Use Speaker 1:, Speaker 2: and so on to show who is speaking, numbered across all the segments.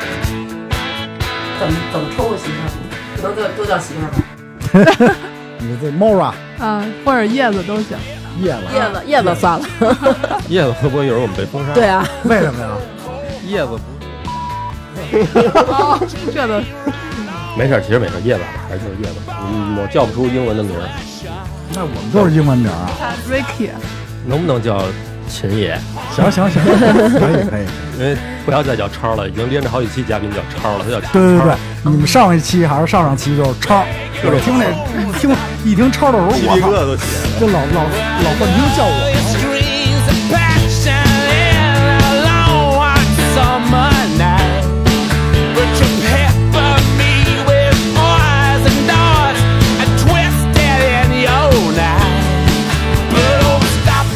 Speaker 1: 怎么怎么称呼媳妇儿？不能叫都叫媳妇儿吗？
Speaker 2: 你这 Mora
Speaker 3: 啊，或者叶子都行。
Speaker 2: 叶了，
Speaker 1: 叶子叶子算了，
Speaker 4: 叶子会不会一会儿我们被封杀？
Speaker 1: 对，啊，
Speaker 2: 为什么呀？
Speaker 4: 叶子
Speaker 3: 哦，这都
Speaker 4: 没事儿，其实没事儿，叶子还是就是叶子，嗯，我叫不出英文的名儿，
Speaker 2: 那我们都是英文名啊。
Speaker 3: 看 Ricky
Speaker 4: 能不能叫秦爷？
Speaker 2: 行行行，可以可以。
Speaker 4: 因为不要再叫超了，已经连着好几期嘉宾叫超了，他叫超。
Speaker 2: 对对对，你们上一期还是上上期就是超，我听那听一听超的时候，
Speaker 4: 鸡
Speaker 2: 我
Speaker 4: 皮疙
Speaker 2: 操，
Speaker 4: 瘩都起来了。
Speaker 2: 就老老老半天叫我。
Speaker 5: Screens of passion in a long hot summer night. But you pepper me with boys and doors and twisted in your night. But oh, stop.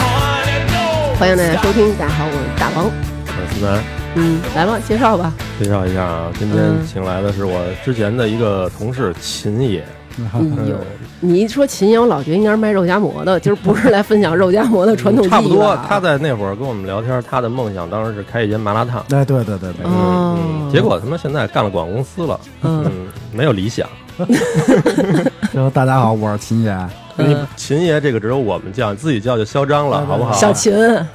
Speaker 5: Honey, no.
Speaker 1: 欢迎大家收听，大家好，我是大王，
Speaker 4: 粉丝们
Speaker 1: 嗯，来吧，介绍吧，
Speaker 4: 介绍一下啊，今天
Speaker 1: 嗯
Speaker 4: 请来的是我之前的一个同事秦爷，
Speaker 2: 哎
Speaker 1: 嗯有。你一说秦爷，我老觉得应该是卖肉夹馍的，今儿不是来分享肉夹馍的传统技艺
Speaker 4: 差不多
Speaker 1: 吧。
Speaker 4: 他在那会儿跟我们聊天，他的梦想当时是开一间麻辣烫。
Speaker 2: 哎，对对对对，
Speaker 1: 哦
Speaker 4: 嗯，结果他妈现在干了广告公司了，
Speaker 1: 嗯，
Speaker 4: 嗯，没有理想。
Speaker 2: 就大家好，我是秦爷，
Speaker 4: 你秦爷这个只有我们叫，你自己叫就嚣张了，
Speaker 2: 对对
Speaker 4: 好不好？
Speaker 1: 小秦，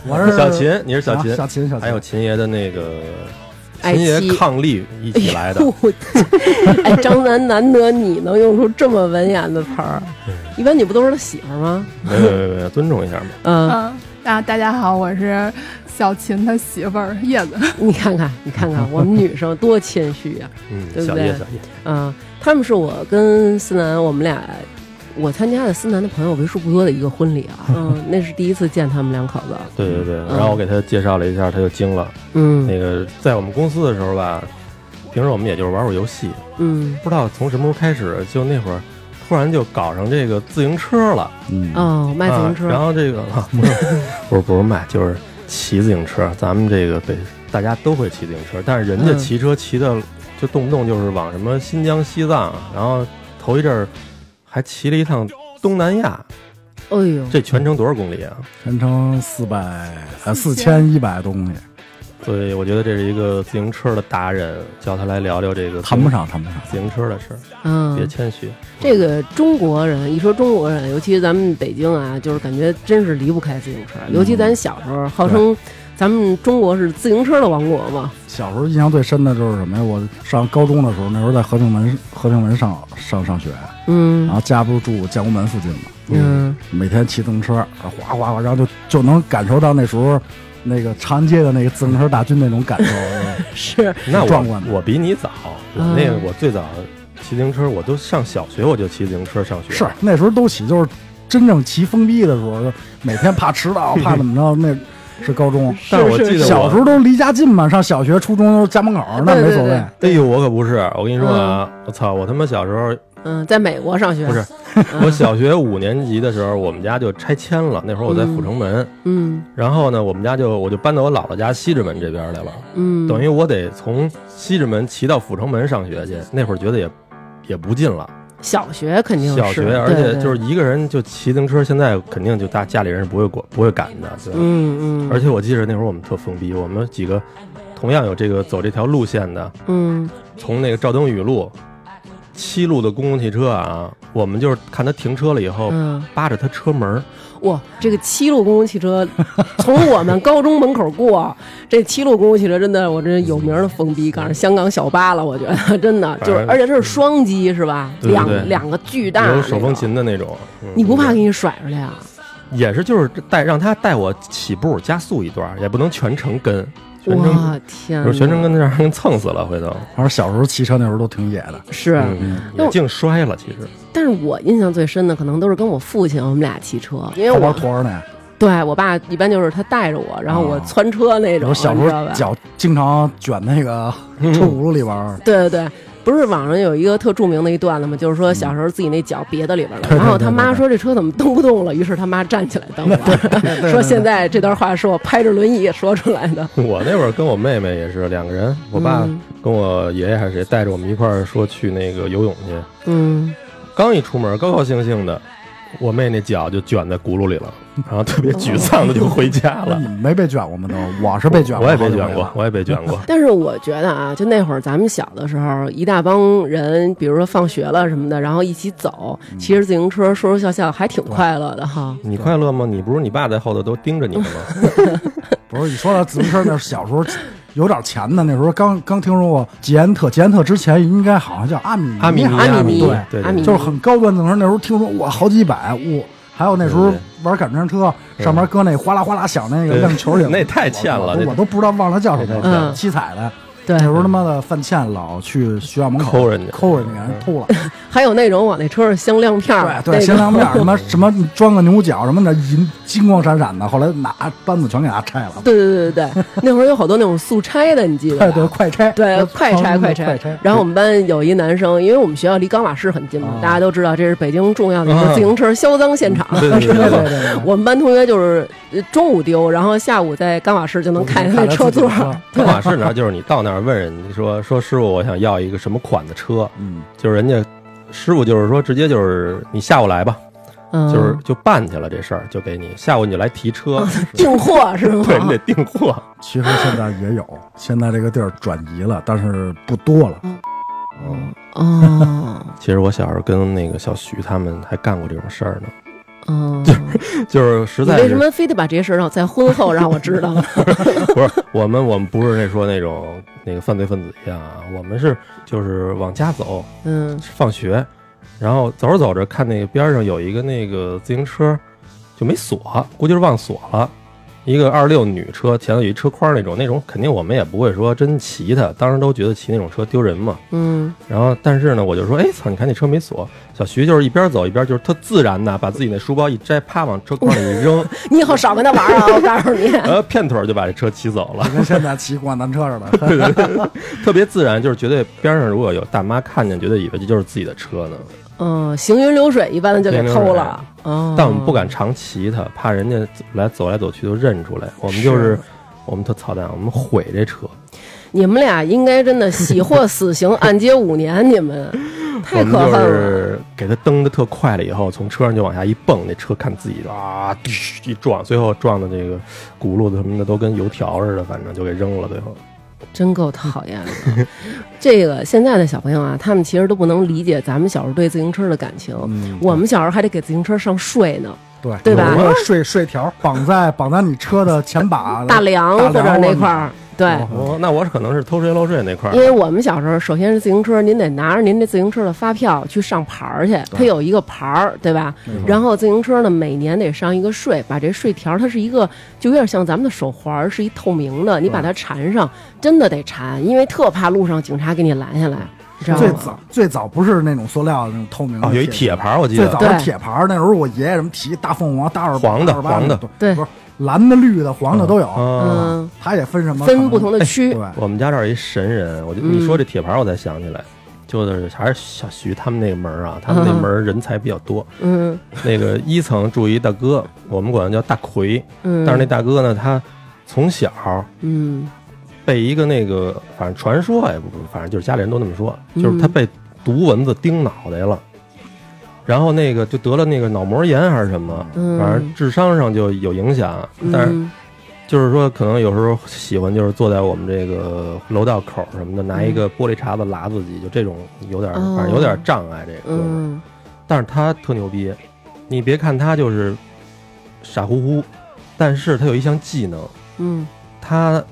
Speaker 2: 我是
Speaker 4: 小秦，你是小
Speaker 2: 啊
Speaker 4: 秦，
Speaker 2: 小秦小秦，
Speaker 4: 还有秦爷的那个
Speaker 1: 爱
Speaker 4: 秦爷
Speaker 1: 妻
Speaker 4: 伉俪一起来的
Speaker 1: 哎。呦我哎，张楠，难得你能用出这么文雅的词儿，
Speaker 4: 嗯
Speaker 1: 一般你不都是他媳妇儿吗？
Speaker 4: 没有没有没有，尊重一下嘛。
Speaker 1: 嗯，
Speaker 3: 嗯， 啊，大家好，我是小秦他媳妇儿叶子。
Speaker 1: 你看看，你看看，我们女生多谦虚啊呀、
Speaker 4: 嗯，
Speaker 1: 对不
Speaker 4: 小
Speaker 1: 对
Speaker 4: 叶小叶，
Speaker 1: 啊，他们是我跟思南，我们俩我参加的思南的朋友为数不多的一个婚礼啊，嗯，那是第一次见他们两口子，
Speaker 4: 对对对。然后我给他介绍了一下，他就惊了。
Speaker 1: 嗯
Speaker 4: 那个在我们公司的时候吧，平时我们也就是玩会儿游戏，
Speaker 1: 嗯
Speaker 4: 不知道从什么时候开始，就那会儿突然就搞上这个自行车了，
Speaker 2: 嗯，
Speaker 1: 哦，卖自行车，
Speaker 4: 啊然后这个、啊、不是不是不是卖，就是骑自行车。咱们这个北大家都会骑自行车，但是人家
Speaker 1: 嗯
Speaker 4: 骑车骑的就动不动就是往什么新疆、西藏，然后头一阵儿还骑了一趟东南亚，
Speaker 1: 哎呦，
Speaker 4: 这全程多少公里啊？
Speaker 2: 全程四百呃四千一百多公里，
Speaker 4: 所以我觉得这是一个自行车的达人，叫他来聊聊这个
Speaker 2: 谈不上谈不上。
Speaker 4: 自行车的事儿，别
Speaker 1: 嗯，
Speaker 4: 谦虚。
Speaker 1: 这个中国人一说中国人，尤其咱们北京啊，就是感觉真是离不开自行车，尤其咱小时候号称咱们中国是自行车的王国嘛，
Speaker 2: 小时候印象最深的就是什么呀？我上高中的时候，那时候在和平门和平门上上上学，然
Speaker 1: 嗯
Speaker 2: 后家不是住建国门附近嘛，
Speaker 1: 嗯，
Speaker 2: 每天骑自行车，哗哗哗，然后就就能感受到那时候那个长安街的那个自行车大军那种感 受。
Speaker 1: 是，
Speaker 4: 那
Speaker 2: 壮观的
Speaker 4: 我我比你早，我
Speaker 1: 嗯
Speaker 4: 那个我最早骑自行车，我都上小学我就骑自行车上学。
Speaker 2: 是那时候都骑，就是真正骑封闭的时候，就每天怕迟到， 怕怎么着，那是高中。
Speaker 4: 但是我记得
Speaker 2: 小时
Speaker 4: 我，
Speaker 2: 候都离家近嘛，上小学、初中都是家门口，那没所谓。
Speaker 4: 哎呦，我可不是，我跟你说啊，我操，我他妈小时候
Speaker 1: 嗯，在美国上学
Speaker 4: 不是，
Speaker 1: 嗯
Speaker 4: 我小学五年级的时候，我们家就拆迁了，那会儿我在阜成门，
Speaker 1: 嗯
Speaker 4: 然后呢，我们家就我就搬到我姥姥家西直门这边来了，
Speaker 1: 嗯，
Speaker 4: 等于我得从西直门骑到阜成门上学去，那会儿觉得也。也不近了，
Speaker 1: 小学肯定是，
Speaker 4: 小学，而且就是是一个人就骑自行车，现在肯定就大家里人是不会管、不会赶的，对吧？
Speaker 1: 嗯嗯，
Speaker 4: 而且我记得那会儿我们特封闭，我们几个同样有这个走这条路线的，
Speaker 1: 嗯
Speaker 4: 从那个赵登禹路七路的公共汽车啊，我们就是看他停车了以后，
Speaker 1: 嗯，
Speaker 4: 扒着他车门儿，
Speaker 1: 哇，这个七路公共汽车 从我们高中门口过，这七路公共汽车真的我这有名的疯逼，赶上香港小巴了，我觉得 真的就
Speaker 4: 反
Speaker 1: 是
Speaker 4: 正，
Speaker 1: 而且这是双机是吧？
Speaker 4: 对对对
Speaker 1: 两两个巨大
Speaker 4: 有
Speaker 1: 的
Speaker 4: 手风，琴的那种。嗯
Speaker 1: 你不怕给你甩出来啊？
Speaker 4: 也是就是带让他带我起步加速一段儿，也不能全程跟，全程
Speaker 1: 哇嗯天
Speaker 4: 就
Speaker 1: 哪，
Speaker 4: 是全程跟那让人蹭死了，回头
Speaker 2: 反正小时候骑车那时候都挺野的。
Speaker 1: 是，
Speaker 4: 嗯也净摔了，其实
Speaker 1: 但是我印象最深的可能都是跟我父亲我们俩骑车，因为
Speaker 2: 他玩
Speaker 1: 我
Speaker 2: 驮着呢，
Speaker 1: 对我爸一般就是他带着我，然后我
Speaker 4: 啊
Speaker 2: 哦
Speaker 1: 窜车那
Speaker 2: 有
Speaker 1: 种，
Speaker 2: 时小时
Speaker 1: 你知道
Speaker 2: 候
Speaker 1: 吧？
Speaker 2: 脚经常卷那 个车轱辘里玩儿。
Speaker 1: 对对对，不是网上有一个特著名的一段子吗？就是说小时候自己那脚别到里边了，
Speaker 2: 嗯对
Speaker 1: 然后
Speaker 2: 对
Speaker 1: 他
Speaker 2: 对
Speaker 1: 妈
Speaker 2: 对
Speaker 1: 说这车怎么蹬不动了，于是他妈站起来蹬 了。说现在这段话是我拍着轮椅说出来 的。
Speaker 4: 我那会儿跟我妹妹也是两个人，我爸
Speaker 1: 嗯
Speaker 4: 跟我爷爷还是谁带着我们一块儿说去那个游泳去，
Speaker 1: 嗯
Speaker 4: 刚一出门，高高兴兴的，我妹那脚就卷在轱辘里了，然后特别沮丧的就回家
Speaker 2: 那
Speaker 4: 了
Speaker 2: 你。没被卷过吗？都，我是被卷过，
Speaker 4: 我也被
Speaker 2: 好
Speaker 4: 卷
Speaker 2: 几回
Speaker 4: 过
Speaker 2: 了，。
Speaker 4: 我也被卷过。
Speaker 1: 但是我觉得啊，就那会儿咱们小的时候，一大帮人，比如说放学了什么的，然后一起走，
Speaker 2: 嗯
Speaker 1: 骑着自行车，说说笑笑，还挺快乐的哈。
Speaker 4: 你快乐吗？你不是你爸在后头都盯着你呢吗？
Speaker 2: 不是，你说到自行车那是小时候有点钱的，那时候刚刚听说过捷安特，捷安特之前应该好像叫阿米尼
Speaker 4: 阿米尼
Speaker 2: 还
Speaker 1: 阿
Speaker 2: 是
Speaker 1: 米尼
Speaker 2: 对，
Speaker 4: 对
Speaker 1: 阿米尼
Speaker 2: 就是很高端自行车。那时候听说哇，好几百，我还有那时候
Speaker 4: 对
Speaker 2: 玩赶车车，上面搁那哗啦哗啦响那个
Speaker 4: 对
Speaker 2: 亮球里，
Speaker 4: 那嗯太欠了
Speaker 2: 我都
Speaker 4: 这
Speaker 2: 我都不知道忘了叫什
Speaker 4: 这
Speaker 2: 么
Speaker 4: 太
Speaker 1: 欠了
Speaker 2: 了，七彩的。
Speaker 1: 嗯对
Speaker 2: 那，时候他妈的犯欠，老去学校门口
Speaker 4: 抠人家
Speaker 2: 抠人家，人偷了。
Speaker 1: 还有那种往那车上镶亮片儿，
Speaker 2: 对对，
Speaker 1: 嗯啊那
Speaker 2: 鲜
Speaker 1: 种
Speaker 2: 凉面儿什么什么，你装个牛角什么的，银金光闪闪的。后来拿扳子全给它拆了。
Speaker 1: 对对对对对，那会儿有好多那种速拆的，你记得
Speaker 2: 快
Speaker 1: 吧？
Speaker 2: 对，快拆！呃
Speaker 1: 对，快拆
Speaker 2: 快
Speaker 1: 快拆。然后我们班有一男生，因为我们学校离钢瓦市很近嘛，
Speaker 2: 啊
Speaker 1: 大家都知道这是北京重要的一个
Speaker 4: 啊嗯
Speaker 1: 自行车销赃现场。
Speaker 4: 对对
Speaker 2: 对对
Speaker 4: 对
Speaker 2: 对
Speaker 4: 对，
Speaker 2: 对，
Speaker 1: 我们班同学就是呃中午丢，然后下午在钢瓦市就能看见那车座。
Speaker 4: 托马士那儿就是你到那儿问人，你说说师傅，我想要一个什么款的车，
Speaker 2: 嗯，
Speaker 4: 就是人家师傅就是说直接就是你下午来吧，
Speaker 1: 嗯，
Speaker 4: 就是就办去了这事儿，就给你下午你就来提车，
Speaker 1: 订货是吗？
Speaker 4: 对你得订货。
Speaker 2: 其实现在也有，现在这个地儿转移了，但是不多了。
Speaker 1: 哦，
Speaker 4: 其实我小时候跟那个小徐他们还干过这种事儿呢，
Speaker 1: 哦，
Speaker 4: 就是实
Speaker 1: 你
Speaker 4: 在
Speaker 1: 为什
Speaker 4: 是
Speaker 1: 么非得把这些事儿让我在婚后让我知道？
Speaker 4: 不是我们我们不是那说那种那个犯罪分子一样啊，我们是就是往家走，
Speaker 1: 嗯
Speaker 4: 放学，然后走着走着看那个边上有一个那个自行车就没锁，估计是忘锁了。一个二六女车，前头有一车筐那种，那种肯定我们也不会说真骑它，当时都觉得骑那种车丢人嘛。
Speaker 1: 嗯，
Speaker 4: 然后，但是呢，我就说，哎，操，你看那车没锁。小徐就是一边走一边就是特自然的把自己那书包一摘，啪往车筐里一 扔，
Speaker 1: 你以后少跟他玩啊！我告诉你，
Speaker 4: 然后片腿儿就把这车骑走了
Speaker 2: 就。跟现在骑共享单车似 的，
Speaker 4: 特别自然，就是绝对边上如果有大妈看见，绝对以为这就是自己的车呢。
Speaker 1: 嗯，行云流水一般的就给偷了。哦，
Speaker 4: 啊但我们不敢常骑它，怕人家来走来走去都认出来。我们就是
Speaker 2: 是
Speaker 4: 我们特操蛋，我们毁这车。
Speaker 1: 你们俩应该真的喜获死刑，按揭五年，你 们太可
Speaker 4: 我
Speaker 1: 恨
Speaker 4: 们就
Speaker 1: 了。
Speaker 4: 是给它蹬得特快了以后，从车上就往下一蹦，那车看自己啊，一撞，最后撞的这个轱辘什么的都跟油条似的，反正就给扔了。最后，
Speaker 1: 真够讨厌的。 这个现在的小朋友啊，他们其实都不能理解咱们小时候对自行车的感情。
Speaker 2: 嗯
Speaker 1: 我们小时候还得给自行车上税呢，
Speaker 2: 对
Speaker 1: 对吧
Speaker 2: 有个睡睡条绑在绑在你车的前把，
Speaker 1: 大梁
Speaker 2: 大
Speaker 1: 或者
Speaker 2: 梁
Speaker 1: 那块儿，对。
Speaker 4: 嗯哦，那我可能是偷税漏税那块
Speaker 1: 因
Speaker 4: 儿。
Speaker 1: 为哎我们小时候，首先是自行车，您得拿着您这自行车的发票去上牌儿去，它有一个牌儿，对吧？然后自行车呢，每年得上一个税，把这税条儿它是一个，就有点像咱们的手环儿，是一透明的，你把它缠上，真的得缠，因为特怕路上警察给你拦下来，你知道
Speaker 2: 最
Speaker 1: 吗？
Speaker 2: 早最早不是那种塑料的那种透明的
Speaker 4: 哦，有一铁牌儿，我记
Speaker 2: 最
Speaker 4: 得
Speaker 2: 早
Speaker 1: 对
Speaker 2: 是铁牌儿，那时候我爷爷什么骑大凤凰、大二八
Speaker 4: 黄的
Speaker 2: 大二八
Speaker 4: 黄的
Speaker 1: 对
Speaker 2: 不是蓝的、绿的、黄的都有，
Speaker 4: 嗯，
Speaker 1: 嗯，
Speaker 2: 它也分什么
Speaker 1: 分不同的区，
Speaker 2: 对，
Speaker 4: 我们家这儿有一神人，我就
Speaker 1: 嗯
Speaker 4: 你说这铁牌儿，我才想起来，就是还是小徐他们那个门儿啊，他们那门儿人才比较多。
Speaker 1: 嗯
Speaker 4: 那个一层住一大哥，我们管他叫大奎，
Speaker 1: 嗯，
Speaker 4: 但是那大哥呢，他从小
Speaker 1: 嗯
Speaker 4: 被一个那个，反正传说也不，反正就是家里人都那么说，
Speaker 1: 嗯
Speaker 4: 就是他被毒蚊子叮脑袋了，然后那个就得了那个脑膜炎还是什么，
Speaker 1: 嗯，
Speaker 4: 反正智商上就有影响，但是
Speaker 1: 嗯
Speaker 4: 就是说可能有时候喜欢就是坐在我们这个楼道口什么的，拿一个玻璃碴子拉自己，就这种有点儿，
Speaker 1: 嗯哦
Speaker 4: 反正有点儿障碍这个哥们儿。
Speaker 1: 嗯
Speaker 4: 但是他特牛逼，你别看他就是傻乎乎，但是他有一项技能，
Speaker 1: 嗯
Speaker 4: 他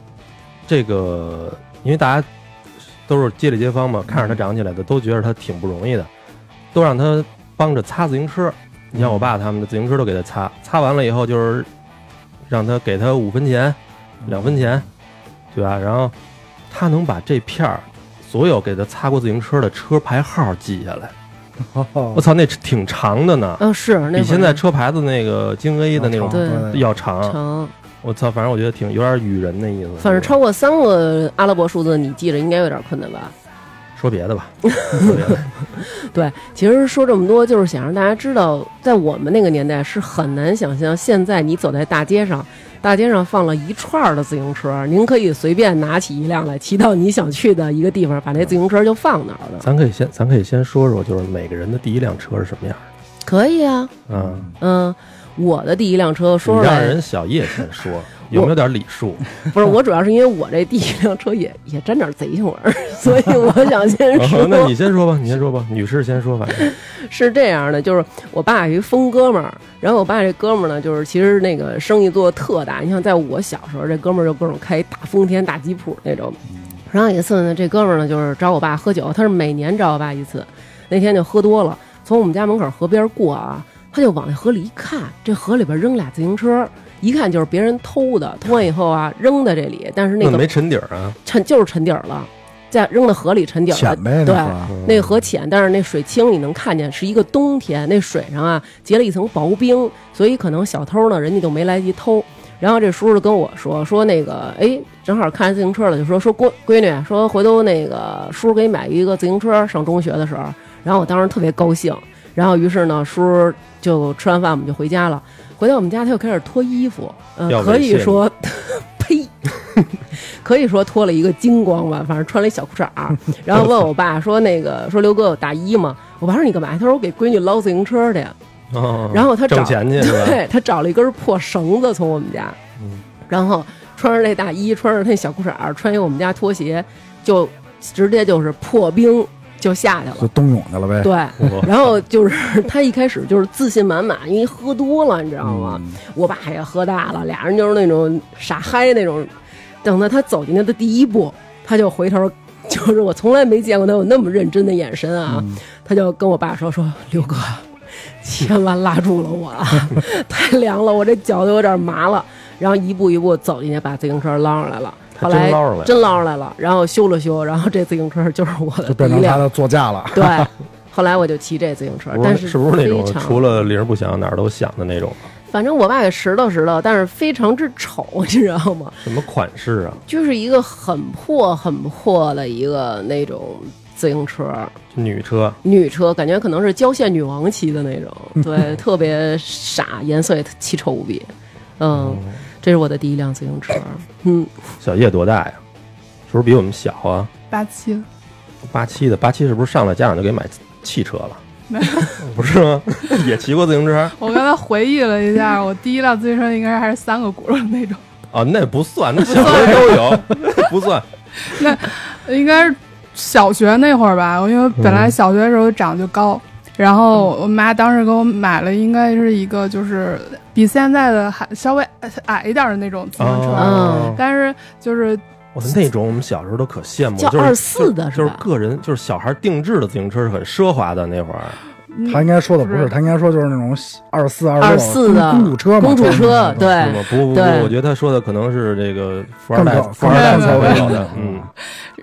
Speaker 4: 这个因为大家都是街里街坊
Speaker 1: 嗯
Speaker 4: 嘛，看着他长起来的，都觉得他挺不容易的，都让他帮着擦自行车。
Speaker 1: 嗯
Speaker 4: 你像我爸他们的自行车都给他擦，擦完了以后就是让他给他五分钱、
Speaker 1: 嗯
Speaker 4: 两分钱，对吧？然后他能把这片儿所有给他擦过自行车的车牌号记下来。
Speaker 2: 哦
Speaker 4: 我操，那挺长的呢，
Speaker 1: 嗯、是哦那会儿嗯
Speaker 4: 比现在车牌子那个京 A 的那种
Speaker 1: 对
Speaker 4: 要长。
Speaker 1: 成，
Speaker 4: 我操，反正我觉得挺有点语人的意思。
Speaker 1: 反正超过三个阿拉伯数字，你记着应该有点困难吧？
Speaker 4: 说别的吧，说别的
Speaker 1: 对，其实说这么多，就是想让大家知道，在我们那个年代是很难想象，现在你走在大街上，大街上放了一串儿的自行车，您可以随便拿起一辆来，骑到你想去的一个地方，把那自行车就放哪儿了。
Speaker 4: 咱可以先，咱可以先说说，就是每个人的第一辆车是什么样嗯
Speaker 1: 可以啊，
Speaker 4: 的啊？
Speaker 1: 嗯，我的第一辆车说
Speaker 4: 你
Speaker 1: 出
Speaker 4: 让
Speaker 1: 来
Speaker 4: 人小叶先说， 有没有点礼数？
Speaker 1: 不是我，主要是因为我这第一辆车也也沾点贼性味儿，所以我想 先说。
Speaker 4: 哦那你先说吧，你先说吧，女士先说，反正
Speaker 1: 是这样的，就是我爸有一疯哥们儿，然后我爸这哥们儿呢，就是其实那个生意做得特大。你像在我小时候，这哥们儿就各种开大丰田、大吉普那种。然后有一次呢，这哥们儿呢就是找我爸喝酒，他是每年找我爸一次。那天就喝多了，从我们家门口河边过啊，他就往那河里一看，这河里边扔俩自行车，一看就是别人偷的，偷完以后啊扔在这里，但是那
Speaker 4: 那
Speaker 1: 个
Speaker 4: 没沉底儿 啊。
Speaker 1: 沉就是沉底儿了，在扔到河里沉底儿了
Speaker 2: 浅。呗，
Speaker 1: 对
Speaker 2: 那会啊儿
Speaker 1: 那河浅，但是那水清，你能看见是一个冬天，那水上啊结了一层薄冰，所以可能小偷呢，人家就没来及偷。然后这叔叔就跟我说说那个，哎，正好看见自行车了，就说说闺闺女，说回头那个叔叔给你买一个自行车，上中学的时候。然后我当时特别高兴，然后于是呢，叔叔就吃完饭我们就回家了。回到我们家，他又开始脱衣服，嗯、
Speaker 4: 要猥亵
Speaker 1: 可以
Speaker 4: 你
Speaker 1: 说，呸， 可以说脱了一个精光吧，反正穿了一小裤衩儿，然后问我爸说那个说刘哥有大衣吗？我爸说你干嘛？他说我给闺女捞自行车去。
Speaker 4: 哦
Speaker 1: 然后他找
Speaker 4: 挣钱去是 吧？
Speaker 1: 对他找了一根破绳子从我们家，
Speaker 4: 嗯
Speaker 1: 然后穿着那大衣，穿着那小裤衩儿，穿一我们家拖鞋，就直接就是破冰就下去了。
Speaker 2: 就冬泳去了呗。
Speaker 1: 对，
Speaker 4: 我
Speaker 1: 然后就是他一开始就是自信满满，因为喝多了，你知道吗？
Speaker 4: 嗯
Speaker 1: 我爸也喝大了，俩人就是那种傻嗨那种。等到他走进来的第一步，他就回头， 就是我从来没见过他有那么认真的眼神啊！
Speaker 4: 嗯
Speaker 1: 他就跟我爸说：“说刘哥，千万拉住了我啊， 太凉了，我这脚都有点麻了。”然后一步一步走进去，把自行车捞上来了。
Speaker 4: 他
Speaker 1: 后
Speaker 4: 真
Speaker 1: 来
Speaker 4: 捞上来了
Speaker 1: 真捞上来了，然后修了修，然后这自行车就是我的
Speaker 2: 就
Speaker 1: 第
Speaker 2: 变
Speaker 1: 一
Speaker 2: 成他
Speaker 1: 辆
Speaker 2: 的座驾了。
Speaker 1: 对，后来我就骑这自行车，
Speaker 4: 不
Speaker 1: 但
Speaker 4: 是
Speaker 1: 是
Speaker 4: 不是那种
Speaker 1: 非常
Speaker 4: 除了铃儿不响哪儿都响的那种？
Speaker 1: 反正我爸给拾掇拾掇，但是非常之丑，你知道吗？
Speaker 4: 什么款式啊？
Speaker 1: 就是一个很破很破的一个那种自行车，
Speaker 4: 就女车，
Speaker 1: 女车，感觉可能是郊县女王骑的那种，对，特别傻，颜色也奇丑无比。嗯，这是我的第一辆自行车。嗯，
Speaker 4: 小叶多大呀？是不是比我们小啊？
Speaker 3: 八七，
Speaker 4: 八七的，八七是不是上来家长就给买汽车了？
Speaker 3: 没
Speaker 4: 不是吗？ 也骑过自行车
Speaker 3: 我刚才回忆了一下，我第一辆自行车应该还是三个轱辘那种，
Speaker 4: 啊？那不 算，那小时候都有，不算。
Speaker 3: 应该是小学那会儿吧。我因为本来小学的时候长就高，然后我妈当时给我买了，应该是一个就是比现在的还稍微矮一点的那种
Speaker 1: 嗯
Speaker 3: 自行车，
Speaker 4: 哦
Speaker 3: 但是就是
Speaker 4: 我的那种我们小时候都可羡慕，
Speaker 1: 叫
Speaker 4: 就是
Speaker 1: 24的
Speaker 4: 就是是
Speaker 1: 吧
Speaker 4: 个人，就是小孩定制的自行车是很奢华的。那会儿
Speaker 2: 他应该说的不
Speaker 3: 不是
Speaker 2: 是，他应该说就是那种二四二
Speaker 1: 嗯二四的
Speaker 2: 公主车嘛，
Speaker 1: 公主车，对
Speaker 4: 是吗？不不不，
Speaker 1: 对
Speaker 4: 我觉得他说的可能是这个富二
Speaker 2: 更
Speaker 4: 代，
Speaker 2: 早
Speaker 4: 富二代
Speaker 3: 更早
Speaker 4: 才会有
Speaker 2: 更
Speaker 4: 的
Speaker 2: 早。
Speaker 4: 嗯，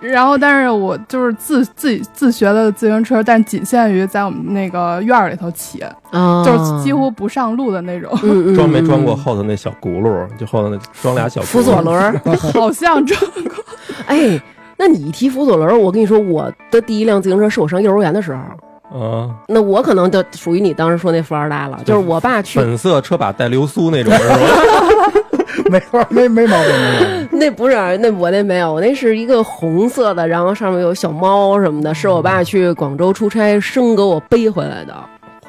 Speaker 3: 然后，但是我就是自自己自学的自行车，但仅限于在我们那个院儿里头骑，
Speaker 1: 啊，
Speaker 3: 就是几乎不上路的那种，
Speaker 1: 嗯嗯
Speaker 4: 装没装过
Speaker 1: 嗯
Speaker 4: 后头那小轱辘？就后头那装俩小轱辘
Speaker 1: 辅佐轮儿。
Speaker 3: 好像这个
Speaker 1: 哎，那你一提辅佐轮儿，我跟你说，我的第一辆自行车是我上幼儿园的时候。
Speaker 4: 啊，
Speaker 1: 那我可能就属于你当时说那富二代了，就是 我爸去，
Speaker 4: 粉色车把带流苏那种 是吧？
Speaker 2: 没错，没没毛病，没毛病。
Speaker 1: 那不是啊那我那没有，我那是一个红色的，然后上面有小猫什么的，是我
Speaker 2: 嗯
Speaker 1: 爸去广州出差生给我背回来的。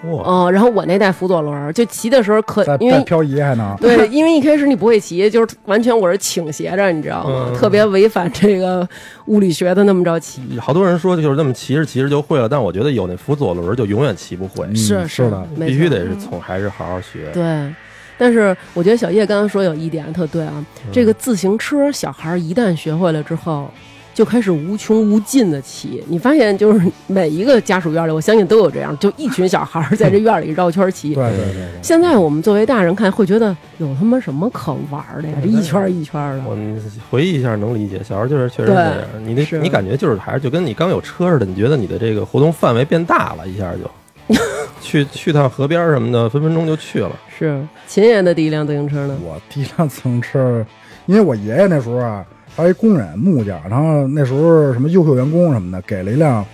Speaker 4: 嚯，
Speaker 1: 哦，然后我那带辅佐轮儿，就骑的时候可
Speaker 2: 在
Speaker 1: 因
Speaker 2: 在
Speaker 1: 为。
Speaker 2: 漂移还能。
Speaker 1: 对，因为一开始你不会骑，就是完全我是倾斜着，你知道吗？
Speaker 4: 嗯
Speaker 1: 特别违反这个物理学的那么着骑。
Speaker 4: 好多人说就是那么骑着骑着就会了，但我觉得有那辅佐轮儿就永远骑不会，
Speaker 1: 是
Speaker 2: 嗯是的，
Speaker 1: 没
Speaker 4: 必须
Speaker 1: 错
Speaker 4: 得是从还是好好学。
Speaker 1: 对，但是我觉得小叶刚刚说有一点特对啊，这个自行车小孩儿一旦学会了之后，就开始无穷无尽的骑。你发现就是每一个家属院里，我相信都有这样，就一群小孩儿在这院里绕圈儿骑。
Speaker 2: 对对对
Speaker 1: 现在我们作为大人看，会觉得有他妈什么可玩儿的呀？这一圈儿一圈儿
Speaker 4: 我
Speaker 1: 的，
Speaker 4: 你回忆一下能理解，小时候就是确实
Speaker 1: 对
Speaker 4: 那样，你那
Speaker 1: 是
Speaker 4: 你感觉就是还是就跟你刚有车似的，你觉得你的这个活动范围变大了，一下就 去去趟河边儿什么的，分分钟就去了。
Speaker 1: 是秦爷的第一辆自行车呢
Speaker 2: 对，？我第一辆自行车，因为我爷爷那时候啊，他是一工人木匠，然后那时候什么优秀员工什么的，给了一辆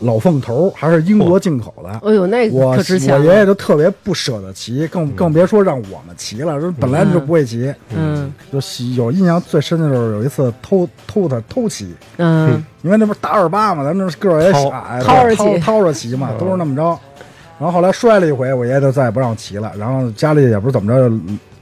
Speaker 2: 老凤头，还是英国进口的。
Speaker 1: 哎呦， 那
Speaker 2: 我
Speaker 1: 可值钱
Speaker 2: 我
Speaker 1: 了
Speaker 2: 爷爷就特别不舍得骑，更更别说让我们骑了，这本来就不会骑。
Speaker 1: 嗯
Speaker 2: 就喜有印象最深的就是有一次偷偷他偷骑，
Speaker 1: 嗯
Speaker 2: 因为那不是大二八嘛，咱们这个儿也
Speaker 4: 掏
Speaker 2: 矮，
Speaker 1: 掏着
Speaker 2: 对掏
Speaker 1: 骑
Speaker 2: 掏着骑嘛，都是那么着。然后后来摔了一回，我爷爷就再也不让我骑了。然后家里也不是怎么着，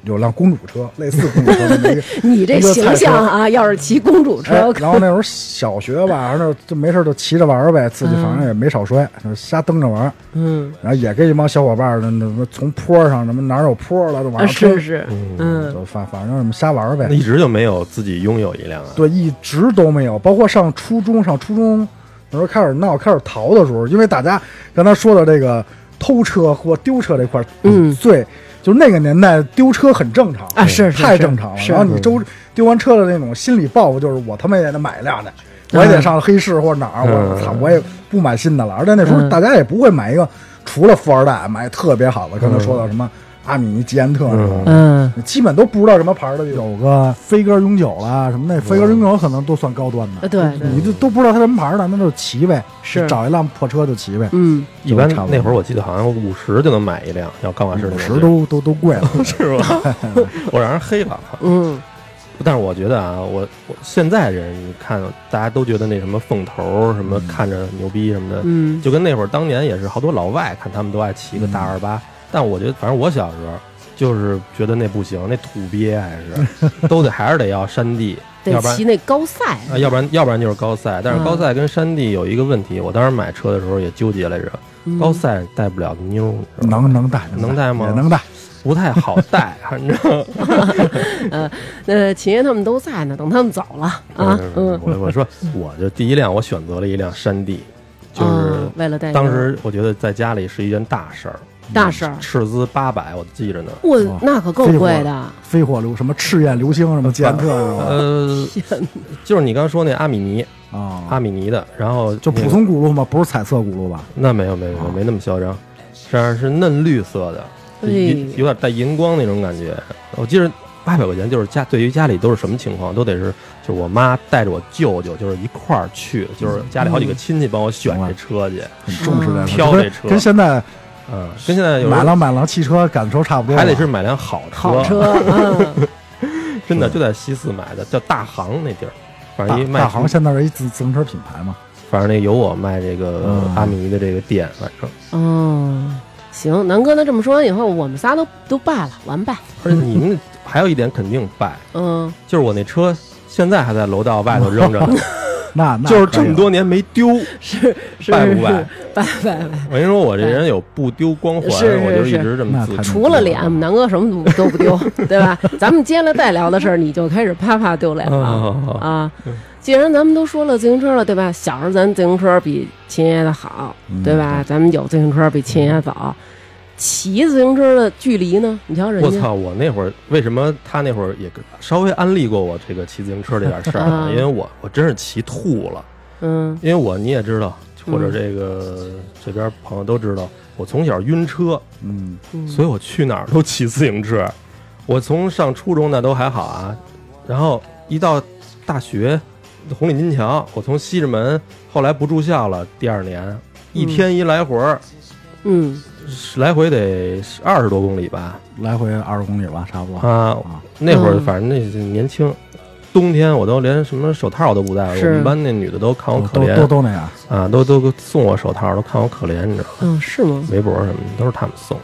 Speaker 2: 有辆公主车，类似公主车那么一个。
Speaker 1: 你这形象啊，要是骑公主
Speaker 2: 哎
Speaker 1: 车，
Speaker 2: 然后那会儿小学吧，反正就没事儿就骑着玩儿呗，自己反正也没少摔，就是瞎蹬着玩儿。
Speaker 1: 嗯
Speaker 2: 然后也跟一帮小伙伴儿，那那什么从坡上什么哪儿有坡了，就往
Speaker 1: 啊，
Speaker 2: 上
Speaker 1: 是
Speaker 2: 冲，
Speaker 1: 是，嗯
Speaker 2: 就反反正什么瞎玩儿呗
Speaker 4: 那。一直就没有自己拥有一辆啊。
Speaker 2: 对，一直都没有，包括上初中，上初中那时候开始闹、开始逃的时候，因为大家刚才说的这个偷车或丢车这块儿，
Speaker 1: 嗯
Speaker 2: 最就是那个年代丢车很正常
Speaker 1: 啊是是
Speaker 2: 太
Speaker 1: 是
Speaker 2: 正常了。
Speaker 1: 是嗯
Speaker 2: 然后你周丢完车的那种心理报复，就是我他妈也得买一辆去。我也得上黑市或者哪儿，我操，我也不买新的了。而且那时候
Speaker 1: 嗯
Speaker 2: 大家也不会买一个，除了富二代买特别好的，刚才说到什么阿米尼、捷安特那种，
Speaker 1: 嗯
Speaker 2: 基本都不知道什么牌儿的，有个飞鸽永久啦什么那飞鸽永久可能都算高端
Speaker 1: 啊，
Speaker 2: 的，
Speaker 1: 对对，
Speaker 2: 你这都不知道它什么牌儿的，那就骑呗，
Speaker 1: 是
Speaker 2: 找一辆破车就骑呗，
Speaker 1: 嗯
Speaker 4: 一般
Speaker 2: 差不多
Speaker 4: 那会儿我记得好像五十就能买一辆，要刚瓦市
Speaker 2: 五
Speaker 4: 那
Speaker 2: 十都都都贵 了，
Speaker 4: 是吧？ 我让人黑了。
Speaker 1: 嗯
Speaker 4: 但是我觉得啊，我我现在人你看，大家都觉得那什么凤头儿什么看着牛逼什么的，
Speaker 1: 嗯
Speaker 4: 就跟那会儿当年也是好多老外看他们都爱骑个大二
Speaker 1: 嗯
Speaker 4: 八，但我觉得反正我小时候就是觉得那不行，那土鳖还 是都得还是得要山地，
Speaker 1: 得
Speaker 4: 要不然
Speaker 1: 骑那嗯高赛，
Speaker 4: 啊，要不然要不然就是高赛，但是高赛跟山地有一个问题，我当时买车的时候也纠结来着，
Speaker 1: 嗯
Speaker 4: 高赛带不了妞儿，是吧
Speaker 2: 能能带
Speaker 4: 能带吗
Speaker 2: 也能带，
Speaker 4: 不太好 带，你知道吗？
Speaker 1: 呃，秦爷他们都在呢，等他们走了啊，嗯，
Speaker 4: 我我说我就第一辆我选择了一辆山地，就是
Speaker 1: 哦为了带
Speaker 4: 当
Speaker 1: 妞儿
Speaker 4: 时我觉得在家里是一件大事儿，
Speaker 1: 大事儿，
Speaker 4: 斥资八百，我记着呢。
Speaker 1: 我
Speaker 2: 哦
Speaker 1: 那可够
Speaker 2: 飞
Speaker 1: 贵
Speaker 2: 火
Speaker 1: 的，啊
Speaker 2: 飞火流什么赤焰流星什 么捷安特那种
Speaker 4: 呃，就是你刚说那阿米尼，
Speaker 2: 啊，
Speaker 4: 阿米尼的，然后
Speaker 2: 就
Speaker 4: 那
Speaker 2: 普
Speaker 4: 个
Speaker 2: 通轱辘嘛，不是彩色轱辘吧？
Speaker 4: 那没有没有没有没那么嚣张，是是嫩绿色的，
Speaker 1: 哎
Speaker 4: 有有点带荧光那种感觉。我记着八百块钱就是家对于家里都是什么情况，都得是就是我妈带着我舅舅就是一块儿去，就是家里好几个亲戚帮我选这车去，
Speaker 2: 很
Speaker 1: 嗯
Speaker 2: 重视这个，
Speaker 4: 飘
Speaker 2: 就跟
Speaker 4: 这车
Speaker 2: 跟现在
Speaker 4: 嗯，跟现在有时
Speaker 2: 买
Speaker 4: 候
Speaker 2: 了买了汽车感受差不多了，
Speaker 4: 还得是买辆好车，
Speaker 1: 好车，嗯，
Speaker 4: 真的就在西四买的，叫大行那地儿，反
Speaker 2: 大
Speaker 4: 正一卖
Speaker 2: 大行现在是一自自行车品牌嘛，
Speaker 4: 反正那有我卖这个
Speaker 2: 嗯
Speaker 4: 阿米尼的这个店，反正
Speaker 1: 哦，行，南哥，那这么说完以后，我们仨都都败了，完败，
Speaker 4: 而且 你们还有一点肯定败，
Speaker 1: 嗯，
Speaker 4: 就是我那车现在还在楼道外头扔着呢。
Speaker 2: 那那
Speaker 4: 就是
Speaker 2: 可以
Speaker 4: 这么
Speaker 2: 了
Speaker 4: 多年没 丢。
Speaker 1: 是是
Speaker 4: 拜
Speaker 1: 是
Speaker 4: 不拜
Speaker 1: 拜拜拜。
Speaker 4: 我跟你说，我这人有不丢光环，
Speaker 1: 是是
Speaker 4: 我就是一直这么自
Speaker 2: 哎那
Speaker 4: 啊
Speaker 2: 太
Speaker 4: 处。
Speaker 1: 除了脸，我们南哥什么都都不 丢，对吧？咱们接下来再聊的事儿，你就开始啪啪丢脸
Speaker 4: 嗯好
Speaker 1: 了
Speaker 4: 好好
Speaker 1: 啊！既然咱们都说了自行车了，对吧？小时候咱自行车比秦爷的好，
Speaker 4: 嗯
Speaker 1: 对吧？咱们有自行车比秦爷早，骑自行车的距离呢？你瞧人
Speaker 4: 我
Speaker 1: 家，
Speaker 4: 操！我那会儿为什么他那会儿也稍微安利过我这个骑自行车这点事儿啊？
Speaker 1: 嗯
Speaker 4: 因为我我真是骑吐了，
Speaker 1: 嗯
Speaker 4: 因为我你也知道，或者这个这边朋友都知道，我从小晕车，
Speaker 2: 嗯，
Speaker 4: 所以我去哪儿都骑自行车。 我从上初中那都还好啊，然后一到大学，红领巾桥，我从西直门，后来不住校了，第二年一天一来回儿，
Speaker 1: 嗯，
Speaker 4: 来回得二十多公里吧。
Speaker 2: 来回二十公里吧，差不多。
Speaker 4: 啊，
Speaker 2: 啊
Speaker 4: 那会儿
Speaker 1: 嗯
Speaker 4: 反正那年轻，冬天我都连什么手套我都不戴。我
Speaker 1: 是
Speaker 4: 们班那女的都看我可
Speaker 2: 都都
Speaker 4: 怜
Speaker 2: 都那样，
Speaker 4: 啊，都都送我手套，都看我可怜，你知道吗？
Speaker 1: 嗯，是吗？
Speaker 4: 围脖什么的都是他们送，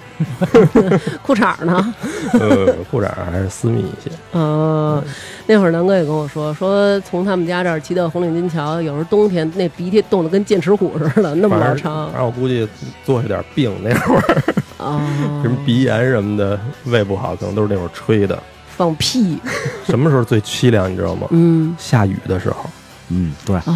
Speaker 1: 裤衩儿 呢？
Speaker 4: 呃，裤衩还是私密一些。
Speaker 1: 嗯，那会儿南哥也跟我说，说从他们家这儿骑到红领巾桥，有时候冬天那鼻涕冻得跟剑齿虎似的，那么
Speaker 4: 反
Speaker 1: 老
Speaker 4: 正
Speaker 1: 长
Speaker 4: 反正我估计做下点病那会儿，
Speaker 1: 啊，
Speaker 4: 什么鼻炎什么的，胃不好，可能都是那会儿吹的。
Speaker 1: 放屁，
Speaker 4: 什么时候最凄凉，你知道吗？
Speaker 1: 嗯
Speaker 4: 下雨的时候，
Speaker 2: 嗯，对，
Speaker 1: 啊，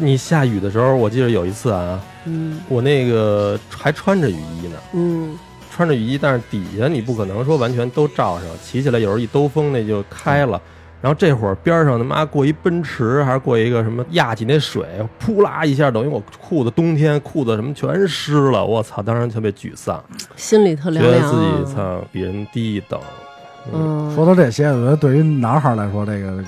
Speaker 4: 你下雨的时候，我记得有一次啊，
Speaker 1: 嗯
Speaker 4: 我那个还穿着雨衣呢，
Speaker 1: 嗯，
Speaker 4: 穿着雨衣，但是底下你不可能说完全都罩上，骑起来有时候一兜风那就开了。然后这会儿边上他妈过一奔驰，还是过一个什么压起那水，扑啦一下，等于我裤子冬天裤子什么全湿了，我操！当时特别沮丧，
Speaker 1: 心里特
Speaker 4: 觉
Speaker 1: 凉
Speaker 4: 得
Speaker 1: 凉啊，
Speaker 4: 自己操比人低一等。
Speaker 1: 嗯，
Speaker 2: 说到这些，我觉得对于男孩来说，这个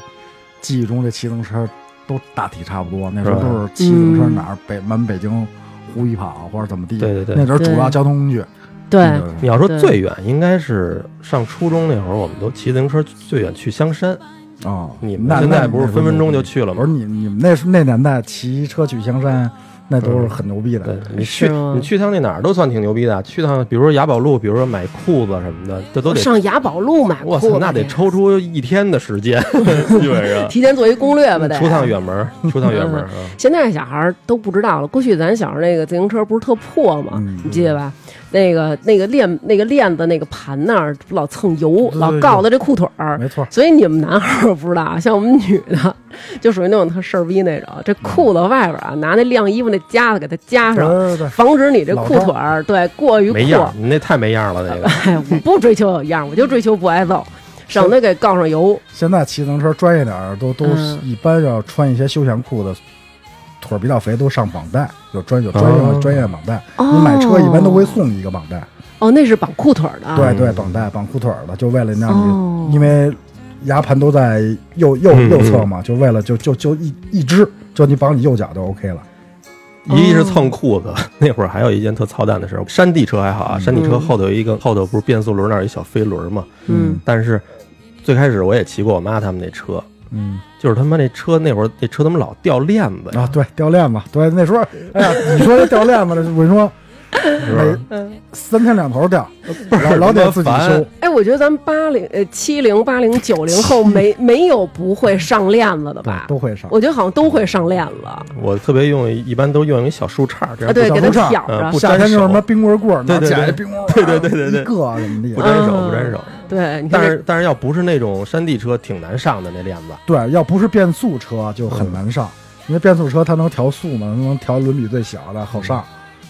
Speaker 2: 记忆中这骑自行车都大体差不多。那时候
Speaker 4: 是吧
Speaker 2: 都是骑自行车
Speaker 1: 嗯
Speaker 2: 哪儿北满北京胡一跑或者怎么地，
Speaker 4: 对对对
Speaker 2: 那时候主
Speaker 1: 对
Speaker 2: 要交通工具。
Speaker 1: 对，
Speaker 4: 你要说最远，应该是嗯上初中那会儿，我们都骑自行车最远去香山。
Speaker 2: 啊，
Speaker 4: 你们
Speaker 2: 那
Speaker 4: 现在
Speaker 2: 那
Speaker 4: 不是
Speaker 2: 那
Speaker 4: 分分钟就去了
Speaker 2: 不是
Speaker 4: 吗？
Speaker 2: 你你们那时候那年代骑车去香山，那都是很牛逼的。
Speaker 4: 对呃你去
Speaker 1: 是吗
Speaker 4: 你去趟那哪儿都算挺牛逼的，去趟比如说雅宝路，比如说买裤子什么的，这都得
Speaker 1: 上雅宝路买
Speaker 4: 我
Speaker 1: 裤子
Speaker 4: 操，
Speaker 1: 去，
Speaker 4: 那得抽出一天的时间，基本 上
Speaker 1: 提前做一
Speaker 2: 嗯
Speaker 1: 攻略吧得。
Speaker 4: 出趟远门儿，出趟远门儿啊。
Speaker 1: 现在小孩儿都不知道了。过去咱小时候那个自行车不是特破吗？
Speaker 2: 嗯
Speaker 1: 你记得吧？那个那个链那个链子那个盘那儿老蹭油，
Speaker 2: 对
Speaker 1: 老
Speaker 2: 对
Speaker 1: 告到这裤腿儿。
Speaker 2: 没错，
Speaker 1: 所以你们男孩儿不知道 啊，像我们女的，就属于那种特事儿逼那种。这裤子外边
Speaker 2: 嗯
Speaker 1: 啊，拿那晾衣服那夹子给它夹上，
Speaker 2: 对对对，
Speaker 1: 防止你这裤腿儿对过于
Speaker 4: 没
Speaker 1: 阔
Speaker 4: 样儿，。你那太没样儿了，那个。
Speaker 1: 哎，我不追求有样儿，我就追求不挨揍，省得给告上油。
Speaker 2: 现在骑自行车专业点儿都都
Speaker 1: 嗯
Speaker 2: 一般要穿一些休闲裤的，腿儿比较肥都上绑带，有专有专
Speaker 4: 哦
Speaker 2: 业专业绑带。
Speaker 1: 哦
Speaker 2: 你买车一般都会送你一个绑带，
Speaker 1: 哦，那是绑裤腿儿的。啊
Speaker 2: 对对，绑带绑裤腿儿的，就为了让
Speaker 1: 哦
Speaker 2: 你，因为牙盘都在右右
Speaker 4: 嗯嗯
Speaker 2: 右侧嘛，就为了就就就一一只，就你绑你右脚就 OK 了。
Speaker 4: 一是蹭裤子， 那会儿还有一件特操蛋的事儿。山地车还好啊，山地车
Speaker 1: 嗯
Speaker 4: 后头有一个后头不是变速轮那儿有一小飞轮嘛。
Speaker 1: 嗯
Speaker 4: 但是最开始我也骑过我妈他们那车，
Speaker 2: 嗯
Speaker 4: 就是他妈那车那会儿那车他们老掉链子呀，
Speaker 2: 啊，对，掉链子，对，那时候，哎呀，你说这掉链子了，我跟你说。
Speaker 4: 是吧？
Speaker 1: 嗯
Speaker 2: 三天两头掉，老老得自己
Speaker 4: 烦
Speaker 2: 修。
Speaker 1: 哎，我觉得咱们八零呃七零八零九零后没没有不会上链子的
Speaker 4: 啊
Speaker 1: 吧？
Speaker 2: 都会上。
Speaker 1: 我觉得好像都会上链子啊，
Speaker 4: 我特别用一般都用一小树杈，这样
Speaker 1: 对，
Speaker 2: 呃小
Speaker 1: 给
Speaker 2: 树
Speaker 1: 它
Speaker 2: 杈
Speaker 1: 挑
Speaker 4: 嗯
Speaker 1: 着
Speaker 4: 不，
Speaker 2: 夏天就是什么冰棍棍儿，
Speaker 4: 对对对
Speaker 2: 拿起来冰棍棍儿，
Speaker 4: 对对对对对
Speaker 2: 一个怎么
Speaker 4: 不
Speaker 2: 地。
Speaker 4: 沾手
Speaker 1: 嗯
Speaker 4: 不沾手。
Speaker 1: 对，你看
Speaker 4: 但
Speaker 1: 这
Speaker 4: 是但是要不是那种山地车，挺难上的那链子。
Speaker 2: 对，要不是变速车就
Speaker 4: 嗯
Speaker 2: 很难上，因为变速车它能调速嘛，它能调轮比最小的好
Speaker 4: 嗯
Speaker 2: 上。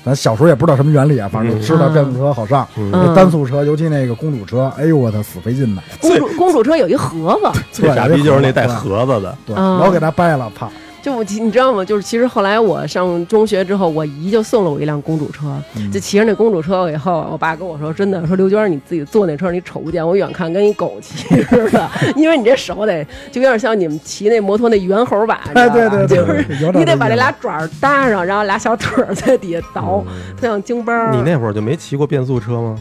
Speaker 2: 咱小时候也不知道什么原理啊，反正就知道
Speaker 1: 嗯
Speaker 2: 变速车好上。
Speaker 4: 嗯
Speaker 2: 那单速车，尤其那个公主车，哎呦我操，死费劲的，
Speaker 1: 公主公主车有一盒子，
Speaker 4: 最
Speaker 2: 对
Speaker 4: 傻逼就是那带，盒子的，
Speaker 2: 对，
Speaker 1: 嗯
Speaker 2: 老给它掰了，啪，
Speaker 1: 就我你知道吗？就是其实后来我上中学之后，我姨就送了我一辆公主车，
Speaker 2: 嗯
Speaker 1: 就骑着那公主车以后，我爸跟我说：“真的，说刘娟儿你自己坐那车你瞅不见，我远看跟一狗 骑似的，因为你这手得就有点像你们骑那摩托那猿猴版，你知道
Speaker 2: 哎，
Speaker 1: 吧
Speaker 2: 对对对，
Speaker 1: 就是
Speaker 2: 对有点
Speaker 1: 你得把这
Speaker 2: 意思
Speaker 1: 俩爪儿搭上，然后俩小腿儿在底下倒，
Speaker 2: 嗯
Speaker 1: 特像京巴儿。
Speaker 4: 你那会儿就没骑过变速车吗？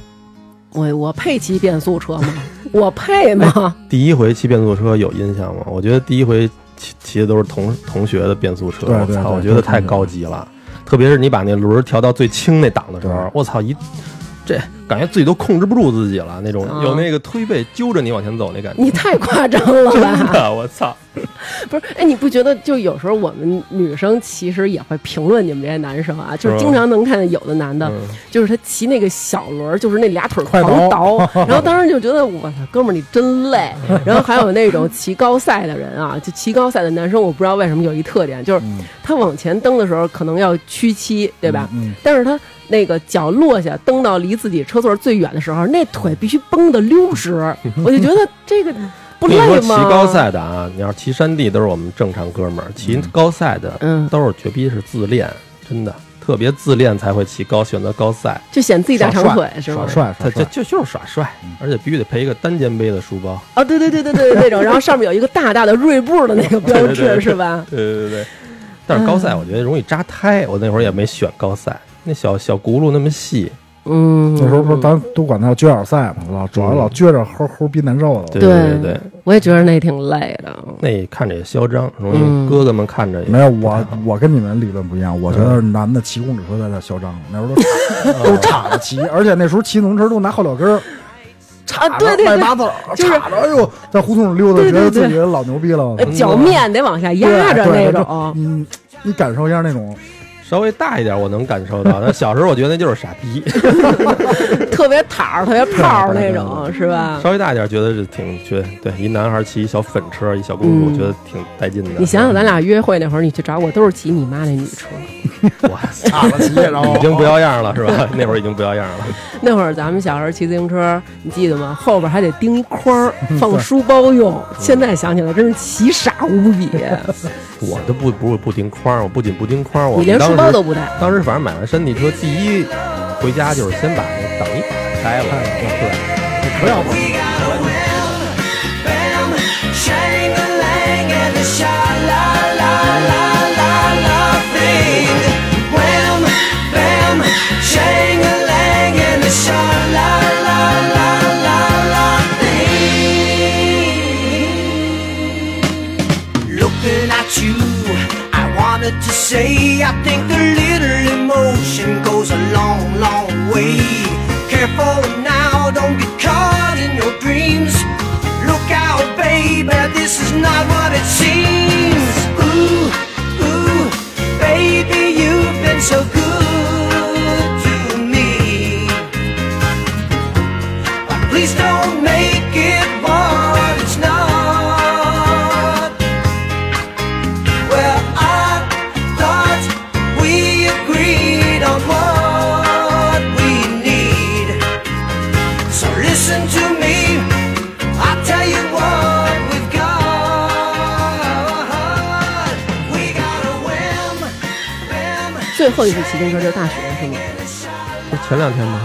Speaker 1: 我我配骑变速车吗？我配吗？
Speaker 4: 第一回骑变速车有印象吗？我觉得第一回骑骑的都是同同学的变速车，
Speaker 2: 对对
Speaker 4: 我操，
Speaker 2: 对
Speaker 4: 我觉得太高级了。特别是你把那轮儿调到最轻那档的时候
Speaker 2: 对，
Speaker 4: 我操一，这感觉自己都控制不住自己了，那种
Speaker 1: 啊
Speaker 4: 有那个推背揪着你往前走那感觉。
Speaker 1: 你太夸张了
Speaker 4: 真
Speaker 1: 吧？
Speaker 4: 的，我操！
Speaker 1: 不是，哎，你不觉得就有时候我们女生其实也会评论你们这些男生啊，就是
Speaker 4: 是吧
Speaker 1: 经常能看见有的男的，
Speaker 4: 嗯
Speaker 1: 就是他骑那个小轮儿，就是那俩腿儿
Speaker 2: 快
Speaker 1: 狂
Speaker 2: 倒
Speaker 1: 倒，然后当时就觉得我操，哥们儿你真 累。然后还有那种骑高赛的人啊，就骑高赛的男生，我不知道为什么有一特点，就是
Speaker 2: 嗯
Speaker 1: 他往前蹬的时候可能要屈膝，对吧？
Speaker 2: 嗯，
Speaker 1: 但是他那个脚落下，蹬到离自己车座最远的时候，那腿必须绷得溜 直，我就觉得这个不
Speaker 4: 你
Speaker 1: 累
Speaker 4: 说
Speaker 1: 吗？
Speaker 4: 骑高赛的啊，你要是骑山地都是我们正常哥们儿，骑高赛的
Speaker 1: 嗯，
Speaker 4: 都是绝逼是自恋，真的特别自恋才会骑高，选择高赛。
Speaker 1: 就显自己大长腿是
Speaker 2: 耍
Speaker 1: 吗？
Speaker 2: 帅
Speaker 4: 他
Speaker 2: 耍
Speaker 4: 就
Speaker 2: 帅，
Speaker 4: 就就是耍帅，嗯而且必须得配一个单肩背的书包。
Speaker 1: 啊，对对对对对对，那种，然后上面有一个大大的锐步的那个标
Speaker 4: 对对对
Speaker 1: 志
Speaker 4: 对
Speaker 1: 是吧？
Speaker 4: 对对对对，但是高
Speaker 1: 嗯
Speaker 4: 赛我觉得容易扎胎，我那会儿也没选高赛，那小小轱辘那么细，
Speaker 1: 嗯，
Speaker 2: 那时候不是咱都管它叫撅脚赛嘛，老主要老撅着齁齁逼难受的。
Speaker 4: 嗯对
Speaker 1: 对
Speaker 4: 对对，
Speaker 1: 我也觉得那挺累的。啊
Speaker 4: 那看着也嚣张，容
Speaker 1: 嗯
Speaker 4: 易哥哥们看着也
Speaker 2: 没有我，我跟你们理论不一样，我觉得
Speaker 1: 嗯
Speaker 2: 男的骑公主车在那嚣张，那时候都 都岔着骑，而且那时候骑自行车都拿后脚跟儿
Speaker 1: 啊
Speaker 2: 岔着
Speaker 1: 对对
Speaker 2: 迈
Speaker 1: 对
Speaker 2: 八字儿，
Speaker 1: 就是
Speaker 2: 岔着，哎呦，在胡同里溜达，觉
Speaker 1: 对对
Speaker 2: 得
Speaker 1: 对
Speaker 2: 自己老牛逼了。我
Speaker 1: 呃
Speaker 2: 操
Speaker 4: 嗯
Speaker 1: 脚面得往下压着那种，啊
Speaker 2: 嗯，你感受一下那 种，
Speaker 4: 稍微大一点我能感受到，但小时候我觉得那就是傻 逼，
Speaker 1: 特别塔儿、特别泡儿那
Speaker 4: 对对对
Speaker 1: 种，是吧？
Speaker 4: 稍微大一点觉得是挺觉得对一男孩骑一小粉车一小公主，
Speaker 1: 嗯
Speaker 4: 我觉得挺带劲的。
Speaker 1: 你想想，咱俩约会那会儿，你去找我都是骑你妈那女车。
Speaker 4: 我
Speaker 2: 岔
Speaker 4: 操，
Speaker 2: 着骑，然后
Speaker 4: 已
Speaker 1: 哦
Speaker 4: 经不要样了是吧？ 那会儿已经不要样了，
Speaker 1: 那会儿咱们小时候骑自行车，你记得吗？后边还得钉一筐儿
Speaker 4: 嗯
Speaker 1: 放书包用。现在想起来真是奇傻无比，
Speaker 4: 我都不不不钉框，我不仅不钉框，我
Speaker 1: 你连
Speaker 4: 当
Speaker 1: 书
Speaker 4: 时
Speaker 1: 包都不带。
Speaker 4: 当时反正买完山地车，第一回家就是先把那挡泥板拆了，
Speaker 1: 哎
Speaker 4: 对。
Speaker 2: 不要吧。
Speaker 5: Shang the lang and the sha la la
Speaker 6: looking at you. I wanted to say, I think a little emotion goes a long, long way. Careful now, don't get caught in your dreams. Look out, baby, this is not what it seems. Ooh, ooh, baby, you've been so good to me. But please don't make it what it's not. Well, I thought we agreed on what we need. So listen to me. I'll tell you what we've got. We got a whim, whim,
Speaker 1: 最后一次骑自行车就是大学是吗？
Speaker 4: 不是前两天吗？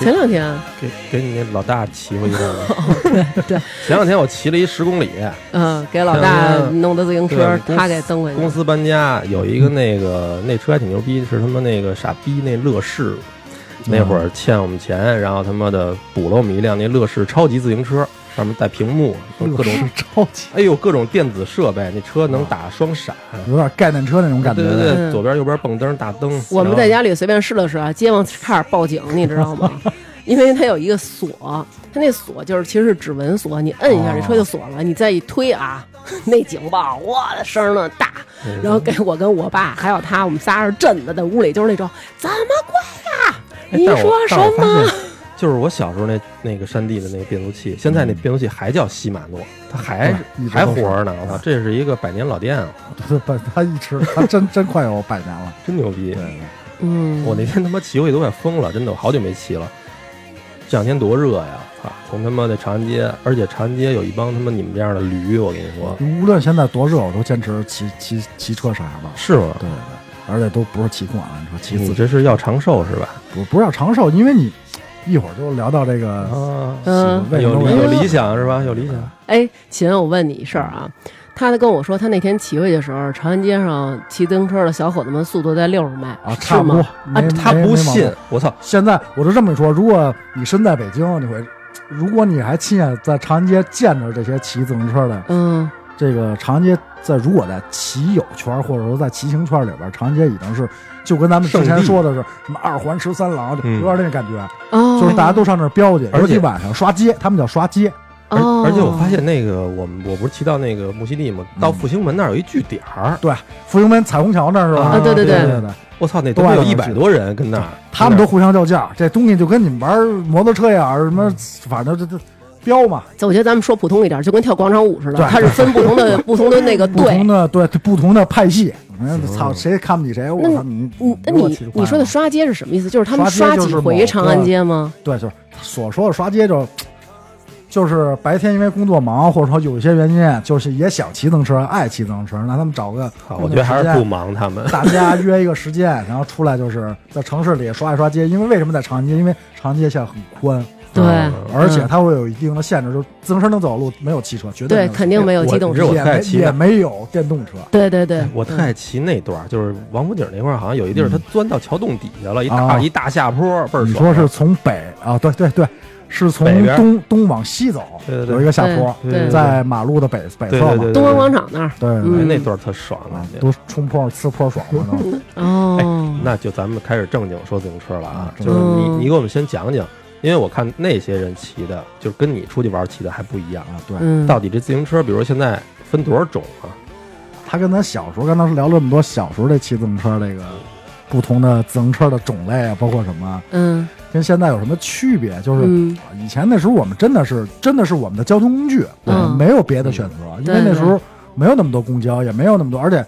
Speaker 1: 前两天，
Speaker 4: 给给你那老大骑过一 段吗？
Speaker 1: 哦对，
Speaker 4: 前两天我骑了一十公里，
Speaker 1: 嗯，给老大
Speaker 4: 前两天
Speaker 1: 弄的自行车
Speaker 4: 对，公司
Speaker 1: 他给蹬回去
Speaker 4: 公
Speaker 1: 了。
Speaker 4: 司搬家有一个那个那车还挺牛逼，是他妈那个傻逼那乐视，
Speaker 1: 嗯
Speaker 4: 那会儿欠我们钱，然后他妈的补了我们一辆那乐视超级自行车，上面带屏幕，各种
Speaker 2: 是超级
Speaker 4: 哎呦各种电子设备，那车能打双闪，
Speaker 2: 有点概念车那种啊感觉。
Speaker 4: 对对
Speaker 1: 嗯
Speaker 4: 对，左边右边蹦灯大灯。
Speaker 1: 我们
Speaker 4: 然后
Speaker 1: 在家里随便试了试啊，街坊差点报警，你知道吗？ 因为它有一个锁，它那锁就是其实是指纹锁，你摁一下
Speaker 2: 哦
Speaker 1: 这车就锁了，你再一推啊，那警报哇的声儿呢大，
Speaker 4: 嗯
Speaker 1: 然后给我跟我爸还有他我们仨人震的，在屋里就是那种怎么怪呀、
Speaker 4: 哎
Speaker 1: 你
Speaker 4: 但是我
Speaker 1: 说什
Speaker 4: 但是
Speaker 1: 么
Speaker 4: 我发现？ 就是我小时候那那个山地的那个变速器，现在那变速器还叫西马诺，它还
Speaker 2: 嗯
Speaker 4: 还活着呢！我操，这是一个百年老店啊，
Speaker 2: 对， 把它一吃，它真真快有百年了。
Speaker 4: 真牛逼！
Speaker 2: 对，
Speaker 1: 嗯，
Speaker 4: 我那天他妈骑回去都快疯了，真的，我好久没骑了。这两天多热呀！啊，从他妈的长安街，而且长安街有一帮他妈你们这样的驴，我跟你说，
Speaker 2: 无论现在多热，我都坚持骑骑骑车啥的。
Speaker 4: 是吗？
Speaker 2: 对对对，而且都不是骑共享单车，骑
Speaker 1: 嗯
Speaker 4: 你
Speaker 2: 自
Speaker 4: 嗯这是要长寿是吧？
Speaker 2: 不不是要长寿，因为你一会儿就聊到这个
Speaker 4: 啊，
Speaker 1: 嗯
Speaker 2: 为什
Speaker 4: 有
Speaker 2: 么
Speaker 4: 有理想是吧？有理想，
Speaker 1: 哎，秦，我问你一事儿啊，他跟我说，他那天骑回去的时候，长安街上骑自行车的小伙子们速度在六十迈，
Speaker 2: 啊，
Speaker 1: 是
Speaker 2: 差不
Speaker 1: 吗
Speaker 2: 多？
Speaker 1: 啊
Speaker 2: 没
Speaker 4: 他
Speaker 2: 没
Speaker 4: 不
Speaker 2: 没毛
Speaker 4: 信
Speaker 2: 病，
Speaker 4: 我操！
Speaker 2: 现在我就这么一说，如果你身在北京，你会，如果你还亲眼在长安街见着这些骑自行车的，
Speaker 1: 嗯，
Speaker 2: 这个长安街在如果在骑友圈或者说在骑行圈里边，长安街已经是就跟咱们之
Speaker 4: 圣
Speaker 2: 前
Speaker 4: 地
Speaker 2: 说的是什么二环十三郎，就
Speaker 4: 嗯
Speaker 2: 有点那感觉，
Speaker 1: 哦，
Speaker 2: 就是大家都上那儿飙去，
Speaker 4: 而且
Speaker 2: 尤其晚上刷街，他们叫刷街，
Speaker 4: 而
Speaker 1: 哦，
Speaker 4: 而且我发现那个我们我不是骑到那个木樨地吗？到复兴门那儿有一据点儿，
Speaker 2: 对，复兴门彩虹桥那儿是吧？
Speaker 1: 啊对对
Speaker 2: 对
Speaker 1: 对
Speaker 2: 对对，
Speaker 4: 我操，那他妈有一百多人跟那儿，
Speaker 2: 他们都互相较价，这东西就跟你们玩摩托车呀，什
Speaker 1: 嗯
Speaker 2: 么反正这这飙嘛，
Speaker 1: 就我觉得咱们说普通一点，就跟跳广场舞似的，
Speaker 2: 对
Speaker 1: 它是分不同 的不同的那个
Speaker 2: 不同
Speaker 1: 队。
Speaker 2: 的对不同的派系，嗯操，谁看不起谁？我操你！
Speaker 1: 嗯，那
Speaker 2: 我
Speaker 1: 你
Speaker 2: 气坏了
Speaker 1: 你说的刷街是什么意思？就是他们
Speaker 2: 刷
Speaker 1: 刷
Speaker 2: 街就是
Speaker 1: 几回长安街吗？
Speaker 2: 对，就是所说的刷街就。就是白天因为工作忙，或者说有一些原因，就是也想骑自行车，爱骑自行车，那他们找个
Speaker 4: 啊，我觉得还是不忙他 们。
Speaker 2: 大家约一个时间，然后出来就是在城市里刷一刷街。因为为什么在长安街？因为长安街现在很宽，呃
Speaker 1: 对
Speaker 4: 嗯
Speaker 2: 而且它会有一定的限制，就是自行车能走的路没有汽车，绝
Speaker 1: 对，
Speaker 2: 没有
Speaker 1: 肯定没有
Speaker 4: 我
Speaker 1: 机动
Speaker 4: 你知道
Speaker 1: 车。
Speaker 4: 我
Speaker 2: 也
Speaker 4: 太
Speaker 2: 没
Speaker 4: 骑了
Speaker 2: 也没有电动车。
Speaker 1: 对对
Speaker 2: 哎
Speaker 1: 嗯对，
Speaker 4: 我特爱骑那段儿，就是王府井那块儿，好像有一地儿，他钻到桥洞底下了，一
Speaker 2: 啊
Speaker 4: 大一大下坡，倍儿
Speaker 2: 嗯你
Speaker 4: 爽。
Speaker 2: 说是从北啊？对对对，是从
Speaker 4: 北边
Speaker 2: 东东往西走，
Speaker 4: 对对对
Speaker 2: 有一个下坡，
Speaker 1: 对对对
Speaker 2: 在马路的北北
Speaker 4: 对
Speaker 2: 侧
Speaker 4: 对
Speaker 2: 嘛
Speaker 4: 对，
Speaker 1: 东方广场那儿。
Speaker 2: 对对
Speaker 4: 哎
Speaker 1: 嗯
Speaker 4: 那段儿特爽
Speaker 2: 啊
Speaker 4: 啊！
Speaker 2: 都冲坡吃坡爽了 都。
Speaker 1: 哦，
Speaker 4: 那就咱们开始正经说自行车了啊，
Speaker 2: 嗯
Speaker 4: 就是你
Speaker 1: 嗯
Speaker 4: 你给我们先讲讲，因为我看那些人骑的，就是跟你出去玩骑的还不一样。
Speaker 2: 啊，对，
Speaker 1: 嗯，
Speaker 4: 到底这自行车，比如现在分多少种啊？
Speaker 2: 他跟咱小时候，刚才聊了这么多小时候这骑自行车这个不同的自行车的种类啊，包括什么，
Speaker 1: 嗯
Speaker 2: 跟现在有什么区别？就是
Speaker 1: 嗯
Speaker 2: 啊以前那时候我们真的是真的是我们的交通工具，我
Speaker 1: 嗯
Speaker 2: 们没有别的选择，因为
Speaker 1: 对
Speaker 2: 那时候没有那么多公交，也没有那么多，而且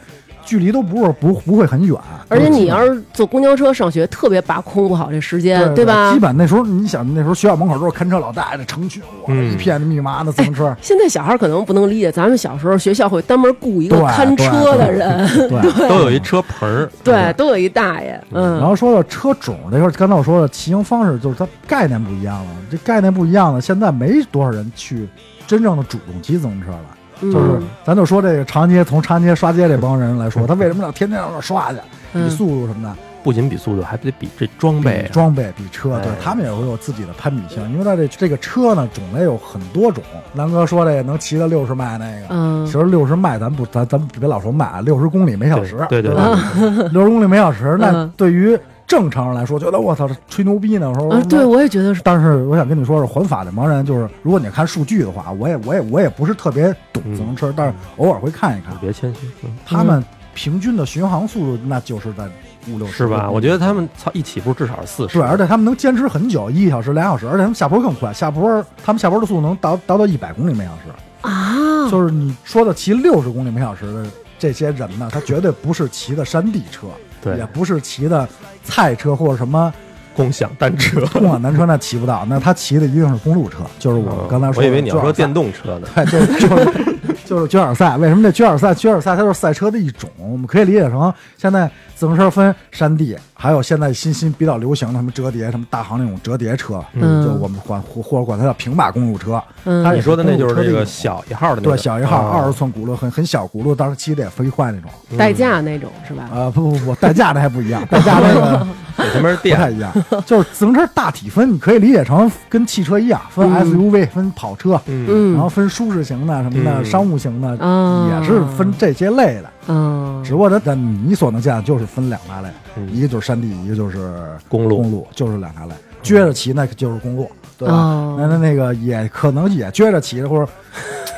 Speaker 2: 距离都不是不不会很远。
Speaker 1: 而且你要
Speaker 2: 是
Speaker 1: 是坐公交车上学，特别把控不好这时间，
Speaker 2: 对
Speaker 1: 吧
Speaker 2: 基？本那时候你想那时候学校门口都是看车老大，这成群哇
Speaker 4: 嗯
Speaker 2: 一片密麻的自行车，
Speaker 1: 现在小孩可能不能理解，咱们小时候学校会专门雇一 个
Speaker 2: 对
Speaker 1: 看
Speaker 2: 对嗯
Speaker 1: 车的
Speaker 2: 对
Speaker 1: 人，
Speaker 2: 对。
Speaker 4: 都有一车棚儿，
Speaker 1: 对，都有一大爷，嗯，
Speaker 2: 然后说到车种这块儿，刚才我说的骑行方式就是它概念不一样了，这概念不一样了，现在没多少人去真正的主动骑自行车了。就是
Speaker 1: 嗯
Speaker 2: 咱就说这个长安街，从长安街刷街这帮人来说，他为什么要天天让那刷去，比
Speaker 1: 嗯
Speaker 2: 速度什么的？
Speaker 4: 不仅比速度，还得比这装备
Speaker 2: 比
Speaker 4: 啊。
Speaker 2: 装备比车，对
Speaker 4: 哎
Speaker 2: 他们也会有自己的攀比性，因为它这这个车呢种类有很多种。南哥说这能骑到六十迈那个，
Speaker 1: 嗯
Speaker 2: 其，实六十迈咱不咱咱别老说迈啊，六十公里每小时，
Speaker 4: 对对对
Speaker 2: 吧 六十公里每小时，那
Speaker 1: 嗯
Speaker 2: 对于正常人来说，觉得我操这吹牛逼呢，我说
Speaker 1: 啊，对，我也觉得是，
Speaker 2: 但是我想跟你说，是环法的盲人，就是如果你看数据的话，我也我也我也不是特别懂自行
Speaker 1: 嗯
Speaker 2: 车，但是偶尔会看一看
Speaker 4: 你，别谦虚，嗯
Speaker 2: 他们平均的巡航速度那就是在五六十，
Speaker 4: 是吧？我觉得他们操一起步至少是四
Speaker 2: 嗯
Speaker 4: 十，
Speaker 2: 是，而且他们能坚持很久，一个小时、两小时，而且他们下坡更快，下坡他们下坡的速度能达达到一百公里每小时，
Speaker 1: 啊，
Speaker 2: 就是你说的骑六十公里每小时的。这些人呢，他绝对不是骑的山地车，
Speaker 4: 对
Speaker 2: 也不是骑的菜车或者什么
Speaker 4: 共享单车。
Speaker 2: 共享单车，那骑不到。那他骑的一定是公路车，就是我
Speaker 4: 嗯
Speaker 2: 刚才说的。
Speaker 4: 我以为你要
Speaker 2: 就
Speaker 4: 说
Speaker 2: 是
Speaker 4: 电动车呢。
Speaker 2: 对，就是就是就是卷耳赛。为什么这卷耳赛？卷耳赛它就是赛车的一种，我们可以理解成现在自行车分山地，还有现在新新比较流行的什么折叠，什么大行那种折叠车，
Speaker 1: 嗯
Speaker 2: 就我们管或或者管它叫平把公路车。
Speaker 1: 嗯
Speaker 2: 它也
Speaker 4: 你说的那就是
Speaker 2: 公路车
Speaker 4: 这
Speaker 2: 的
Speaker 4: 个
Speaker 2: 一种
Speaker 4: 小一号的那
Speaker 2: 对
Speaker 4: 个，
Speaker 2: 小一号
Speaker 4: 啊
Speaker 2: 二十寸轱辘，很很小轱辘，当时骑的也飞快那种。
Speaker 1: 代驾那种是吧？
Speaker 2: 啊、不不不，代驾那还不一样，代驾那 个
Speaker 4: 给他们
Speaker 2: 不太
Speaker 4: 电，
Speaker 2: 一样。就是自行车大体分，你可以理解成跟汽车一样，分 SUV、分跑车，
Speaker 4: 嗯，
Speaker 2: 然后
Speaker 1: 嗯
Speaker 2: 分舒适型的什么的，
Speaker 4: 嗯
Speaker 2: 商务型的、
Speaker 1: 啊
Speaker 2: 也是分这些类的。
Speaker 1: 嗯
Speaker 2: 只不过它的你所能见的就是分两大类，
Speaker 4: 嗯
Speaker 2: 一个就是山地，一个就是
Speaker 4: 公路嗯
Speaker 2: 公路就是两大类。撅着骑那就是公路，对吧？
Speaker 1: 哦
Speaker 2: 那那那个也可能也撅着骑， 或者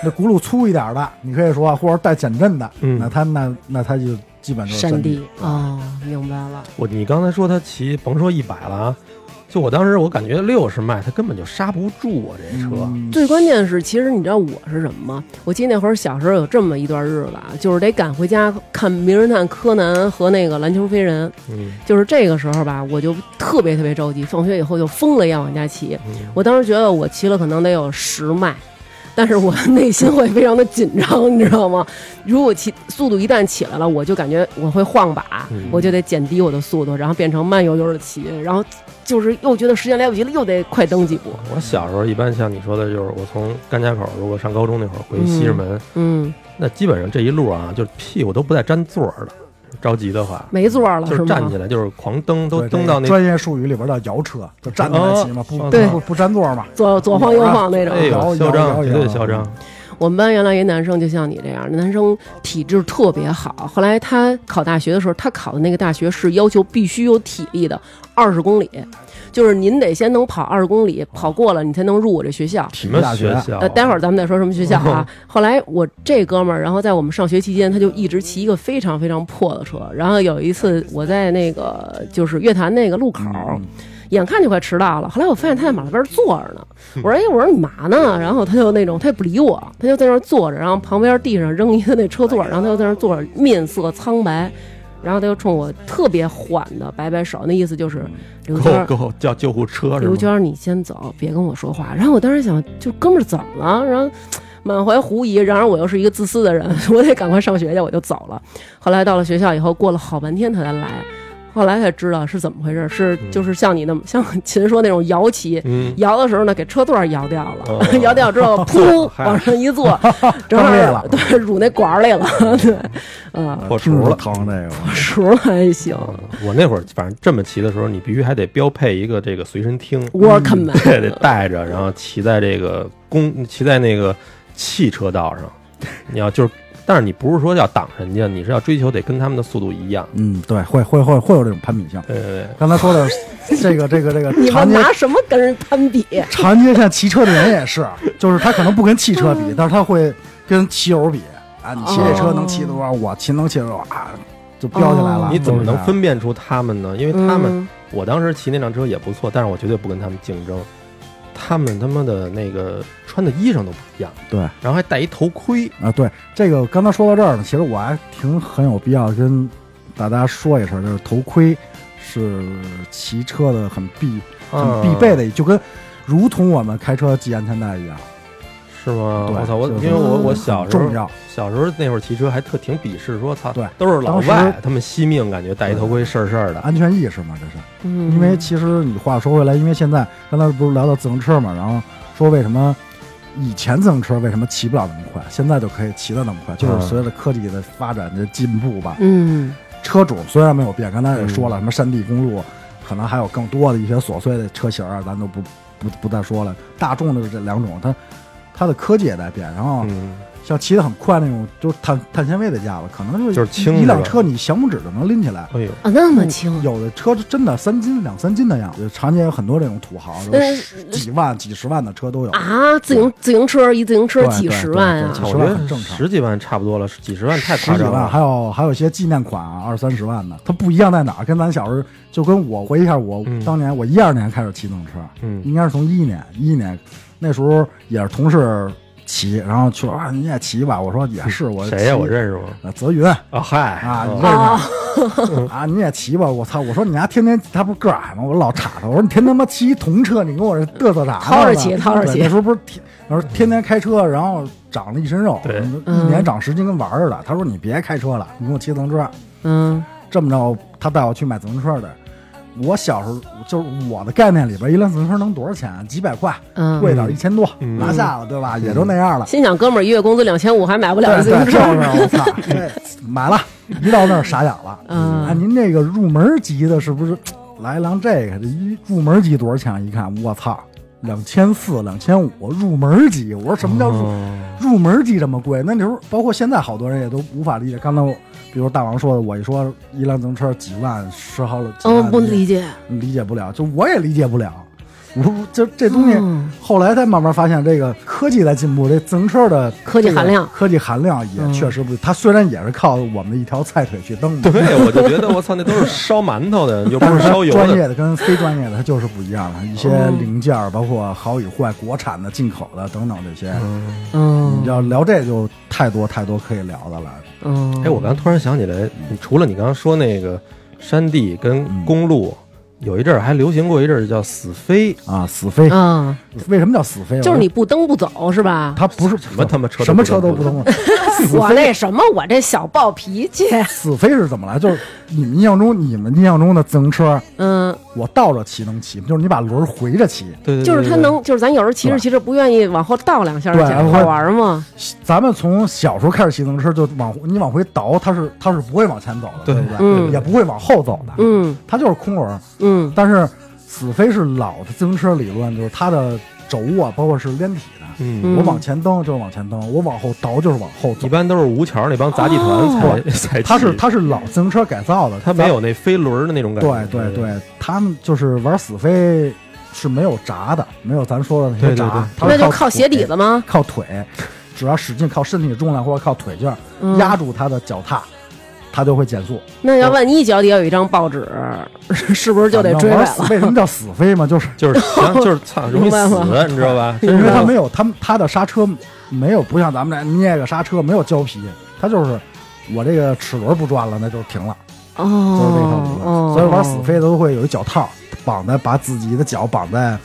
Speaker 2: 那轱辘粗一点的，你可以说，或者带减震的，
Speaker 4: 嗯
Speaker 2: 那它那那它就基本就是
Speaker 1: 山
Speaker 2: 嗯山
Speaker 1: 地哦，明白了，
Speaker 4: 我你刚才说他骑，甭说一百了啊，就我当时我感觉六十迈他根本就刹不住啊我这车，
Speaker 2: 嗯
Speaker 1: 最关键是，其实你知道我是什么吗？我记得那会儿小时候有这么一段日子啊，就是得赶回家看《名侦探柯南》和那个《篮球飞人》。
Speaker 4: 嗯
Speaker 1: 就是这个时候吧，我就特别特别着急，放学以后就疯了要往家骑。
Speaker 4: 嗯
Speaker 1: 我当时觉得我骑了可能得有十迈，但是我内心会非常的紧张，你知道吗？如果骑速度一旦起来了，我就感觉我会晃把，
Speaker 4: 嗯
Speaker 1: 我就得减低我的速度，然后变成慢悠悠的骑，然后就是又觉得时间来不及了，又得快蹬几步。
Speaker 4: 我小时候一般像你说的，就是我从甘家口，如果上高中那会儿回西直门，
Speaker 1: 嗯，
Speaker 4: 那基本上这一路啊，就是屁股都不带沾座儿的，着急的话
Speaker 1: 没座了
Speaker 4: 就是是站
Speaker 1: 吗
Speaker 4: 起？来就是狂蹬，都
Speaker 2: 对
Speaker 4: 蹬
Speaker 2: 这
Speaker 4: 到
Speaker 2: 个
Speaker 4: 那
Speaker 2: 专业术语里边叫摇车，就站起来骑嘛，不
Speaker 4: 哦
Speaker 2: 不
Speaker 1: 对
Speaker 2: 不不占座嘛，
Speaker 1: 左左晃右晃那种。
Speaker 4: 哎
Speaker 2: 摇摇
Speaker 4: 呦，嚣
Speaker 2: 摇
Speaker 4: 张，绝对
Speaker 2: 摇
Speaker 4: 嚣张。
Speaker 1: 我们班原来一男生就像你这样，男生体质特别好。后来他考大学的时候，他考的那个大学是要求必须有体力的，二十公里，就是您得先能跑二十公里，跑过了你才能入我这学校。
Speaker 4: 什么学校啊？
Speaker 1: 呃，待会儿咱们再说什么学校啊。 后来我这哥们儿，然后在我们上学期间，他就一直骑一个非常非常破的车。然后有一次我在那个就是乐坛那个路口，
Speaker 4: 嗯
Speaker 1: 眼看就快迟到了，后来我发现他在马路边坐 着呢。我说：“哎，我说你嘛
Speaker 4: 嗯
Speaker 1: 呢？”然后他就那种，他也不理我，他就在那儿坐着，然后旁边地上扔一个那车
Speaker 4: 哎
Speaker 1: 座，然后他就在那儿坐着，面色苍白。然后他就冲我特别缓的摆摆手，那意思就是刘娟儿
Speaker 4: 够够叫救护车是
Speaker 1: 刘
Speaker 4: 吗？
Speaker 1: 娟儿，你先走，别跟我说话。然后我当时想，就哥们儿怎么了？然后满怀狐疑。然而我又是一个自私的人， 我得赶快上学去，我就走了。后来到了学校以后，过了好半天他才来，后来才知道是怎么回事，是就是像你那么像秦说那种摇旗。
Speaker 4: 嗯，
Speaker 1: 摇的时候呢，给车座儿摇掉了，
Speaker 4: 哦
Speaker 1: 摇掉之 后，噗，
Speaker 4: 嗨
Speaker 1: 往上一 坐，正好
Speaker 2: 崩裂了
Speaker 1: 对，乳那管儿里了，
Speaker 4: 嗯
Speaker 1: 对，啊、
Speaker 4: 破
Speaker 2: 听
Speaker 4: 除
Speaker 2: 着
Speaker 4: 了。
Speaker 2: 疼这个。
Speaker 1: 熟了还行
Speaker 4: 嗯我那会儿反正这么骑的时候，你必须还得标配一个这个随身听，
Speaker 1: ，Workman，、
Speaker 4: 对，得带着，然后骑在这个公骑在那个汽车道上。你要就是，但是你不是说要挡人家，你是要追求得跟他们的速度一样。
Speaker 2: 嗯，对，会会会会有这种攀比性。
Speaker 4: 对对对，
Speaker 2: 刚才说的这个这个这个
Speaker 1: 你
Speaker 2: 长
Speaker 1: 们
Speaker 2: 街
Speaker 1: 拿什么跟人攀比？
Speaker 2: 长街上骑车的人也是，就是他可能不跟汽车比，但是他会跟骑友比啊，你骑这车能骑多少，我骑能骑多少啊，就飙起来了。
Speaker 4: 你怎么能
Speaker 2: 就是这样？
Speaker 4: 分辨出他们呢？因为他们，
Speaker 1: 嗯
Speaker 4: 我当时骑那辆车也不错，但是我绝对不跟他们竞争。他们他妈的那个穿的衣裳都不一样，
Speaker 2: 对
Speaker 4: 然后还戴一头盔，
Speaker 2: 啊，对这个刚才说到这儿呢，其实我还挺很有必要跟大家说一声，就是头盔是骑车的很必很必备
Speaker 4: 的，
Speaker 2: 的，就跟如同我们开车系安全带一样，
Speaker 4: 是吗？
Speaker 2: 对
Speaker 4: 嗯我操，我
Speaker 2: 就是
Speaker 4: 因为我我小
Speaker 2: 很
Speaker 4: 时候
Speaker 2: 重要。
Speaker 4: 小时候那会儿骑车还特挺鄙视，说操，
Speaker 2: 对
Speaker 4: 都是老
Speaker 2: 当
Speaker 4: 外
Speaker 2: 时，
Speaker 4: 他们惜命，感觉戴一头盔事儿事儿的。
Speaker 2: 安全意识嘛，这是。
Speaker 1: 嗯
Speaker 2: 因为其实你话说回来，因为现在刚才不是聊到自行车嘛，然后说为什么以前自行车为什么
Speaker 4: 嗯
Speaker 2: 骑不了那么快，现在就可以骑得那么快，就是随着科技的发展的进步吧。
Speaker 1: 嗯
Speaker 2: 车主虽然没有变，刚才也
Speaker 4: 嗯
Speaker 2: 说了，什么山地公路，可能还有更多的一些琐碎的车型啊，咱都不不不再说了。大众的这两种，它它的科技也在变，然后
Speaker 4: 嗯，
Speaker 2: 像骑得很快那种，就是碳碳纤维的架子，可能
Speaker 4: 就是是轻
Speaker 2: 一
Speaker 4: 是吧
Speaker 2: 辆车你小拇指就能拎起来。
Speaker 4: 哎呦，
Speaker 1: 啊，那么轻，
Speaker 2: 嗯有的车真的三斤两三斤的样子，长街有很多这种土豪，
Speaker 1: 但
Speaker 2: 就是几万几十万的车都有。
Speaker 1: 啊，自行自行车一自行车
Speaker 2: 对
Speaker 1: 几
Speaker 2: 对
Speaker 1: 十
Speaker 2: 对
Speaker 1: 万
Speaker 2: 对
Speaker 1: 啊
Speaker 2: 几！
Speaker 4: 我
Speaker 2: 十
Speaker 4: 觉
Speaker 2: 万
Speaker 4: 得
Speaker 2: 很正常
Speaker 4: 十几万差不多了，几十万太
Speaker 2: 十
Speaker 4: 夸
Speaker 2: 几
Speaker 4: 张
Speaker 2: 万，
Speaker 4: 了。
Speaker 2: 还有还有一些纪念款啊，二三十万的，它不一样在哪儿？跟咱小时候，就跟我回忆一下我，
Speaker 4: 嗯
Speaker 2: 当年我一二年开始骑自行车，
Speaker 4: 嗯
Speaker 2: 应该是从一一年，一一年那时候也是同事骑，然后去啊你也骑吧，我说也是，我
Speaker 4: 谁呀？
Speaker 2: 骑
Speaker 4: 我认识吗？
Speaker 2: 呃泽云
Speaker 4: 啊，嗨
Speaker 2: 啊，你认识
Speaker 4: 哦
Speaker 2: 他 啊？你也骑吧，我操！我说你丫天天他不是个儿矮吗？我老插他，我说你天他妈骑一童车，你跟我这嘚瑟啥呢？
Speaker 1: 掏着骑掏着
Speaker 2: 对
Speaker 1: 骑
Speaker 2: 那时候不是天，那时候天天开车，然后长了一身肉，嗯
Speaker 4: 对
Speaker 2: 一
Speaker 1: 嗯
Speaker 2: 年长十斤跟玩儿似的。他说你别开车了，你给我骑自行车。
Speaker 1: 嗯，
Speaker 2: 这么着，他带我去买自行车的。我小时候就是我的概念里边，一辆自行车能多少钱啊？几百块，
Speaker 1: 嗯
Speaker 2: 贵点一千多，
Speaker 4: 嗯
Speaker 2: 拿下了对吧？也就那样了。
Speaker 1: 心想哥们儿一月工资两千五还买不了
Speaker 2: 对
Speaker 1: 自行
Speaker 2: 对，就
Speaker 1: 车
Speaker 2: 是， 我操，这买了，一到那儿傻眼了。
Speaker 1: 嗯
Speaker 2: 啊，您这个入门级的是不是来一辆这个？这一入门级多少钱？啊一看，我操，两千四、两千五，入门级。我说什么叫入、
Speaker 1: 哦
Speaker 2: 入门级这么贵？那你说，包括现在好多人也都无法理解。刚才我，比如大王说的，我一说一辆自行车几万、十好了几万，
Speaker 1: 嗯，不理解，
Speaker 2: 你理解不了，就我也理解不了。我这这东西
Speaker 1: 嗯，
Speaker 2: 后来才慢慢发现，这个科技在进步，这自行车的
Speaker 1: 科技含量嗯
Speaker 2: 科技含量也确实不，它虽然也是靠我们的一条菜腿去 蹬的，
Speaker 4: 对，我就觉得我操，那都是烧馒头的，又不
Speaker 2: 但
Speaker 4: 是
Speaker 2: 是
Speaker 4: 烧
Speaker 2: 它
Speaker 4: 油
Speaker 2: 专
Speaker 4: 的。
Speaker 2: 业的跟非专业的它就是不一样的，一些零件儿包括好与坏、国产的、进口的等等这些，
Speaker 1: 嗯
Speaker 2: 你要聊这就太多太多可以聊的了。
Speaker 1: 嗯，
Speaker 4: 哎，我刚突然想起来，你除了你刚刚说那个山地跟
Speaker 2: 嗯
Speaker 4: 公路，有一阵儿还流行过一阵儿叫死飞，
Speaker 2: 啊，死飞，
Speaker 1: 啊，
Speaker 2: 为什么叫死飞？
Speaker 1: 嗯就是你
Speaker 2: 我，
Speaker 1: 不蹬不走是吧？
Speaker 2: 它不是
Speaker 4: 什么他妈车都
Speaker 2: 什么车都
Speaker 4: 不
Speaker 2: 不啊
Speaker 4: 能
Speaker 2: 蹬。
Speaker 1: 我那什么，我这小暴脾 气，
Speaker 2: 死飞是怎么来？就是你们印象中，你们印象中的自行车，
Speaker 1: 嗯，
Speaker 2: 我倒着骑能骑吗，就是你把轮儿回着骑。
Speaker 4: 对对，
Speaker 1: 就是他
Speaker 4: 对对
Speaker 1: 能，就是咱有时候骑着骑着不愿意往后倒两下，
Speaker 2: 对
Speaker 1: 讲好玩嘛，
Speaker 2: 咱们从小时候开始骑自行车，就往你往回倒，它是它是不会往前走的，
Speaker 4: 对
Speaker 2: 对不对？
Speaker 1: 嗯
Speaker 2: 也不会往后走的，
Speaker 1: 嗯
Speaker 2: 它就是空轮儿。
Speaker 1: 嗯
Speaker 2: 但是死飞是老的自行车理论，就是它的轴啊，包括是连体的。
Speaker 4: 嗯，
Speaker 1: 嗯，
Speaker 2: 我往前蹬就是往前蹬，我往后倒就是往后
Speaker 4: 一
Speaker 2: 走。
Speaker 4: 般都是吴桥
Speaker 1: 哦
Speaker 4: 那帮杂技团才才骑，
Speaker 2: 它是它是老自行车改造的，
Speaker 4: 他没有那飞轮儿的那种感觉。
Speaker 2: 对对对，他们就是玩死飞是没有闸的，没有咱说的那
Speaker 4: 对
Speaker 2: 些
Speaker 4: 对
Speaker 2: 闸
Speaker 4: 对，
Speaker 2: 它
Speaker 1: 那
Speaker 2: 是
Speaker 1: 就靠鞋底
Speaker 2: 腿
Speaker 1: 子，吗？
Speaker 2: 靠腿，只要使劲靠身体重量或者靠腿劲儿
Speaker 1: 嗯
Speaker 2: 压住它的脚踏，它就会减速。
Speaker 1: 那要万一脚底下有一张报纸， 是不是就得
Speaker 2: 反
Speaker 1: 追
Speaker 2: 正
Speaker 1: 尾
Speaker 2: 玩死
Speaker 1: 了？
Speaker 2: 为什么叫死飞嘛？ 就是
Speaker 4: 就是想就是操，容易死
Speaker 1: 明白，
Speaker 4: 你知道吧？
Speaker 2: 因
Speaker 4: 真
Speaker 2: 为
Speaker 4: 是
Speaker 2: 它没有它它的刹车没有不像咱们这捏个刹车没有胶皮，它就是我这个齿轮不转了，那就停了。
Speaker 1: 哦
Speaker 2: 就是这套理论。
Speaker 1: 哦，
Speaker 2: 所以玩死飞都会有一脚套绑在，把自己的脚绑在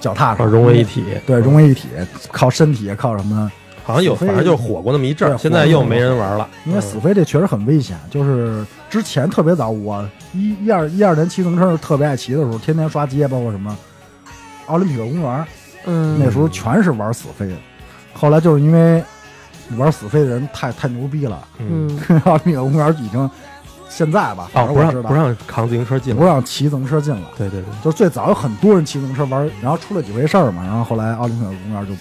Speaker 2: 脚踏
Speaker 4: 啊
Speaker 2: 上，
Speaker 4: 融为一。体。
Speaker 2: 对，融为一体，靠身体，靠什么呢？
Speaker 4: 好像有，反正就是火过那么一阵儿，
Speaker 2: 对
Speaker 4: 现在又没人玩了。
Speaker 2: 因为死飞这确实很危险，就是之前特别早，我一一二一二年骑自行车时特别爱骑的时候，天天刷街，包括什么奥林匹克公园，那
Speaker 1: 嗯
Speaker 2: 时候全是玩死飞的。后来就是因为玩死飞的人太太牛逼了，
Speaker 4: 嗯，
Speaker 1: 嗯
Speaker 2: 奥林匹克公园已经现在吧，反
Speaker 4: 哦，
Speaker 2: 正
Speaker 4: 不
Speaker 2: 我
Speaker 4: 让
Speaker 2: 知道
Speaker 4: 不让扛自行车进
Speaker 2: 不
Speaker 4: 了。
Speaker 2: 让骑自行车进了。
Speaker 4: 对对对，
Speaker 2: 就是最早有很多人骑自行车玩，然后出了几回事儿嘛，然后后来奥林匹克公园就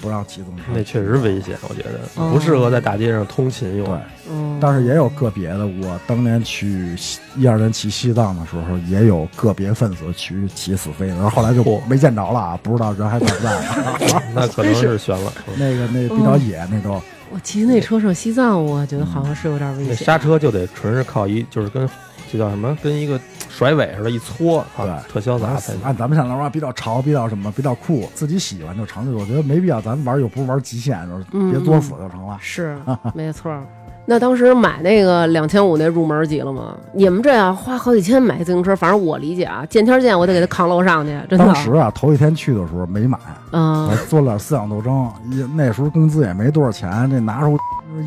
Speaker 2: 不让骑自行车，
Speaker 4: 那确实危险，我觉得
Speaker 1: 哦
Speaker 4: 不适合在大街上通勤用。
Speaker 2: 嗯对。
Speaker 1: 嗯，
Speaker 2: 但是也有个别的，我当年去西一二年骑西藏的时候，也有个别分子去骑死飞的，然后后来就
Speaker 4: 嚯
Speaker 2: 没见着了啊，不知道人还在不在啊。
Speaker 4: 那可能是悬了，嗯
Speaker 2: 那个那比较野，那都
Speaker 1: 我骑那车上西藏，我觉得好像是有
Speaker 2: 嗯
Speaker 1: 点危
Speaker 4: 嗯那
Speaker 1: 险。
Speaker 4: 刹车就得纯是靠一，就是跟这叫什么，跟一个甩尾似的，一搓，啊，
Speaker 2: 对
Speaker 4: 特潇洒
Speaker 2: 啊
Speaker 4: 才行。
Speaker 2: 按咱们现在玩儿比较潮，比较什么，比较酷，自己喜欢就成就。我觉得没必要，咱们玩儿又不是玩儿极限，就是
Speaker 1: 嗯
Speaker 2: 别作死就成了。
Speaker 1: 是，
Speaker 2: 啊
Speaker 1: 没错儿。那当时买那个两千五那入门级了吗？你们这样花好几千买自行车，反正我理解啊，见天儿见我得给他扛楼上去，真的
Speaker 2: 当。时啊，头一天去的时候没买，
Speaker 1: 嗯
Speaker 2: 我做了点思想斗争。也那时候工资也没多少钱，这拿出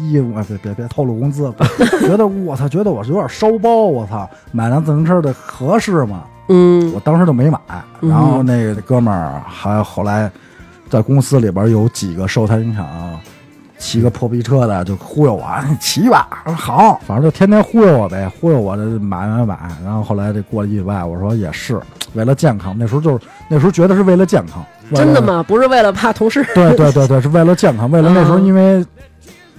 Speaker 2: 衣服，哎别别别透露工资， 觉得我操，觉得我是有点烧包，我操，买辆自行车的合适吗？
Speaker 1: 嗯
Speaker 2: 我当时就没买。然后那个哥们儿还有后来在公司里边有几个受他影响骑个破逼车的就忽悠我， 你骑吧，我说好，反正就天天忽悠我呗，忽悠我这买买买。然后后来这过了一礼拜，我说也是为了健康，那时候就是那时候觉得是为了健康，为了
Speaker 1: 真的？吗？不是为了怕 同事，
Speaker 2: 对对对对，是为了健康，为了那时候
Speaker 1: 嗯
Speaker 2: 因为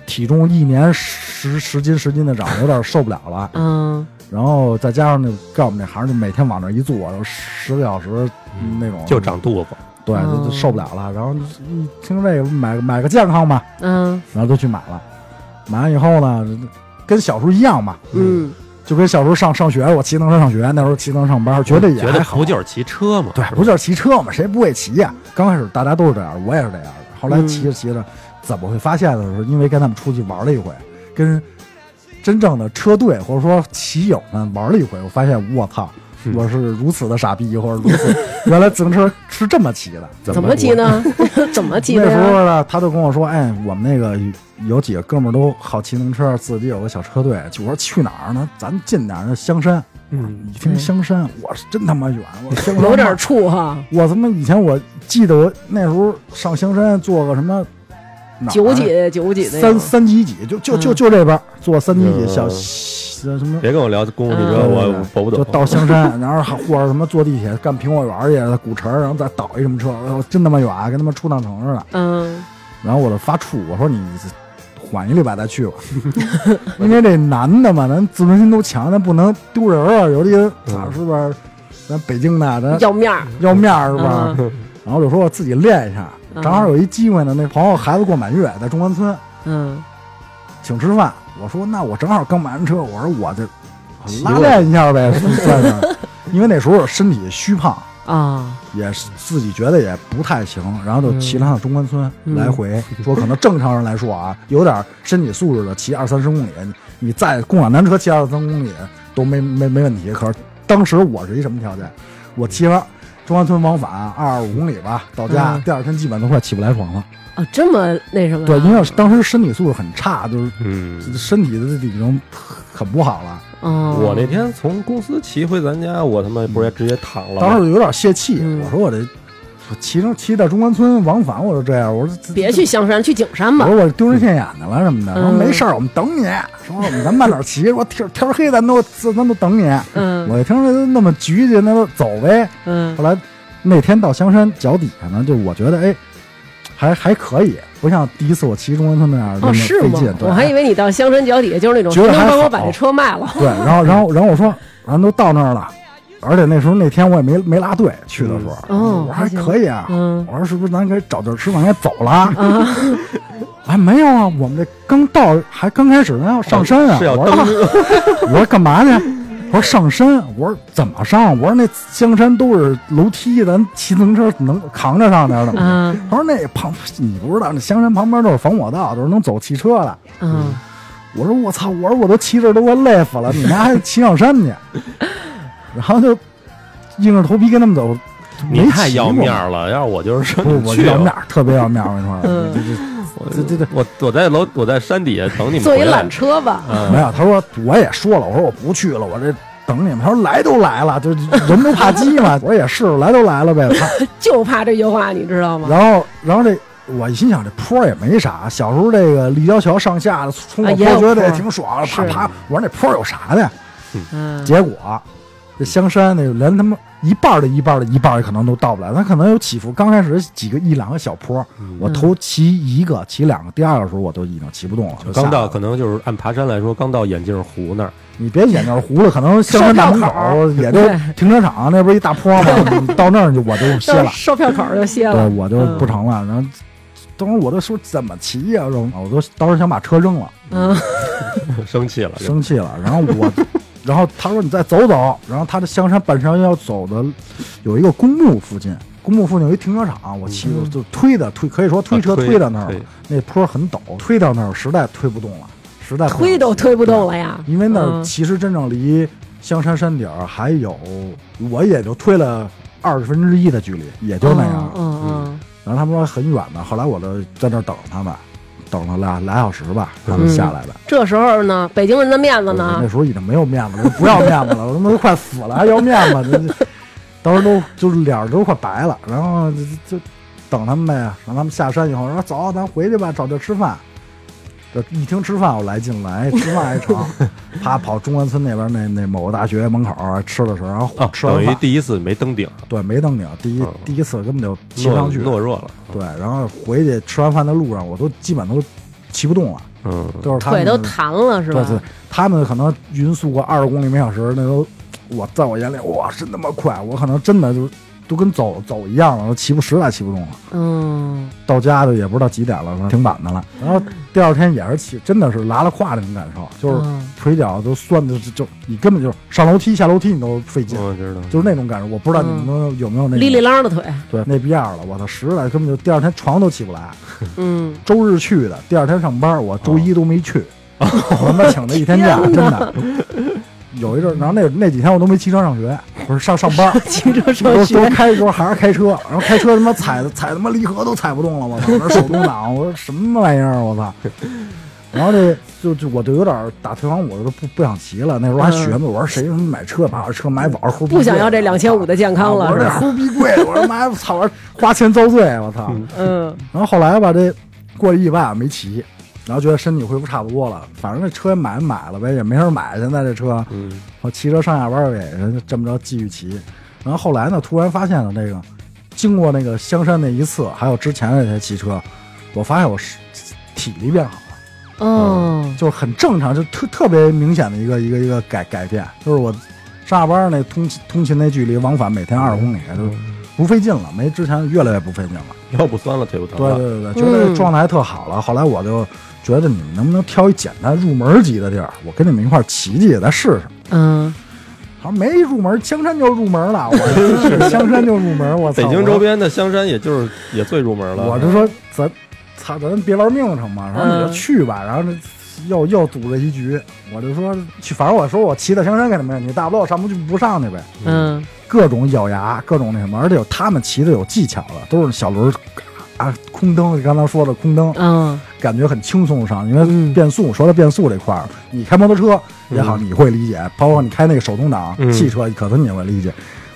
Speaker 2: 体重一年十十斤十斤的长，有点受不了了。
Speaker 1: 嗯，
Speaker 2: 然后再加上那干我们这行，就每天往那儿一坐，就十个小时那种，
Speaker 4: 嗯就长肚子。
Speaker 2: 对，就就受不了了。然后一听这个，买买个健康吧，
Speaker 1: 嗯
Speaker 2: 然后就去买了。买完以后呢，跟小时候一样嘛，
Speaker 1: 嗯，
Speaker 2: 就跟小时候上上学，我骑自行车上学，那时候骑自行车上班，觉得也
Speaker 4: 嗯觉
Speaker 2: 还
Speaker 4: 得
Speaker 2: 好
Speaker 4: 不。就是骑车嘛？
Speaker 2: 对，哎不就是骑车嘛，谁不会骑呀、刚开始大家都是这样，我也是这样的。后来
Speaker 1: 嗯
Speaker 2: 骑着骑着，怎么会发现的时候，因为跟他们出去玩了一回，跟真正的车队或者说骑友们玩了一回，我发现我操，
Speaker 1: 嗯
Speaker 2: 我是如此的傻逼，或者如 此原来自行车是这么骑的。
Speaker 1: 怎么骑？ 呢？怎么骑
Speaker 2: 那
Speaker 1: 的
Speaker 2: 时
Speaker 1: 呀？
Speaker 2: 候呢，他就跟我说：“哎，我们那个有几个哥们儿都好骑自行车，自己有个小车队。”我说：“去哪儿呢？咱近点儿，那香山。”
Speaker 4: 嗯，
Speaker 2: 一听香山，我是真他妈远，我香山
Speaker 1: 有点怵哈，
Speaker 2: 我他妈以前我记得我那时候上香山坐个什么哪儿
Speaker 1: 九几九几那
Speaker 2: 三
Speaker 1: 种
Speaker 2: 三几几，就就就
Speaker 1: 嗯
Speaker 2: 就这边儿坐三几几
Speaker 4: 嗯
Speaker 2: 小小什么。
Speaker 4: 别跟我聊公共汽车，
Speaker 1: 嗯
Speaker 4: 我我我不
Speaker 2: 就
Speaker 4: 懂。
Speaker 2: 到香山，然后还或者什么坐地铁干苹果园儿去，古城儿，然后再倒一什么车，我真他妈远，跟他妈出趟城似的。
Speaker 1: 嗯
Speaker 2: 然后我就发怵，我说你缓一礼拜再 去吧，因为这男的嘛，咱自尊心都强，咱不能丢人啊，有的
Speaker 4: 嗯
Speaker 2: 咋是吧？咱北京的，咱
Speaker 1: 要面儿，
Speaker 2: 要面儿是吧？
Speaker 1: 嗯
Speaker 2: 然后就说我自己练一下，
Speaker 1: 嗯
Speaker 2: 正好有一机会呢，那朋友孩子过满月在中关村
Speaker 1: 嗯
Speaker 2: 请吃饭，我说那我正好刚买完车，我说我就
Speaker 1: 嗯
Speaker 4: 骑
Speaker 2: 拉
Speaker 4: 过
Speaker 2: 练一下呗，算是，因为那时候身体虚胖，
Speaker 1: 啊，
Speaker 2: 也是自己觉得也不太行，然后就骑了趟中关村、
Speaker 1: 嗯
Speaker 2: 来 回，说可能正常人来说啊，有点身体素质的骑二三十公里，你你再共享单车骑二三十公里都没没没问题。可是当时我是一什么条件？我骑完中关村往返二十五公里吧，到家、
Speaker 1: 嗯
Speaker 2: 第二天基本都快起不来床了。
Speaker 1: 啊，这么那什么啊？
Speaker 2: 对，因为当时身体素质很差，就是
Speaker 4: 嗯，
Speaker 2: 身体的已经很不好了，
Speaker 1: 哦，
Speaker 4: 我那天从公司骑回咱家，我他妈不是也直接躺了吗？
Speaker 2: 当时有点泄气。
Speaker 1: 嗯
Speaker 2: 我说我这我骑着骑到中关村往返，我就这样，我说这
Speaker 1: 别去香山，去景山
Speaker 2: 我
Speaker 1: 吧。
Speaker 2: 说我丢人现眼的了什么的，我说
Speaker 1: 嗯
Speaker 2: 没事儿，我们等你。说我们咱慢点骑，我天天黑咱都咱都等你。
Speaker 1: 嗯
Speaker 2: 我一哦听这那么局气，那就走呗。
Speaker 1: 嗯
Speaker 2: 后来那天到香山脚底下呢，就我觉得哎，还还可以，不像第一次我骑中关村那样那
Speaker 1: 哦，
Speaker 2: 么
Speaker 1: 是
Speaker 2: 费
Speaker 1: 吗
Speaker 2: 劲。？对
Speaker 1: 我还以为你到香山脚底下就是那种，
Speaker 2: 觉
Speaker 1: 谁
Speaker 2: 得还
Speaker 1: 能帮我
Speaker 2: 好
Speaker 1: 把这车卖了？
Speaker 2: 对，然后然后然后我说，咱都到那儿了，而且那时候那天我也没没拉队去的时候，
Speaker 1: 嗯哦
Speaker 2: 我说还
Speaker 1: 还行
Speaker 2: 可以啊，
Speaker 1: 嗯
Speaker 2: 我说是不是咱该找地儿吃饭该走了啊？哎，没有啊，我们这刚到还刚开始呢，要上山啊，
Speaker 4: 哦是要
Speaker 2: 我
Speaker 4: 登
Speaker 2: 说、我说干嘛呢？我说上山，我说怎么上？我说那香山都是楼梯，咱骑自行车能扛着上那儿的吗？
Speaker 1: 嗯
Speaker 2: 他说那旁你不知道，那香山旁边都是防火道，都是能走汽车的。
Speaker 1: 嗯，
Speaker 2: 我说我操，我说我都骑这儿都快累死了，你们 还骑上山去？然后就硬着头皮跟他们走，没
Speaker 4: 你太
Speaker 2: 骑
Speaker 4: 要
Speaker 2: 过
Speaker 4: 面儿了，要是我就是说
Speaker 2: 不是我
Speaker 4: 去
Speaker 2: 要
Speaker 4: 吧
Speaker 2: 面，儿，特别要面儿，我跟你
Speaker 1: 嗯
Speaker 2: 说，
Speaker 4: 我
Speaker 2: 这这这
Speaker 4: 我我在楼我在山底下等你们
Speaker 1: 坐一
Speaker 4: 回来
Speaker 1: 缆。车吧。
Speaker 4: 嗯
Speaker 2: 没有。他说我也说了，我说我不去了，我这等你们。他说来都来了，就人不怕鸡 嘛。我说也是，来都来了呗。他
Speaker 1: 就怕这句话，你知道吗？
Speaker 2: 然后然后这。我一心想，这坡儿也没啥。小时候这个立交桥上下冲
Speaker 1: 啊
Speaker 2: 个
Speaker 1: 也
Speaker 2: 坡，
Speaker 1: 有
Speaker 2: 觉得也
Speaker 1: 坡儿
Speaker 2: 挺爽，啪
Speaker 1: 是
Speaker 2: 啪。我说那坡儿有啥的？
Speaker 1: 嗯，
Speaker 2: 结果这香山那个连他妈一半儿的一半儿的一半儿的可能都到不了，它可能有起伏。刚开始几个一两个小坡，
Speaker 1: 嗯
Speaker 2: 我头骑一个骑两个，第二个时候我都已经骑不动了。就
Speaker 4: 刚
Speaker 2: 下
Speaker 4: 到
Speaker 2: 来
Speaker 1: 嗯
Speaker 2: 了
Speaker 4: 可能就是按爬山来说，刚到眼镜 湖那儿，
Speaker 2: 你别眼睛糊了，可能香山大门
Speaker 1: 上道口
Speaker 2: 口
Speaker 1: 儿
Speaker 2: 也就
Speaker 1: 对
Speaker 2: 停车场啊那不是一大坡吗？你 到那儿就我就歇
Speaker 1: 到
Speaker 2: 了，
Speaker 1: 售票口儿就歇
Speaker 2: 对
Speaker 1: 了。嗯
Speaker 2: 我就不成了。然后当时我都说怎么骑呀、我我都当时想把车扔了。
Speaker 1: 嗯
Speaker 4: 生气了，就
Speaker 2: 生气了，然后我， 然后他说你再走走，然后他的香山半山腰走的有一个公墓附近，公墓附近有一停车场，我骑着就推的推，可以说推车
Speaker 4: 嗯啊推
Speaker 2: 推到那儿了
Speaker 4: 推，
Speaker 2: 那坡很陡，推到那儿实在推不动了，实在不
Speaker 1: 推都推不动了呀。
Speaker 2: 因为那儿
Speaker 1: 嗯
Speaker 2: 其实真正离香山山顶儿还有，我也就推了二十分之一的距离，也就那样。
Speaker 1: 嗯嗯
Speaker 2: 然后他们说很远的，后来我就在那儿等他们，等了俩俩小时吧，他们下来的。
Speaker 1: 嗯，这时候呢，北京人的面子
Speaker 2: 我
Speaker 1: 呢
Speaker 2: 那，时候已经没有面子了，不要面子了，我他妈都快死了，还要面子？这这当时都就是脸儿都快白了，然后就就就等他们呗，让他们下山以后说走，咱回去吧，找地儿吃饭。就一听吃饭我来劲来，吃饭还长，啪跑中关村那边那那某个大学门口啊吃的时候，然后
Speaker 4: 啊，
Speaker 2: 吃
Speaker 4: 等
Speaker 2: 完
Speaker 4: 于
Speaker 2: 饭。
Speaker 4: 第一次没登顶，
Speaker 2: 对，没登顶，第一、
Speaker 4: 嗯
Speaker 2: 第一次根本就骑不上
Speaker 4: 懦
Speaker 2: 去，
Speaker 4: 懦弱了，
Speaker 2: 对，然后回去吃完饭的路上，我都基本都骑不动了，
Speaker 4: 嗯，
Speaker 2: 都是他
Speaker 1: 腿
Speaker 2: 们
Speaker 1: 都弹了是
Speaker 2: 对
Speaker 1: 吧？
Speaker 2: 对，他们可能匀速个二十公里每小时，那都我在我眼里哇是那么快，我可能真的就都跟走走一样了，都骑不实在骑不动了。
Speaker 1: 嗯，
Speaker 2: 到家就也不知道几点了，反正挺晚的了。然后第二天也是骑，真的是拉了胯那种感受，就是
Speaker 1: 嗯
Speaker 2: 腿脚都酸的，就就你根本就上楼梯下楼梯你都费劲，
Speaker 4: 我知道，
Speaker 2: 就是那种感受。我不知道你们有
Speaker 1: 嗯
Speaker 2: 有没有那
Speaker 1: 哩哩
Speaker 2: 种
Speaker 1: 啷的腿，
Speaker 2: 对那逼样了，我操，实在根本就第二天床都起不来。
Speaker 1: 嗯，
Speaker 2: 周日去的，第二天上班，我周一都没去，我他妈请了一天假，真的。有一阵儿，然后那那几天我都没骑车上学，不是上上班，
Speaker 1: 骑车上
Speaker 2: 都
Speaker 1: 学
Speaker 2: 都开都还是开车，然后开车他妈踩踩他妈离合都踩不动了，我操，那手动挡，我说什么玩意儿，我操。然后这就就我就有点儿打退堂鼓，我就不不想骑了。那时候还学嘛，我说谁他妈买车把我车买保护，
Speaker 1: 嗯不想要这2500的健康了
Speaker 2: 啊我说这
Speaker 1: 是吧
Speaker 2: 齁逼贵，我说妈操，我说花钱遭罪，我操。
Speaker 1: 嗯
Speaker 2: 然后后来吧，这过了意外没骑，然后觉得身体恢复差不多了，反正这车也买买了呗，也没人买。现在这车，
Speaker 4: 嗯，
Speaker 2: 我骑车上下班儿也就这么着继续骑。然后后来呢，突然发现了这个，经过那个香山那一次，还有之前的那些骑车，我发现我是体力变好了，
Speaker 1: 哦，
Speaker 2: 就是很正常，就特特别明显的一个一个一个改改变，就是我上下班儿那通勤通勤那距离往返每天二十公里，就不费劲了，没之前越来越不费劲了。
Speaker 4: 腰不酸了，腿不疼
Speaker 2: 对
Speaker 4: 了，
Speaker 2: 对对，对，觉
Speaker 4: 嗯
Speaker 2: 得这状态特好了。后来我就觉得你们能不能挑一简单入门级的地儿，我跟你们一块儿骑骑，咱试试。
Speaker 1: 嗯，
Speaker 2: 他说没入门，香山就入门 了，我说是香山就入门，我操！
Speaker 4: 北京周边的香山也就是也最入门了，
Speaker 2: 我就说咱操，咱别玩命成嘛，然后
Speaker 4: 嗯
Speaker 2: 你就去吧，然后这。又又组织一局，我就说去，反正我说我骑到香山肯定没问题，大不了我上不去不上去呗。
Speaker 1: 嗯
Speaker 2: 各种咬牙，各种那什么，而且有他们骑的有技巧的，都是小轮儿啊，空蹬，刚才说的空蹬，
Speaker 1: 嗯
Speaker 2: 感觉很轻松上，因
Speaker 1: 嗯
Speaker 2: 为变速，说到变速这块儿，你开摩托车也好，
Speaker 4: 嗯
Speaker 2: 你会理解，包括你开那个手动挡、
Speaker 4: 嗯
Speaker 2: 汽车，可能你也会理解。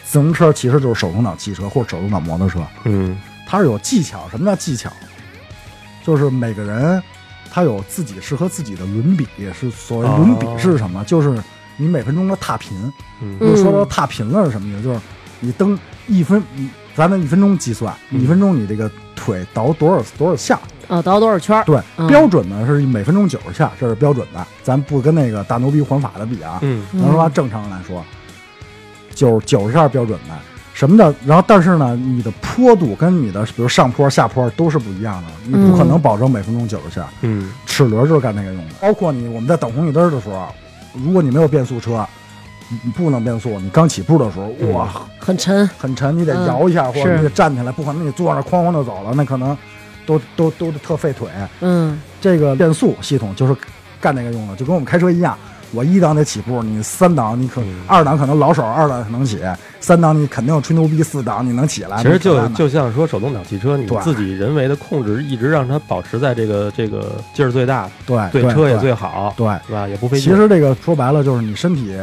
Speaker 2: 自行车其实就是手动挡汽车或者手动挡摩托车，
Speaker 4: 嗯，
Speaker 2: 它是有技巧。什么叫技巧？就是每个人他有自己适合自己的轮比，是所谓轮比
Speaker 4: 哦
Speaker 2: 是什么？就是你每分钟的踏频。
Speaker 4: 嗯
Speaker 2: 就说到踏频啊了是什么意思？就是你蹬一分，你咱们一分钟计算，
Speaker 4: 嗯
Speaker 2: 一分钟你这个腿倒多少多少下，
Speaker 1: 哦，倒多少圈儿？
Speaker 2: 对，
Speaker 1: 嗯
Speaker 2: 标准呢是每分钟九十下，这是标准的，咱不跟那个大牛逼环法的比啊，
Speaker 4: 嗯
Speaker 2: 咱说按正常来说，九九十下是标准的。什么叫？然后但是呢，你的坡度跟你的比如上坡、下坡都是不一样的，你不可能保证每分钟九十下。
Speaker 4: 嗯
Speaker 2: 齿轮就是干那个用的。包括你我们在等红绿灯的时候，如果你没有变速车，你不能变速，你刚起步的时候，哇，
Speaker 1: 嗯很沉，
Speaker 2: 很沉，你得
Speaker 1: 嗯
Speaker 2: 摇一下，或者
Speaker 1: 是
Speaker 2: 你得站起来，不可能你坐那儿哐哐就走了，那可能都都都特费腿。
Speaker 1: 嗯
Speaker 2: 这个变速系统就是干这个用的，就跟我们开车一样。我一档得起步，你三档你可、二档可能老手，二档可能起，三档你肯定吹牛逼，四档你能起来。
Speaker 4: 其实
Speaker 2: 你可
Speaker 4: 就
Speaker 2: 能
Speaker 4: 就像说手动挡汽车，你
Speaker 2: 对
Speaker 4: 自己人为的控制，一直让它保持在这个这个劲儿最大，
Speaker 2: 对
Speaker 4: 对
Speaker 2: 对
Speaker 4: 车也最好，
Speaker 2: 对。
Speaker 4: 是吧？也不费
Speaker 2: 其
Speaker 4: 劲。
Speaker 2: 实这个说白了就是你身体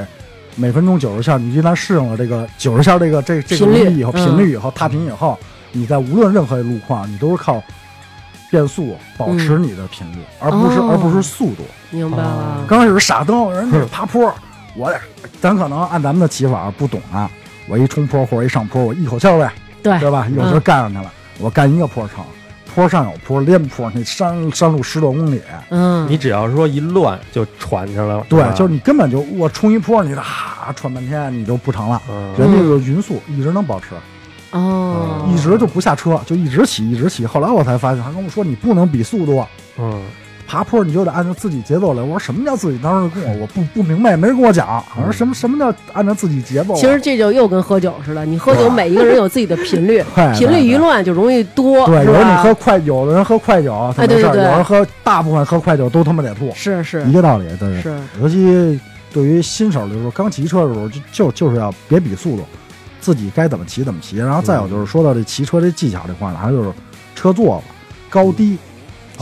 Speaker 2: 每分钟九十下，你一旦适应了这个九十下这个这这个
Speaker 1: 频率
Speaker 2: 能力以后，
Speaker 1: 嗯
Speaker 2: 频率以后踏频以后，你在无论任何路况，你都是靠变速保持你的频率，而不是
Speaker 1: 哦
Speaker 2: 而不是速度。
Speaker 1: 明白了，
Speaker 2: 刚开始傻蹬，人家爬坡，
Speaker 1: 嗯
Speaker 2: 我得咱可能按咱们的骑法不懂啊，我一冲坡或者一上坡，我一口气儿呗，
Speaker 1: 对
Speaker 2: 对吧？一口气儿干上去了，我干一个坡程，坡上有坡，连坡，你山山路十多公里，
Speaker 1: 嗯，
Speaker 4: 你只要说一乱就喘上了，
Speaker 2: 对
Speaker 4: 吧，
Speaker 2: 就是你根本就我冲一坡，你的哈喘半天，你就不成了。
Speaker 4: 嗯
Speaker 2: 人家就匀速一直能保持，
Speaker 1: 哦，
Speaker 2: 一直就不下车，就一直骑，一直骑。后来我才发现，他跟我说你不能比速度，啊
Speaker 4: 嗯
Speaker 2: 爬坡你就得按照自己节奏来。我说什么叫自己？当时跟我我不不明白，没人跟我讲。我说什么什么叫按照自己节奏啊？
Speaker 1: 嗯其实这就又跟喝酒似的，你喝酒每一个人有自己的频率
Speaker 2: 对，对
Speaker 1: 频率一乱就容易多，
Speaker 2: 对，
Speaker 1: 是
Speaker 2: 有人你
Speaker 1: 吧？
Speaker 2: 喝快，有的人喝快酒他
Speaker 1: 哎对
Speaker 2: 没事儿，
Speaker 1: 对对
Speaker 2: 有人喝大部分喝快酒都他妈得吐，
Speaker 1: 是是
Speaker 2: 一个道理，真
Speaker 1: 是，
Speaker 2: 尤其对于新手来说，刚骑车的时候，就就就是要别比速度，自己该怎么骑怎么骑。然后再有就是说到这骑车这技巧这块儿呢，还有就是车座吧，高低。
Speaker 4: 哦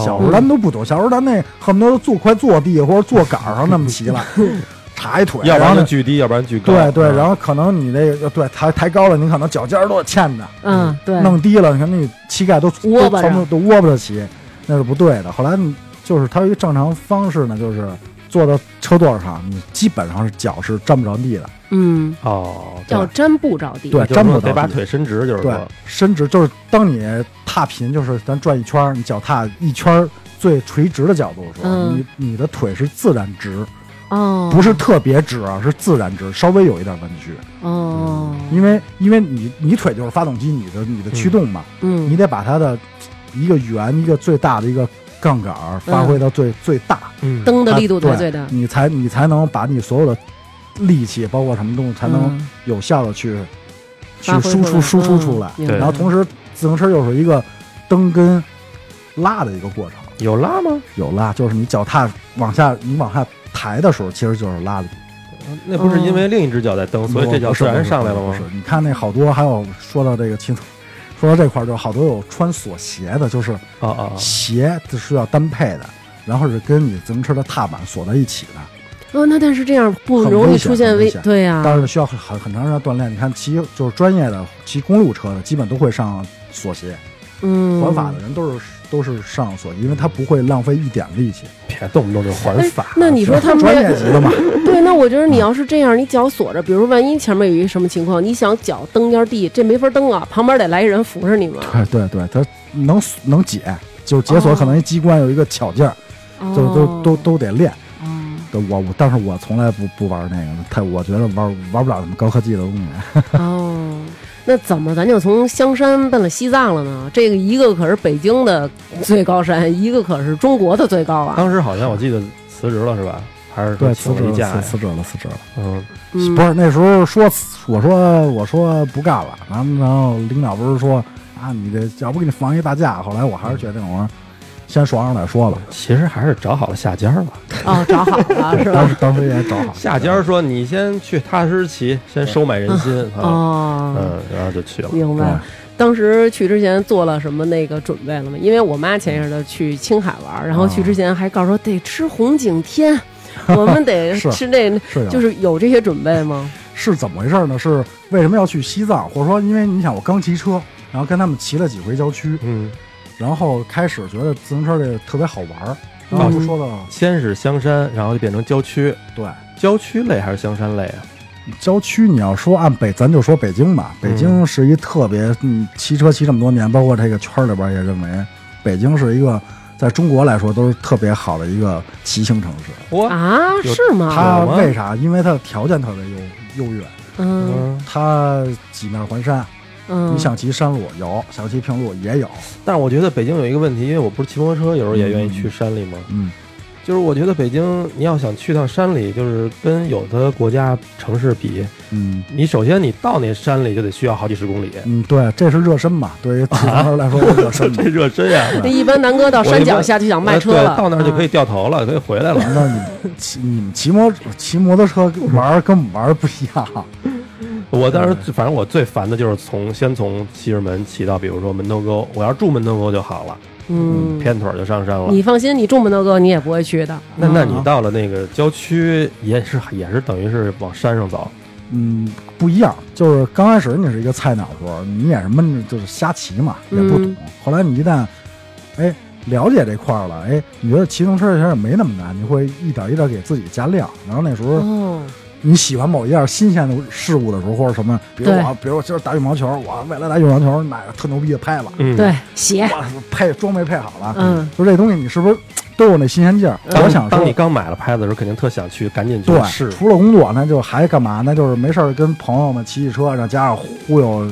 Speaker 2: 小时候咱们都不懂，小时候咱那恨不得坐快坐地或者坐杆儿上那么骑了， 插一腿，
Speaker 4: 要不然
Speaker 2: 后
Speaker 4: 就
Speaker 2: 呢
Speaker 4: 巨低，要不然巨高。
Speaker 2: 对对，
Speaker 4: 嗯
Speaker 2: 然后可能你那个对抬抬高了，你可能脚尖儿都欠着，
Speaker 1: 嗯，对，
Speaker 2: 弄低了，你看那膝盖都
Speaker 1: 窝巴着
Speaker 2: 都都窝巴着骑，那是不对的。后来就是它有一个正常方式呢，就是坐到车座上，你基本上是脚是沾不着地的，
Speaker 1: 嗯，
Speaker 4: 哦，
Speaker 2: 对
Speaker 1: 要沾不着地，
Speaker 2: 对
Speaker 4: 就是
Speaker 2: 沾不
Speaker 4: 说
Speaker 2: 着
Speaker 4: 得把
Speaker 2: 地
Speaker 4: 腿伸直，就是
Speaker 2: 对
Speaker 4: 说，，
Speaker 2: 伸直就是当你踏平，就是咱转一圈儿，你脚踏一圈儿最垂直的角度的时候，
Speaker 1: 嗯
Speaker 2: 你你的腿是自然直，
Speaker 1: 哦，
Speaker 2: 不是特别直啊，是自然直，稍微有一点弯曲，
Speaker 1: 哦，
Speaker 2: 因为因为你你腿就是发动机，你的你的驱动嘛，
Speaker 1: 嗯，
Speaker 2: 你得把它的一个圆一个最大的一个杠杆儿发挥到最、最大，
Speaker 4: 嗯，
Speaker 1: 蹬的
Speaker 2: 它
Speaker 1: 力度才
Speaker 2: 对
Speaker 1: 最大，
Speaker 2: 你才你才能把你所有的力气，包括什么东西，才能
Speaker 1: 嗯
Speaker 2: 有效的去、去
Speaker 1: 发挥
Speaker 2: 输出输出出来。
Speaker 1: 嗯明白
Speaker 4: 对
Speaker 2: 然后同时，自行车又是一个蹬跟拉的一个过程，
Speaker 4: 有拉吗？
Speaker 2: 有拉就是你脚踏往下，你往下抬的时候，其实就是拉的。
Speaker 4: 哦那
Speaker 1: 嗯
Speaker 4: 不是因为另一只脚在蹬，所以这脚
Speaker 2: 不是
Speaker 4: 自然上来了
Speaker 2: 不是
Speaker 4: 吗
Speaker 2: 不？是，你看那好多，还有说到这个亲，说到这块儿，就好多有穿锁鞋的，就是
Speaker 4: 啊啊，啊
Speaker 2: 鞋这是要单配的，然后是跟你自行车的踏板锁在一起的。
Speaker 1: 哦，那但是这样不
Speaker 2: 很
Speaker 1: 容易
Speaker 2: 危险
Speaker 1: 出现
Speaker 2: 很危
Speaker 1: 危，
Speaker 2: 险
Speaker 1: 对呀、
Speaker 2: 但是需要很很很长时间锻炼。你看骑就是专业的骑公路车的，基本都会上锁鞋，
Speaker 1: 嗯，
Speaker 2: 环法的人都是都是上锁鞋，因为他不会浪费一点力气。
Speaker 4: 别动不动就环
Speaker 1: 哎
Speaker 4: 法。
Speaker 1: 那你说他们
Speaker 2: 专
Speaker 1: 这
Speaker 2: 业级的嘛，
Speaker 1: 对，那我觉得你要是这样，你脚锁着，比如万一前面有一什么情况，你想脚蹬点地，这没法蹬啊，旁边得来一人扶着你嘛。
Speaker 2: 对对对，他能能解，就是解锁
Speaker 1: 哦
Speaker 2: 可能一机关有一个巧劲儿，就都都都得练。对我我，但是我从来不不玩那个，太我觉得玩玩不了什么高科技的东西。
Speaker 1: 都哦。那怎么咱就从香山奔了西藏了呢？这个一个可是北京的最高山，一个可是中国的最高啊。
Speaker 4: 当时好像我记得辞职了是吧？还是说
Speaker 2: 对，
Speaker 4: 请
Speaker 2: 辞
Speaker 4: 了
Speaker 2: 职
Speaker 4: 一假
Speaker 2: 了，
Speaker 4: 呀？
Speaker 2: 辞职了，辞职了。
Speaker 4: 嗯，
Speaker 1: 嗯
Speaker 2: 不是那时候说，我说我说不干了，然后然后领导不是说啊，你这要不给你放一大假？后来我还是决定我说，先爽爽再说 吧。
Speaker 4: 其实还是找好了下家吧。
Speaker 1: 哦，找好 了是
Speaker 2: 当
Speaker 1: 吧？
Speaker 2: 时当时也找 好了
Speaker 4: 下家说你先去踏踏实实骑，先收买人心啊，
Speaker 1: 哦，
Speaker 4: 嗯，然后就去了。
Speaker 1: 明白
Speaker 2: 对。
Speaker 1: 当时去之前做了什么那个准备了吗？因为我妈前一阵儿去青海玩儿，然
Speaker 4: 哦
Speaker 1: 后去之前还告诉说得吃红景 天，我们得
Speaker 2: 是
Speaker 1: 吃这，
Speaker 2: 是有
Speaker 1: 就是有这些准备吗？
Speaker 2: 是怎么回事呢？是为什么要去西藏？或者说，因为你想，我刚骑车，然后跟他们骑了几回郊区，
Speaker 4: 嗯，
Speaker 2: 然后开始觉得自行车这个特别好玩儿，然后就
Speaker 1: 嗯
Speaker 2: 说到、
Speaker 4: 先是香山，然后就变成郊区。
Speaker 2: 对
Speaker 4: 郊区类还是香山类啊？
Speaker 2: 郊区，你要说按北，咱就说北京吧。北京是一特别，嗯，骑车骑这么多年，包括这个圈儿里边儿也认为，北京是一个在中国来说都是特别好的一个骑行城市。
Speaker 4: 嚯，
Speaker 1: 啊，
Speaker 4: 有
Speaker 1: 是吗？
Speaker 2: 它
Speaker 4: 有吗
Speaker 2: 为啥？因为它的条件特别优优越，
Speaker 1: 嗯
Speaker 4: 嗯，
Speaker 2: 它几面环山，
Speaker 1: 嗯，
Speaker 2: 你想骑山路有，想骑平路也有，
Speaker 4: 但是我觉得北京有一个问题，因为我不是骑摩托车，有时候也愿意去山里嘛。
Speaker 2: 嗯，
Speaker 4: 就是我觉得北京，你要想去趟山里，就是跟有的国家城市比，
Speaker 2: 嗯。
Speaker 4: 你首先你到那山里就得需要好几十公里，
Speaker 2: 嗯，对，这是热身嘛，对于骑自行车来说是热身嘛
Speaker 4: 这。热身 呀、
Speaker 1: 那一般南哥到山脚下就想卖车
Speaker 4: 呃对
Speaker 1: 了，
Speaker 4: 到那儿就可以
Speaker 1: 以。
Speaker 4: 掉头了，可以回来了。
Speaker 2: 那你们骑你们骑摩骑摩托车玩儿跟我们玩儿不一样，
Speaker 4: 我当
Speaker 2: 嗯
Speaker 4: 时反正我最烦的就是从先从西直门骑到，比如说门头沟，我要是住门头沟就好了，
Speaker 1: 嗯，
Speaker 4: 偏腿儿就上山了。
Speaker 1: 你放心，你中门头哥你也不会去的。嗯
Speaker 4: 那
Speaker 2: 嗯
Speaker 4: 那你到了那个郊区也是也是等于是往山上走，
Speaker 2: 嗯，不一样。就是刚开始你是一个菜鸟的时候，你也是闷着，就是瞎骑嘛，也不懂。
Speaker 1: 嗯
Speaker 2: 后来你一旦哎了解这块儿了，哎，你觉得骑自行车其实也没那么难，你会一点一点给自己加料。然后那时候
Speaker 1: 哦，
Speaker 4: 嗯
Speaker 2: 你喜欢某一样新鲜的事物的时候，或者什么，比如
Speaker 1: 对
Speaker 2: 我，比如我今儿打羽毛球，我为了打羽毛球买了特牛逼的拍子，
Speaker 4: 嗯，
Speaker 1: 对，鞋，
Speaker 2: 哇，配装备配好了，
Speaker 1: 嗯，
Speaker 2: 就这东西你是不是都有那新鲜劲儿？
Speaker 4: 当
Speaker 2: 我想
Speaker 4: 当你
Speaker 2: 说，
Speaker 4: 刚买了拍子的时候，肯定特想去，赶紧去试嗯
Speaker 2: 对，。除了工作，那就还干嘛？那就是没事儿跟朋友们骑骑车，让加上忽悠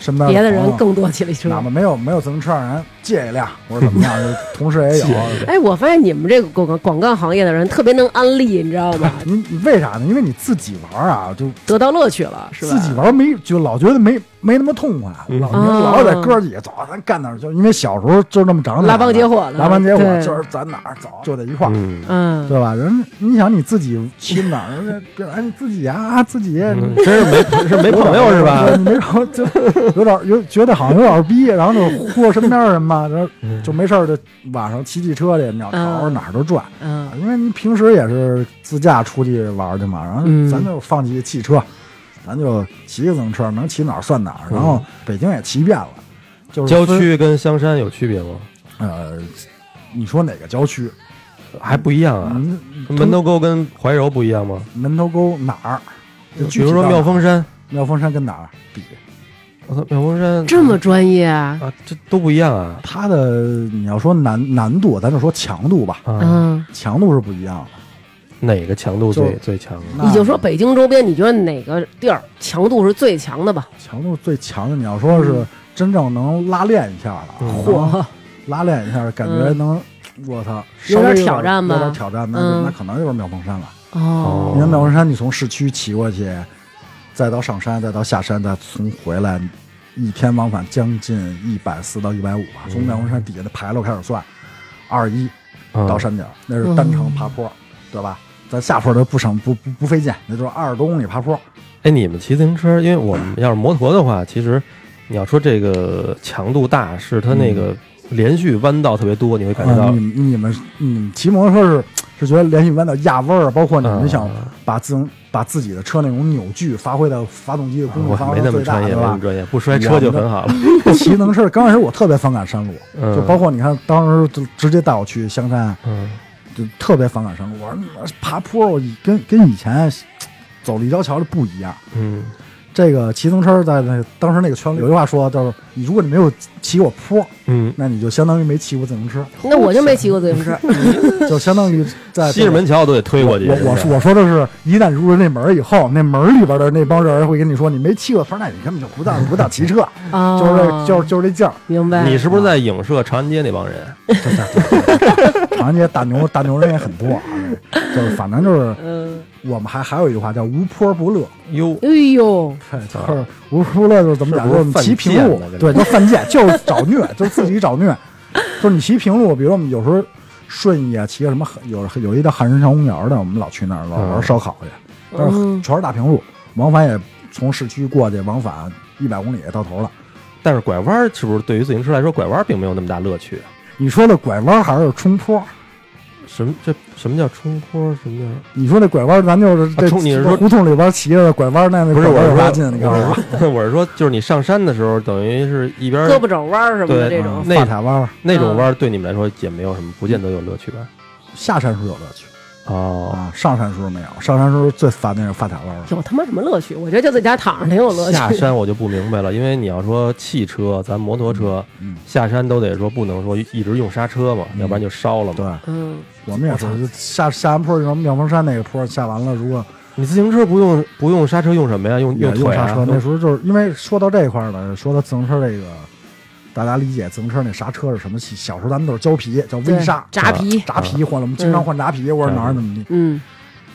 Speaker 2: 身边
Speaker 1: 别的
Speaker 2: 朋
Speaker 1: 人
Speaker 2: 友
Speaker 1: 更多骑了车。
Speaker 2: 哪怕没有没有自行车让人借一辆或者怎么样，就同事 也有。？
Speaker 1: 哎，我发现你们这个广广告行业的人特别能安利，你知道吗
Speaker 2: 你你为啥呢？因为你自己玩儿啊， 就
Speaker 1: 得到乐趣了，是吧？
Speaker 2: 自己玩儿没就老觉得没没那么痛快，啊
Speaker 4: 嗯
Speaker 2: 老
Speaker 1: 哦
Speaker 2: 老在哥几个走，咱干点儿就因为小时候就这么长的，
Speaker 1: 拉帮结伙的
Speaker 2: 拉帮结伙
Speaker 1: 对
Speaker 2: 就是咱哪儿走就得一块儿。
Speaker 4: 嗯，
Speaker 1: 嗯，
Speaker 2: 对吧？人你想你自己去哪儿？人家哎你自己啊，自己
Speaker 4: 嗯真是没是 没朋友是吧？
Speaker 2: 没有就 有点有觉得好像有点逼，然后就忽悠身边人嘛，然后
Speaker 4: 嗯
Speaker 2: 就没事儿就晚上骑骑车去，鸟巢
Speaker 1: 嗯
Speaker 2: 哪儿都转。
Speaker 1: 嗯，
Speaker 2: 因为你平时也是自驾出去玩去嘛，然后
Speaker 1: 嗯
Speaker 2: 咱就放弃汽车，咱就骑个自行车，能骑哪儿算哪儿。然后北京也骑遍了，就是
Speaker 4: 嗯郊
Speaker 2: 分
Speaker 4: 区跟香山有区别吗？
Speaker 2: 呃，你说哪个郊区？
Speaker 4: 还不一样啊？
Speaker 2: 嗯，
Speaker 4: 门头沟跟怀柔不一样吗？
Speaker 2: 门头沟哪儿？就
Speaker 4: 比
Speaker 2: 具体
Speaker 4: 如说
Speaker 2: 到
Speaker 4: 妙
Speaker 2: 哪儿，
Speaker 4: 峰山，
Speaker 2: 妙峰山跟哪儿比？
Speaker 4: 我操，妙峰山
Speaker 1: 这么专业啊？
Speaker 4: 啊，这都不一样啊。
Speaker 2: 它的你要说难难度，咱就说强度吧，
Speaker 4: 啊，
Speaker 1: 嗯，
Speaker 2: 强度是不一样的。
Speaker 4: 哪个强度最
Speaker 2: 就
Speaker 4: 最强啊？
Speaker 2: 那
Speaker 1: 你就说北京周边，你觉得哪个地儿强度是最强的吧？
Speaker 2: 强度最强的，你要说
Speaker 1: 嗯
Speaker 2: 是真正能拉练一下的，
Speaker 4: 嗯
Speaker 2: 嚯，拉练一下，感觉能，我操，
Speaker 1: 哦嗯有
Speaker 2: 稍微
Speaker 1: 点挑战吧
Speaker 2: 有点挑战，那就
Speaker 1: 嗯
Speaker 2: 那可能就是妙峰山了。
Speaker 1: 哦
Speaker 2: 你看妙峰山，你从市区骑过去，再到上山，再到下山，再从回来，一天往返将近一百四到一百五吧。从妙峰山底下的牌楼开始算，二一
Speaker 4: 啊
Speaker 2: 到山顶，那是单
Speaker 1: 嗯
Speaker 2: 程爬坡，对吧？咱下坡都不省不不不费劲，那就是二十多公里爬坡。
Speaker 4: 哎，你们骑自行车，因为我们要是摩托的话，其实你要说这个强度大，是它那个连续弯道特别多，你会感觉
Speaker 2: 啊
Speaker 4: 到
Speaker 2: 嗯你们你们你们骑摩托车是是觉得连续弯道压弯儿，包括你
Speaker 4: 啊
Speaker 2: 们想把自行把自己的车那种扭矩发挥到发动机的功率发
Speaker 4: 我
Speaker 2: 挥到
Speaker 4: 没那么
Speaker 2: 最大，
Speaker 4: 专业，
Speaker 2: 对
Speaker 4: 没那么
Speaker 2: 吧？
Speaker 4: 专业，不摔车就 很好了。
Speaker 2: 骑自行车刚开始我特别反感山路，
Speaker 4: 嗯
Speaker 2: 就包括你看当时就直接带我去香山，
Speaker 4: 嗯，
Speaker 2: 就特别反感山路。我说那爬坡，我以跟跟以前走立交桥的不一样。
Speaker 4: 嗯，
Speaker 2: 这个骑自行车在那当时那个圈里有句话说，就是你如果你没有骑过坡，
Speaker 4: 嗯，
Speaker 2: 那你就相当于没骑过自行车，
Speaker 1: 那我就没骑过自行车，
Speaker 2: 就相当于 在
Speaker 4: 西直门桥我都得推过去。
Speaker 2: 哎我我
Speaker 4: 是
Speaker 2: 说我说的是，一旦入了那门儿以后，那门儿里边的那帮人会跟你说，你没骑过，反正你根本就不当不当骑车，
Speaker 1: 啊，
Speaker 2: 就是这就是就是这劲儿。
Speaker 1: 明白。
Speaker 4: 你是不是在影射长安街那帮人？
Speaker 2: 长安街大牛大牛人也很多啊，就是反正就是
Speaker 1: 嗯，
Speaker 2: 我们还还有一句话叫无坡不乐，
Speaker 4: 哟，啊
Speaker 1: 哎呦，
Speaker 2: 就是无坡不乐就是怎么讲，
Speaker 4: 是
Speaker 2: 就是
Speaker 4: 不是
Speaker 2: 我们骑平路
Speaker 4: 犯贱呢，
Speaker 2: 对，就犯贱，就是找虐，就是自己找虐，就是你骑平路，比如我们有时候顺义啊，骑个什么有有一叫汉神长公园的，我们老去那儿老
Speaker 4: 嗯
Speaker 2: 玩烧烤去。但是
Speaker 1: 嗯
Speaker 2: 全是大平路，往返也从市区过去，往返一百公里也到头了。
Speaker 4: 但是拐弯是不是对于自行车来说，拐弯并没有那么大乐趣？啊
Speaker 2: 你说的拐弯还是冲坡？
Speaker 4: 什么这什么叫冲坡？什么叫
Speaker 2: 你说那拐弯，咱就是这、
Speaker 4: 啊冲你是说
Speaker 2: 胡同里边骑着拐弯那那
Speaker 4: 不是？
Speaker 2: 拐弯
Speaker 4: 我是
Speaker 2: 有
Speaker 4: 说
Speaker 2: 拉近，你告诉
Speaker 4: 我
Speaker 2: 我，
Speaker 4: 是说， 我是说，就是你上山的时候，等于是一边
Speaker 1: 胳膊肘弯儿什么的这
Speaker 4: 对
Speaker 2: 啊
Speaker 1: 种，
Speaker 4: 那
Speaker 2: 发卡弯
Speaker 4: 那
Speaker 1: 嗯
Speaker 4: 种弯，对你们来说也没有什么，不见得有乐趣吧？
Speaker 2: 下山时候有乐趣
Speaker 4: 哦，
Speaker 2: 啊，上山时候没有。上山时候最烦那是发卡弯了。
Speaker 1: 有他妈什么乐趣？我觉得就在家躺着挺有乐趣。
Speaker 4: 下山我就不明白了，因为你要说汽车，咱摩托车
Speaker 2: 嗯，
Speaker 4: 下山都得说不能说一直用刹车嘛，要不然就烧了
Speaker 2: 对
Speaker 4: 嘛。，
Speaker 1: 嗯，
Speaker 2: 我们也是就下下完坡，什么妙峰山那个坡下完了，如果
Speaker 4: 你自行车不用不用刹车，用什么呀？用
Speaker 2: 也
Speaker 4: 腿
Speaker 2: 刹
Speaker 4: 啊
Speaker 2: 车，那时候就是因为说到这一块儿呢，说到自行车这个，大家理解自行车那刹车是什么系？小时候咱们都是胶皮，叫微
Speaker 1: 对
Speaker 2: 刹，
Speaker 1: 扎皮，
Speaker 2: 扎皮换了，我们经常换扎皮，或者哪儿怎么地。
Speaker 1: 嗯，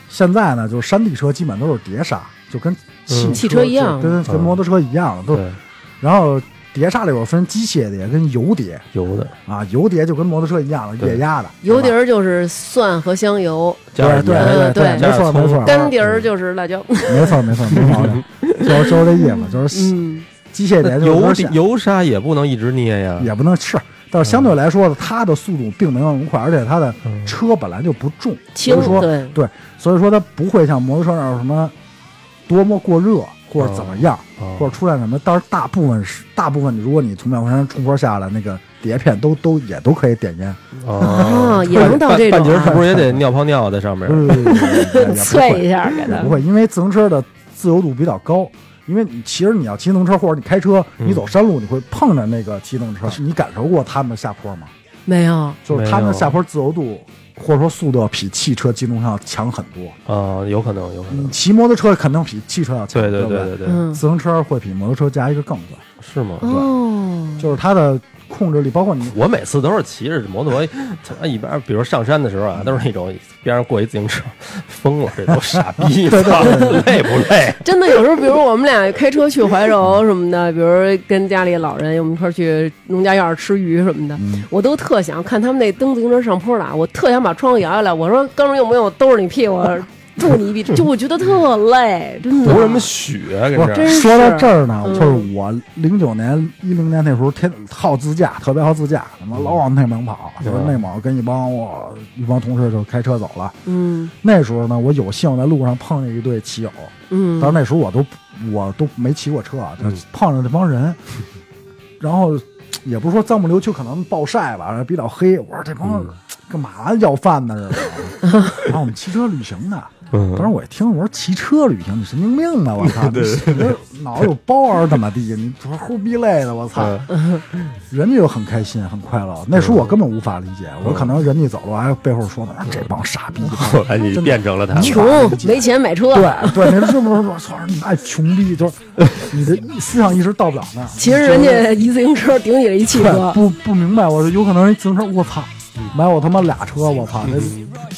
Speaker 2: 现在呢，就是山地车基本都是碟刹，就跟汽
Speaker 4: 嗯
Speaker 1: 汽车一样
Speaker 2: 就跟跟
Speaker 4: 嗯
Speaker 2: 摩托车一样的都是。
Speaker 4: 对，
Speaker 2: 然后碟刹里边分机械碟跟油碟
Speaker 4: 油的
Speaker 2: 啊，油碟就跟摩托车一样了，
Speaker 4: 对
Speaker 2: 液压的。
Speaker 1: 油碟
Speaker 2: 儿，
Speaker 1: 儿就是蒜和香油，
Speaker 4: 加
Speaker 2: 对
Speaker 4: 点
Speaker 2: 对
Speaker 4: 盐
Speaker 1: 嗯
Speaker 2: 对
Speaker 1: 对
Speaker 2: 没错
Speaker 4: 加点葱
Speaker 2: 没错，嗯
Speaker 1: 干碟
Speaker 4: 嗯
Speaker 1: 儿就是辣椒。
Speaker 2: 没错没错没毛 病，就是就是这意思，就是
Speaker 1: 嗯，
Speaker 2: 机械碟
Speaker 4: 那
Speaker 2: 就是
Speaker 4: 油
Speaker 2: 说
Speaker 4: 底油刹也不能一直捏呀，
Speaker 2: 也不能是，但是相对来说呢，它的速度并没有那么快，而且它的
Speaker 4: 嗯
Speaker 2: 车本来就不重，
Speaker 1: 轻
Speaker 2: 所以说
Speaker 1: 对，
Speaker 2: 所以说它不会像摩托车那有什么多么过热或者怎么样，
Speaker 4: 哦
Speaker 2: 或者出现什么。但是大部分是大部分，如果你从妙峰山冲坡下来，那个碟片都都也都可以点烟，
Speaker 4: 哦
Speaker 1: 啊也能到这种啊
Speaker 4: 半半截儿是不是也得尿泡尿在上面
Speaker 2: 不？是不是不是也不
Speaker 1: 啐一
Speaker 2: 会嗯
Speaker 1: 下给
Speaker 2: 也
Speaker 1: 它
Speaker 2: 不。会，因为自行车的自由度比较高。因为你其实你要骑自行车或者你开车，你走山路你会碰着那个骑自行车，你感受过他们的下坡吗？
Speaker 1: 没有，
Speaker 2: 就是他们的下坡自由度或者说速度要比汽车、机动车要强很多。
Speaker 4: 啊，有可能，有可
Speaker 2: 你
Speaker 4: 能。
Speaker 2: 骑摩托车肯定比汽车要强，
Speaker 4: 对对
Speaker 2: 不
Speaker 4: 对对对，
Speaker 1: 嗯，
Speaker 2: 自行车会比摩托车加一个更快，
Speaker 4: 是吗？
Speaker 1: 哦，
Speaker 2: 就是它的控制力，包括你
Speaker 4: 我每次都是骑着摩托，他妈一边比如上山的时候啊，都是那种边上过一自行车，疯了，这都傻逼，操，累不累？
Speaker 1: 真的有时候，比如我们俩开车去怀柔什么的，比如跟家里老人我们一块儿去农家院儿吃鱼什么的，我都特想看他们那蹬自行车上坡的啊，我特想把窗户摇下来，我说哥们儿用不用我兜着你屁股住 你一屁，就我觉得特累，真的。
Speaker 4: 不是什么啊雪，跟
Speaker 2: 不
Speaker 4: 这
Speaker 1: 真
Speaker 4: 儿
Speaker 1: 是
Speaker 2: 说到这儿呢，
Speaker 1: 嗯
Speaker 2: 就是我零九年、一零年那时候天好自驾，特别好自驾，他妈老往内蒙跑，
Speaker 4: 嗯
Speaker 2: 就是内蒙跟一帮我一帮同事就开车走了。
Speaker 1: 嗯
Speaker 2: 那时候呢，我有幸在路上碰见一对骑友，
Speaker 1: 嗯，
Speaker 2: 但是那时候我都我都没骑过车啊，就
Speaker 4: 嗯
Speaker 2: 碰上这帮人，然后也不是说脏不溜秋，可能暴晒吧，比较黑。我说这帮人
Speaker 4: 嗯
Speaker 2: 干嘛要饭呢？这是？然后我们骑车旅行呢，当时我一听我说骑车旅行，你神经病吧？我操，你这脑子有包儿怎么地？你这齁逼累的，我操！人家就很开心，很快乐。那时候我根本无法理解，我可能人家走了，我还背后说呢，啊这帮傻逼。
Speaker 4: 嗯
Speaker 7: 后来你变成了他们，
Speaker 1: 穷没钱买车，
Speaker 2: 对对，那是不是我操，你爱穷逼，就是你的思想意识到不了那儿。
Speaker 1: 其实人家一自行车顶起了一汽
Speaker 2: 对，
Speaker 1: 车，
Speaker 2: 不不明白，我说有可能人自行车，我操，
Speaker 4: 嗯
Speaker 2: 买我他妈俩车，我操，那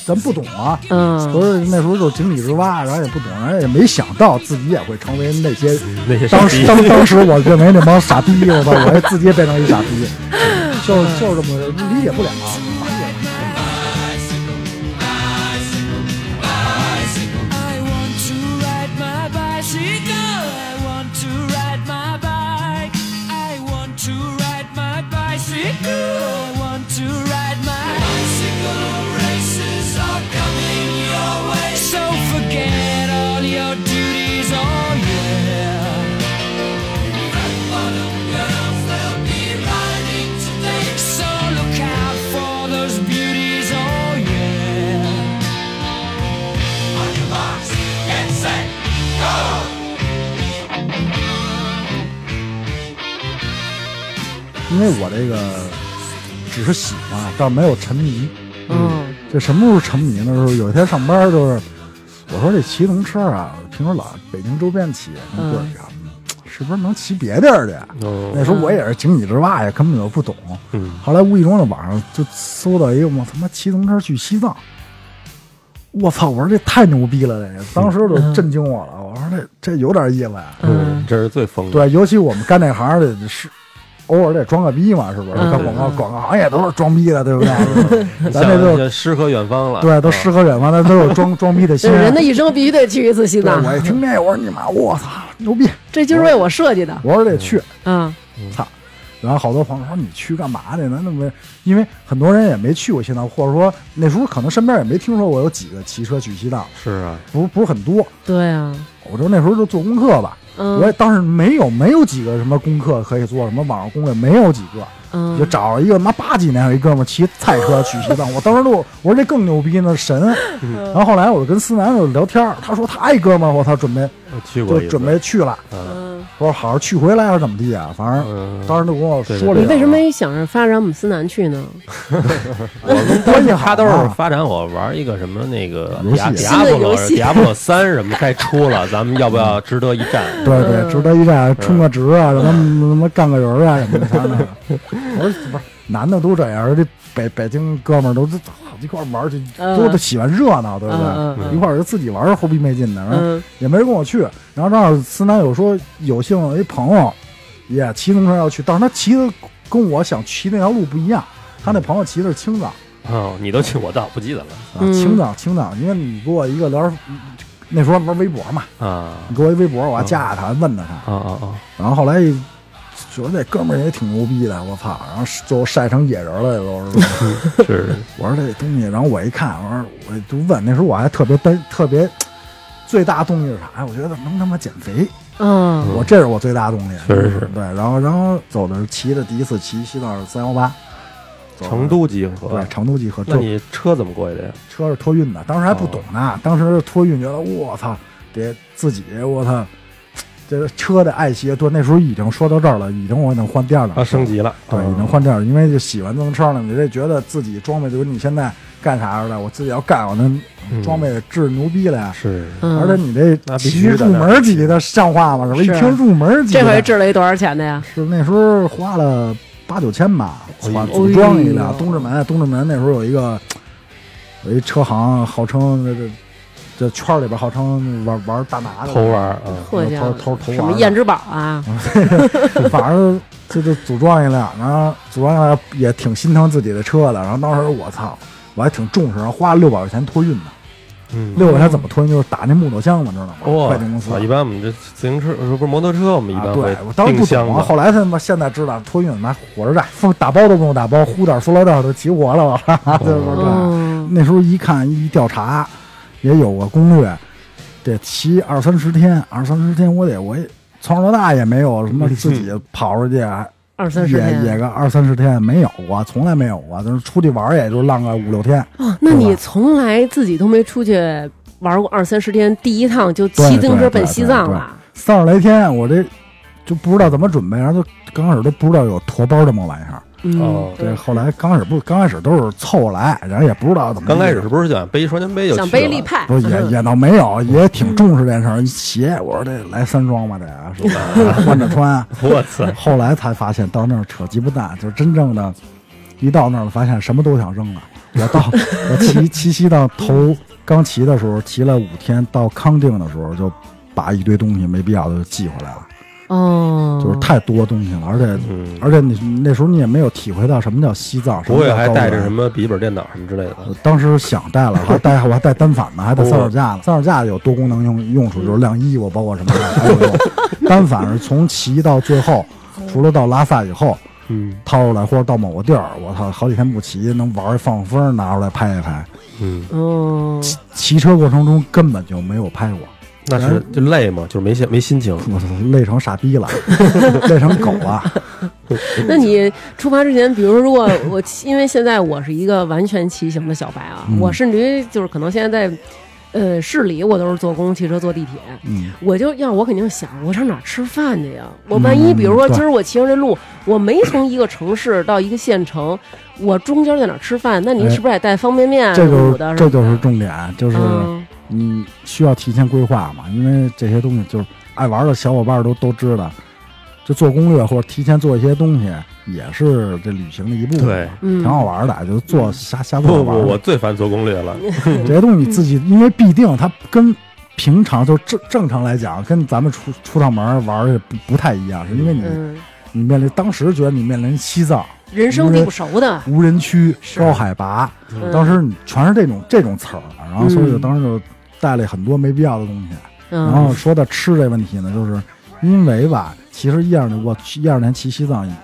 Speaker 2: 咱不懂啊，
Speaker 1: 嗯
Speaker 2: 不是那时候就是井底之蛙，然后也不懂，然后也没想到自己也会成为那些
Speaker 4: 那嗯些傻
Speaker 2: 当
Speaker 4: 逼
Speaker 2: 时当当时我认为那帮傻逼，我操，我也自己也变成一傻 逼，就是就是这么理解不了。啊
Speaker 5: I want to ride my bicycle. I want to ride my bike. I want to ride my bicycle. I want to ride my bicycle. Races are coming your way. So forget all your duties. Oh yeah. So look out for those beauties, oh yeah.
Speaker 2: 因为我这个只是喜欢，但没有沉迷。
Speaker 1: 嗯，
Speaker 2: 这什么时候沉迷呢？就是有一天上班，就是我说这骑自行车啊，平时老北京周边骑，那棍儿上嗯是不是能骑别地儿去？啊
Speaker 4: 嗯
Speaker 2: 那时候我也是井底之蛙呀，根本就不懂。后来无意中在网上就搜到一个，我他妈骑自行车去西藏。我操！我说这太牛逼了，这当时就震惊我了。我说这这有点意啊思呀。
Speaker 4: 嗯，这是最疯的。
Speaker 2: 对，尤其我们干这行的是。偶尔得装个逼嘛，是不是？
Speaker 1: 嗯
Speaker 2: 干广告，广告行业都是装逼的，对不 对？咱这都
Speaker 4: 像诗和远方了，啊
Speaker 2: 对，都诗和远方，那都有装装逼的
Speaker 1: 这
Speaker 2: 心。
Speaker 1: 人的啊一生必须得去一次西
Speaker 2: 对，
Speaker 1: 藏，
Speaker 2: 我一听这，我说你妈，我操，牛逼！
Speaker 1: 这就是为我设计的，
Speaker 2: 我说得去，
Speaker 1: 嗯
Speaker 2: 操！然后好多朋友说你去干嘛去呢？那么因为很多人也没去过西藏，或者说那时候可能身边也没听说过有几个骑车去西藏，
Speaker 4: 是啊，
Speaker 2: 不不是很多。
Speaker 1: 对啊，
Speaker 2: 我就那时候就做功课吧，
Speaker 1: 嗯
Speaker 2: 我也当时没有没有几个什么功课可以做，什么网上攻略没有几个。就
Speaker 1: 嗯，
Speaker 2: 找了一个妈八几年有一哥们儿骑菜车去西 藏，我当时都我说这更牛逼呢，神。
Speaker 1: 嗯
Speaker 2: 然后后来我就跟思南就聊天儿，他说他一哥们儿，我操，准备
Speaker 4: 我去过
Speaker 2: 就
Speaker 4: 一次
Speaker 2: 准备去了，
Speaker 1: 嗯
Speaker 2: 我说好好去回来还是怎么地啊？反正
Speaker 4: 嗯，
Speaker 2: 当时就跟我说了一
Speaker 1: 你
Speaker 2: 下，
Speaker 1: 为什么没想着发展我们思南去呢？
Speaker 2: 关系
Speaker 4: 他
Speaker 2: 好啊
Speaker 4: 都是
Speaker 2: 嘛？
Speaker 4: 发展我玩一个什么那个
Speaker 2: 游戏
Speaker 4: 迪
Speaker 1: 新
Speaker 4: 亚
Speaker 1: 的
Speaker 4: 布罗
Speaker 1: 游戏
Speaker 4: 迪亚布罗三什么该出了， 咱们要不要值得一战？
Speaker 2: 对
Speaker 1: 嗯
Speaker 2: 对，值得一战，充个值啊，让他们他妈干个人啊什么 的。反正我说不是，男的都这样，这北北京哥们儿都一块儿玩儿去，
Speaker 1: 嗯
Speaker 2: 都都喜欢热闹，对不
Speaker 1: 嗯嗯
Speaker 2: 对？
Speaker 1: 嗯
Speaker 2: 一块儿就自己玩儿，后逼没劲的。然后
Speaker 1: 嗯
Speaker 2: 也没人跟我去。然后正好思南有说有幸有一朋友也骑自行车要去，但是他骑的跟我想骑那条路不一样。他那朋友骑的是青藏
Speaker 4: 哦，你都去，我倒不记得了
Speaker 2: 啊，
Speaker 1: 嗯
Speaker 2: 青藏青藏，因为你给我一个聊天，那时候玩微博嘛，
Speaker 4: 啊
Speaker 2: 你给我一微博，
Speaker 1: 嗯
Speaker 2: 我还加他，问他他，
Speaker 4: 啊啊啊！
Speaker 2: 然后后来觉得这哥们儿也挺牛逼的，我操！然后最后晒成野人了，都是。
Speaker 4: 是
Speaker 2: 我说这东西，然后我一看，我说我就问，那时候我还特别担，特别最大动力是啥呀？哎我觉得能他妈减肥。
Speaker 1: 嗯
Speaker 2: 我这是我最大的动力，
Speaker 4: 确实是
Speaker 2: 对。然后，然后走的是骑的第一次骑西藏是三幺八，走的
Speaker 4: 成都集合
Speaker 2: 对，成都集合，
Speaker 4: 那
Speaker 2: 这
Speaker 4: 你哦车怎么过去的呀？
Speaker 2: 车是托运的，当时还不懂呢，当时托运觉得我操，得自己我操，这车的爱惜，对，那时候已经说到这儿了，已经我已经换第二辆车
Speaker 4: 啊，升，级了，
Speaker 2: 对，已经换第二辆，因为就喜欢自行车了，你这觉得自己装备就跟你现在干啥似的，我自己要干，我那
Speaker 4: 嗯
Speaker 2: 装备质牛逼了呀。
Speaker 4: 是
Speaker 1: 嗯，
Speaker 2: 而且你这
Speaker 4: 那必
Speaker 2: 骑
Speaker 4: 须的
Speaker 2: 入门级的像话吗？是吧？一
Speaker 1: 是
Speaker 2: 听入门级的，
Speaker 1: 这回治了一多少钱的呀？
Speaker 2: 是那时候花了八九千吧，
Speaker 4: 哎呦
Speaker 2: 花组装一
Speaker 1: 哎
Speaker 2: 辆
Speaker 1: 呦
Speaker 2: 东直门。东直门那时候有一个有一车行，号称这这这圈里边号称玩玩大麻的，
Speaker 4: 偷玩儿啊，
Speaker 1: 破家
Speaker 2: 偷
Speaker 1: 伙
Speaker 2: 偷偷
Speaker 1: 什
Speaker 2: 玩
Speaker 1: 么
Speaker 2: 的
Speaker 1: 燕之宝啊？
Speaker 2: 嗯反正 就就组装一辆，然后组装一辆也挺心疼自己的车的。然后当时我操，我还挺重视，然后花六百块钱托运的。
Speaker 4: 嗯。
Speaker 2: 六百块钱怎么托运？就是打那木头箱子，知道吗？
Speaker 4: 哇
Speaker 2: 快递公司。
Speaker 4: 啊一般我们这自行车不是摩托车，我们一
Speaker 2: 啊，
Speaker 4: 般
Speaker 2: 对
Speaker 4: 会，
Speaker 2: 我当时
Speaker 4: 定
Speaker 2: 不
Speaker 4: 箱
Speaker 2: 懂啊，
Speaker 4: 嘛。
Speaker 2: 后来他妈现在知道托运拿火车站，放打包都不用打包，呼点塑料袋都齐活了，我
Speaker 4: 哦
Speaker 2: 操！对不对？
Speaker 1: 嗯
Speaker 2: 那时候一看一调查，也有个攻略，得骑二
Speaker 4: 嗯
Speaker 2: 三十天，二三十天我得我也从小到大也没有什么自己跑出去，啊
Speaker 1: 二三十
Speaker 2: 也也
Speaker 1: 天啊
Speaker 2: 个二三十天没有过，从来没有过，就是出去玩儿也就浪个五六天，
Speaker 1: 哦，那
Speaker 2: 对
Speaker 1: 你
Speaker 2: 吧
Speaker 1: 从来自己都没出去玩过二三十天，第一趟就
Speaker 2: 对
Speaker 1: 骑自行
Speaker 2: 对
Speaker 1: 车奔
Speaker 2: 对
Speaker 1: 西
Speaker 2: 对
Speaker 1: 藏
Speaker 2: 对
Speaker 1: 了。
Speaker 2: 三十来天，我这就不知道怎么准备，然后就刚开始都不知道有驮包这么玩意儿。
Speaker 1: 嗯，
Speaker 4: 哦，
Speaker 2: 对，后来刚开始不，刚开始都是凑合来，然后也不知道怎么。
Speaker 4: 刚开始是不是想背一双肩背就去
Speaker 1: 想背
Speaker 4: 了
Speaker 1: 立 派，
Speaker 2: 不是也也倒没有，也挺重视这事儿。鞋，我说这来三双吧，这是吧？ 换着穿。
Speaker 7: 我操！
Speaker 2: 后来才发现，到那儿扯鸡巴蛋，就是真正的，一到那儿了发现什么都想扔了。我到我骑骑西藏头刚骑的时候，骑了五天，到康定的时候就把一堆东西没必要的就寄回来了，
Speaker 1: 哦，
Speaker 2: 就是太多东西了，而且
Speaker 4: 嗯，
Speaker 2: 而且你那时候你也没有体会到什么叫西藏，
Speaker 4: 不会
Speaker 2: 什么叫
Speaker 4: 还
Speaker 2: 高
Speaker 4: 带
Speaker 2: 原
Speaker 4: 着什么笔记本电脑什么之类的吧？
Speaker 2: 我当时想带 了，还带我还带单反呢，还带三脚架呢。三脚架有多功能用用处，就是晾衣服，包括什么的还有用。单反是从骑到最后，除了到拉萨以后
Speaker 4: 嗯
Speaker 2: 掏出来，或者到某个地儿，我操，好几天不骑，能玩儿放风，拿出来拍一拍。
Speaker 4: 嗯，
Speaker 1: 哦，
Speaker 2: 骑车过程中根本就没有拍过，
Speaker 4: 那是就累嘛，就是没心没心情。
Speaker 2: 我操，累成傻逼了，累成狗啊了。
Speaker 1: 那你出发之前，比如如果我 骑，因为现在我是一个完全骑行的小白啊，
Speaker 2: 嗯
Speaker 1: 我甚至于就是可能现在在呃市里，我都是坐公共汽车、坐地铁。
Speaker 2: 嗯，
Speaker 1: 我就要我肯定想，我上哪儿吃饭去呀？我万一
Speaker 2: 嗯
Speaker 1: 比如说
Speaker 2: 对
Speaker 1: 今儿我骑上这路，我没从一个城市到一个县城，我中间在哪儿吃饭？那您
Speaker 2: 哎
Speaker 1: 是不是也带方便面
Speaker 2: 这
Speaker 1: 什
Speaker 2: 就
Speaker 1: 么
Speaker 2: 是
Speaker 1: 的？
Speaker 2: 这就是重点，就是。
Speaker 1: 嗯
Speaker 2: 你需要提前规划嘛，因为这些东西就是爱玩的小伙伴都都知道，就做攻略或者提前做一些东西，也是这旅行的一部分，
Speaker 7: 对，
Speaker 1: 嗯，
Speaker 2: 挺好玩的，就做瞎瞎
Speaker 7: 不
Speaker 2: 做
Speaker 7: 不，
Speaker 2: 玩
Speaker 7: 我最烦做攻略 了。
Speaker 1: 嗯
Speaker 2: 这些东西你自己，因为必定它跟平常就正正常来讲，跟咱们出出趟门玩儿也不不太一样，是因为你、
Speaker 1: 嗯，
Speaker 2: 你面临当时觉得你面临西藏
Speaker 1: 人生地不熟的，
Speaker 2: 无人区、
Speaker 1: 是
Speaker 2: 高海拔，
Speaker 1: 嗯
Speaker 2: 当时你全是这种这种词儿，啊然后所以就
Speaker 1: 嗯
Speaker 2: 当时就带了很多没必要的东西。然
Speaker 1: 嗯
Speaker 2: 后说到吃这问题呢，就是因为吧，其实一二年我去一二年骑西藏，
Speaker 4: 啊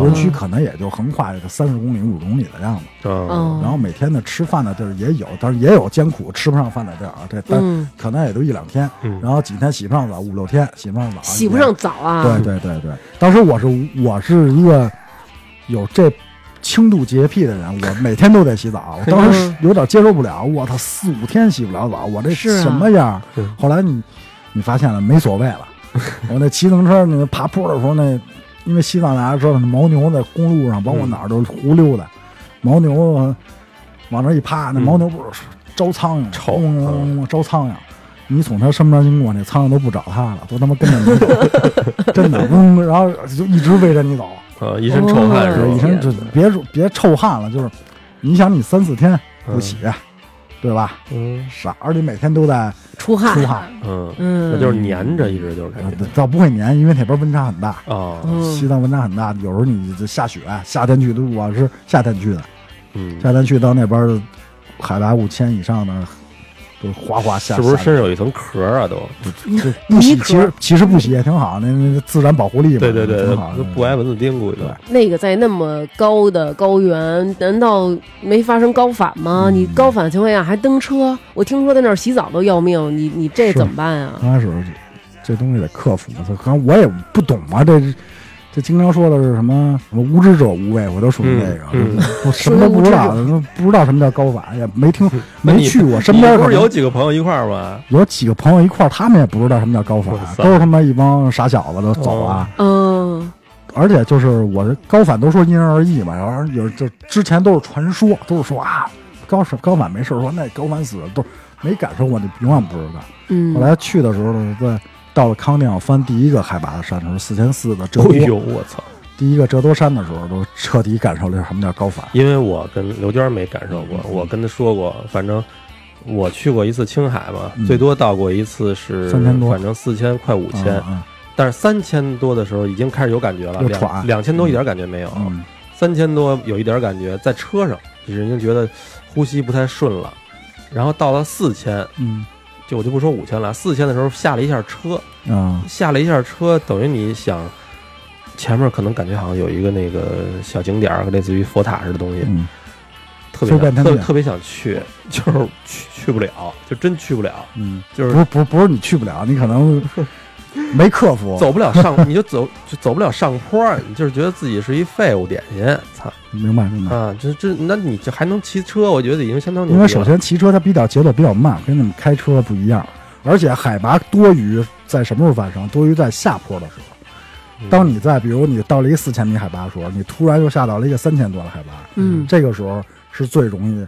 Speaker 2: 无人
Speaker 1: 哦
Speaker 2: 区可能也就横跨这个三十公里、五十公里的样子。
Speaker 7: 嗯，
Speaker 4: 啊
Speaker 1: 嗯，
Speaker 2: 然后每天的吃饭的地儿也有，但是也有艰苦吃不上饭的地儿啊，这但
Speaker 1: 嗯
Speaker 2: 可能也就一两天，
Speaker 7: 嗯
Speaker 2: 然后几天洗不上澡，五六天洗不上澡，
Speaker 1: 洗不上澡
Speaker 2: 也。
Speaker 1: 啊，
Speaker 2: 哎对对对对，当时我是我是一个有这。轻度洁癖的人，我每天都得洗澡，我当时有点接受不了。我操，四五天洗不了澡，我这
Speaker 1: 是啊
Speaker 2: 什么样儿？
Speaker 4: 对
Speaker 2: 后来你你发现了没所谓了。我那骑自行车那爬坡的时候，那因为西藏大家知道，那牦牛在公路上，包括哪儿都胡溜达，牦牛往那一趴，那牦牛不是招苍蝇，
Speaker 7: 臭
Speaker 2: 嗡嗡嗡嗡招苍蝇。你从它身边经过，那苍蝇都不找它了，都他妈跟着你走，真的，嗡，然后就一直围着你走。
Speaker 4: 啊
Speaker 7: 呃，一身臭
Speaker 4: 哎
Speaker 7: 汗是
Speaker 2: 哦对，一
Speaker 7: 吧？
Speaker 2: 身这别说别臭汗了，就是你想你三四天不洗，啊对吧？
Speaker 4: 嗯
Speaker 2: 傻，而且每天都在
Speaker 1: 出汗，
Speaker 2: 出汗，呃
Speaker 7: 嗯，
Speaker 1: 嗯，
Speaker 4: 那就是粘着，一直就是感觉
Speaker 2: 倒不会粘，因为那边温差很大，
Speaker 7: 啊，
Speaker 1: 嗯
Speaker 2: 西藏温差很大，有时候你这下雪，夏天去的，我是夏天去的，
Speaker 7: 嗯，
Speaker 2: 夏天去到那边儿海拔五千以上的，就哗哗下，
Speaker 7: 是不是
Speaker 2: 下
Speaker 7: 身上有一层壳啊？都，
Speaker 2: 就不洗
Speaker 1: 泥，壳
Speaker 2: 其实其实不洗也挺好，那那那自然保护力嘛，
Speaker 7: 对对对
Speaker 2: 挺好，
Speaker 7: 都
Speaker 2: 的，
Speaker 7: 不挨蚊子叮咕的。
Speaker 1: 那个在那么高的高原，难道没发生高反吗？
Speaker 2: 嗯
Speaker 1: 你高反的情况下还蹬车，我听说在那儿洗澡都要命，你你这
Speaker 2: 是
Speaker 1: 怎么办啊？
Speaker 2: 刚开始这东西得克服，这可能我也不懂嘛，这这经常说的是什么什么无知者无畏，我都属于这个，
Speaker 7: 嗯嗯
Speaker 2: 我什么都不知道，不知道什么叫高反，也没听
Speaker 7: 那
Speaker 2: 没
Speaker 7: 你
Speaker 2: 去过，身
Speaker 7: 你
Speaker 2: 边
Speaker 7: 不
Speaker 2: 可
Speaker 7: 是
Speaker 2: 能
Speaker 7: 有几个朋友一块儿吗？
Speaker 2: 有几个朋友一块儿，他们也不知道什么叫高反
Speaker 7: 哇，塞
Speaker 2: 都是他妈一帮傻小子都走啊。
Speaker 1: 嗯，
Speaker 2: 而且就是我这高反都说因人而异嘛，然后有就之前都是传说，都是说啊高反高反没事儿，说那高反死了都没感受过，你永远不知道。
Speaker 1: 嗯，
Speaker 2: 后来去的时候呢，在到了康定翻第一个海拔的山的时候，四千四的折多，
Speaker 7: 哎呦，我操！
Speaker 2: 第一个折多山的时候，都彻底感受了什么叫高反。
Speaker 4: 因为我跟刘娟没感受过，
Speaker 2: 嗯
Speaker 4: 我跟她说过，反正我去过一次青海嘛，
Speaker 2: 嗯
Speaker 4: 最多到过一次是
Speaker 2: 3000多
Speaker 4: 反正四千快五千，
Speaker 2: 啊
Speaker 4: 但是三千多的时候已经开始有感觉了，
Speaker 2: 有
Speaker 4: 两
Speaker 2: 喘
Speaker 4: 两千多一点感觉没有，
Speaker 2: 嗯，
Speaker 4: 三千多有一点感觉，在车上就是已经觉得呼吸不太顺了，然后到了四千，
Speaker 2: 嗯
Speaker 4: 就我就不说五千了，四千的时候下了一下车，
Speaker 2: 嗯啊，
Speaker 4: 下了一下车，等于你想。前面可能感觉好像有一个那个小景点儿，类似于佛塔似的东西，
Speaker 2: 嗯，
Speaker 4: 特别
Speaker 2: 飞
Speaker 4: 想
Speaker 2: 半天
Speaker 4: 特
Speaker 2: 去
Speaker 4: 特别想去， 就是去去不了，就真去不了，
Speaker 2: 嗯，
Speaker 4: 就
Speaker 2: 不
Speaker 4: 是
Speaker 2: 是不是不是你去不了，你可能没克服，
Speaker 4: 走不了上，你 就走就走不了上坡，你就是觉得自己是一废物点心，操
Speaker 2: 明白明白。
Speaker 4: 啊！这这，那你这还能骑车，我觉得已经相当
Speaker 2: 嗯
Speaker 4: 牛
Speaker 2: 因
Speaker 4: 逼
Speaker 2: 为
Speaker 4: 了。
Speaker 2: 首先骑车它比较节奏比较慢，跟你们开车不一样，而且海拔多余在什么时候发生？多余在下坡的时候。
Speaker 4: 嗯
Speaker 2: 当你在比如你到了一四千米海拔的时候，你突然又下到了一个三千多的海拔，
Speaker 1: 嗯
Speaker 2: 这个时候是最容易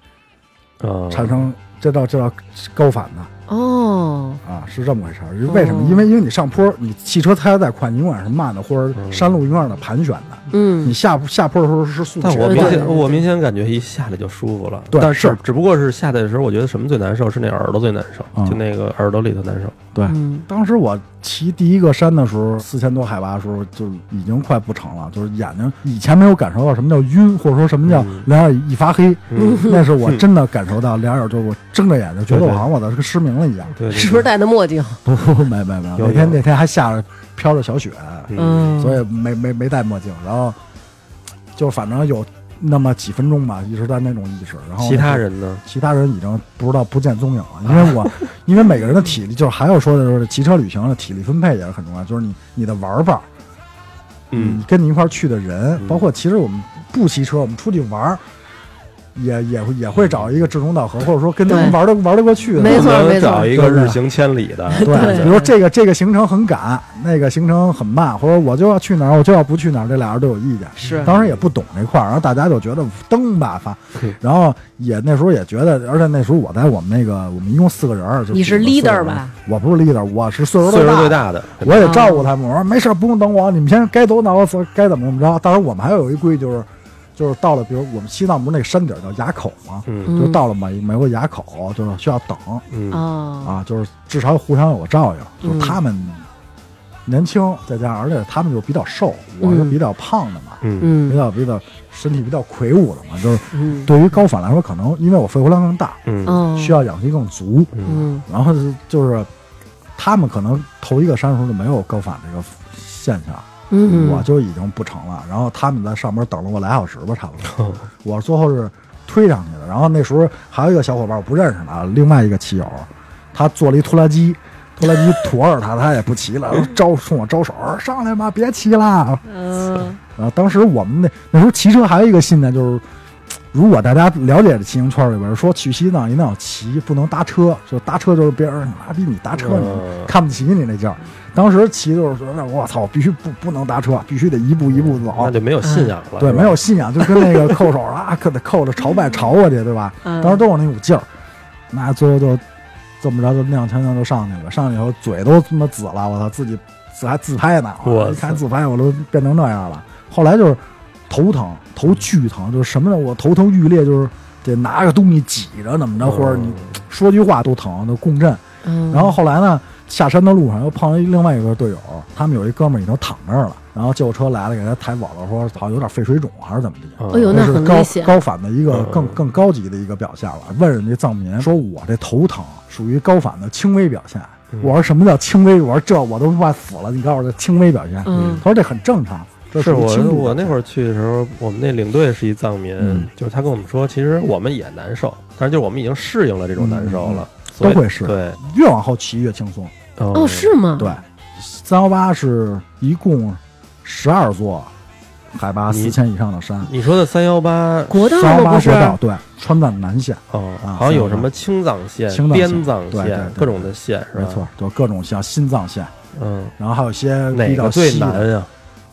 Speaker 4: 啊，
Speaker 2: 产生这道这道高反的
Speaker 1: 哦，
Speaker 2: 啊，是这么回事儿。为什么？因为因为你上坡，你汽车开得再快，你永远是慢的，或
Speaker 4: 嗯
Speaker 2: 者山路永远是盘旋的。
Speaker 1: 嗯
Speaker 2: 你下下坡的时候是速
Speaker 4: 但
Speaker 2: 前
Speaker 4: 我
Speaker 2: 的
Speaker 4: 明
Speaker 1: 对
Speaker 4: 显我明显感觉一下来就舒服了，
Speaker 2: 对
Speaker 4: 但是
Speaker 2: 是
Speaker 4: 只不过是下来的时候，我觉得什么最难受是那耳朵最难受，
Speaker 2: 嗯
Speaker 4: 就那个耳朵里头难受。
Speaker 2: 对，
Speaker 1: 嗯
Speaker 2: 当时我骑第一个山的时候，四千多海拔的时候，就已经快不成了，就是眼睛以前没有感受到什么叫晕，或者说什么叫两眼一发黑，那是我真的感受到两眼就是我睁着眼就觉得我好像我的失明了一样。
Speaker 4: 对，对
Speaker 1: 是不是？戴的墨镜？
Speaker 2: 不不不，没没没，
Speaker 4: 有
Speaker 2: 那天
Speaker 4: 有
Speaker 2: 那天还下着飘着小雪，
Speaker 4: 对嗯，
Speaker 1: 嗯，
Speaker 2: 所以没没没戴墨镜，然后就反正有那么几分钟吧，一直在那种意识，然后
Speaker 4: 其他。人呢？
Speaker 2: 其他人已经不知道不见踪影了，因为我，因为每个人的体力，就是还有说的就是骑车旅行的体力分配也是很重要，就是你你的玩伴儿，
Speaker 4: 嗯
Speaker 2: 你跟你一块儿去的人，
Speaker 4: 嗯
Speaker 2: 包括其实我们不骑车，我们出去玩儿，也也会也会找一个志同道合，或者说跟他们
Speaker 1: 对
Speaker 2: 玩的玩得过去的，
Speaker 1: 没错
Speaker 4: 不能
Speaker 1: 没错
Speaker 4: 找一个日行千里 的，
Speaker 2: 对，比如这个这个行程很赶，那个行程很慢，或者我就要去哪儿，我就要不去哪儿，这俩人都有意见。
Speaker 1: 是
Speaker 2: 当时也不懂这块儿，然后大家就觉得蹬吧，反然后也那时候也觉得，而且那时候我在我们那个我们一共四个人儿，就
Speaker 1: 你是
Speaker 2: 我岁数
Speaker 1: leader 吧？哦
Speaker 2: 我不是 leader，我是岁数
Speaker 4: 岁数最
Speaker 2: 大的。
Speaker 4: 大的，
Speaker 2: 我也照顾他们，我说没事儿，不用等我，你们先该走哪我走，该怎么怎么着。当然，我们还有一规矩，就是就是到了，比如我们西藏不是那个山顶儿叫垭口吗？
Speaker 4: 嗯
Speaker 2: 就到了美美国垭口，就是需要等。
Speaker 4: 嗯，
Speaker 1: 哦，
Speaker 2: 啊，就是至少互相有个照应。就
Speaker 1: 嗯
Speaker 2: 是他们年轻，再加上而且他们就比较瘦，我是
Speaker 1: 嗯
Speaker 2: 比较胖的嘛，比
Speaker 1: 嗯
Speaker 2: 较比较身体比较魁梧的嘛，就是
Speaker 1: 嗯
Speaker 2: 对于高反来说，可能因为我肺活量更大，
Speaker 4: 嗯
Speaker 1: 哦，
Speaker 2: 需要氧气更足，
Speaker 1: 嗯
Speaker 2: 然后就就是他们可能头一个山的时候就没有高反这个现象。
Speaker 1: 嗯，
Speaker 2: 我就已经不成了。然后他们在上边等了我俩小时吧，差不多。我最后是推上去的。然后那时候还有一个小伙伴我不认识呢，另外一个骑友，他坐了一拖拉机，拖拉机驮着他，他也不骑了，招冲我招手，上来吧，别骑啦。
Speaker 1: 嗯
Speaker 2: 然后当时我们那那时候骑车还有一个信念就是。如果大家了解骑行圈里边说去西藏一定要骑，不能搭车，就搭车就是别人妈逼你搭车你
Speaker 4: 嗯
Speaker 2: 看不起你那劲儿。当时骑就是说，那我操，必须不不能搭车，必须得一步一步走
Speaker 4: 那。就没有信仰了。
Speaker 2: 嗯对，
Speaker 4: 是吧
Speaker 2: 没有信仰，就跟那个扣手啊，可得扣着朝拜朝过去，对吧？
Speaker 1: 嗯
Speaker 2: 当时都有那股劲儿，那最后就这么着就踉跄跄就上去了，上去以后嘴都他妈紫了，我操，自己自还自拍呢，
Speaker 4: 我
Speaker 2: 一看自拍我都变成那样了。后来就是头疼，头巨疼，就是什么呢？我头疼欲裂，就是得拿个东西挤着，怎么着，或者你
Speaker 4: 哦
Speaker 2: 说句话都疼，就共振。
Speaker 1: 嗯，
Speaker 2: 然后后来呢，下山的路上又碰上另外一个队友，他们有一哥们儿已经躺那儿了，然后救护车来了，给他抬走了，说好像有点肺水肿啊还是怎么地。
Speaker 1: 哎呦，那
Speaker 2: 是
Speaker 1: 很
Speaker 2: 高
Speaker 1: 危险，
Speaker 2: 高反的一个
Speaker 4: 嗯
Speaker 2: 更更高级的一个表现了。问人家藏民说：“我这头疼属于高反的轻微表现。”
Speaker 4: 嗯
Speaker 2: 我说：“什么叫轻微？”我说：“这我都快死了，你告诉我这轻微表现。”
Speaker 1: 嗯
Speaker 2: 他说：“这很正常，这
Speaker 4: 是
Speaker 2: 属于
Speaker 4: 我
Speaker 2: 轻度
Speaker 4: 我那会
Speaker 2: 儿
Speaker 4: 儿去的时候，我们那领队是一藏民，
Speaker 2: 嗯
Speaker 4: 就是他跟我们说，其实我们也难受，但是就是我们已经适应了这种难受了，
Speaker 2: 嗯都
Speaker 4: 所以
Speaker 2: 会是
Speaker 4: 对嗯
Speaker 2: 越往后骑越轻松。
Speaker 1: 哦，是吗？
Speaker 2: 对，三幺八是一共十二座海拔
Speaker 4: 你
Speaker 2: 四千以上的山，
Speaker 4: 你说的三幺八
Speaker 1: 国道
Speaker 2: 三幺
Speaker 1: 吗？
Speaker 2: 八
Speaker 1: 不是
Speaker 2: 国，道对，川藏南线。
Speaker 4: 哦
Speaker 2: 啊，
Speaker 4: 好像有什么青藏线、
Speaker 2: 青藏线
Speaker 4: 滇藏
Speaker 2: 对对
Speaker 4: 线
Speaker 2: 对，
Speaker 4: 各种的线是吧？
Speaker 2: 没错，，就各种像新藏线，
Speaker 4: 嗯，
Speaker 2: 然后还有一些比
Speaker 4: 哪
Speaker 2: 较
Speaker 4: 个最
Speaker 2: 西的
Speaker 4: 难啊呀？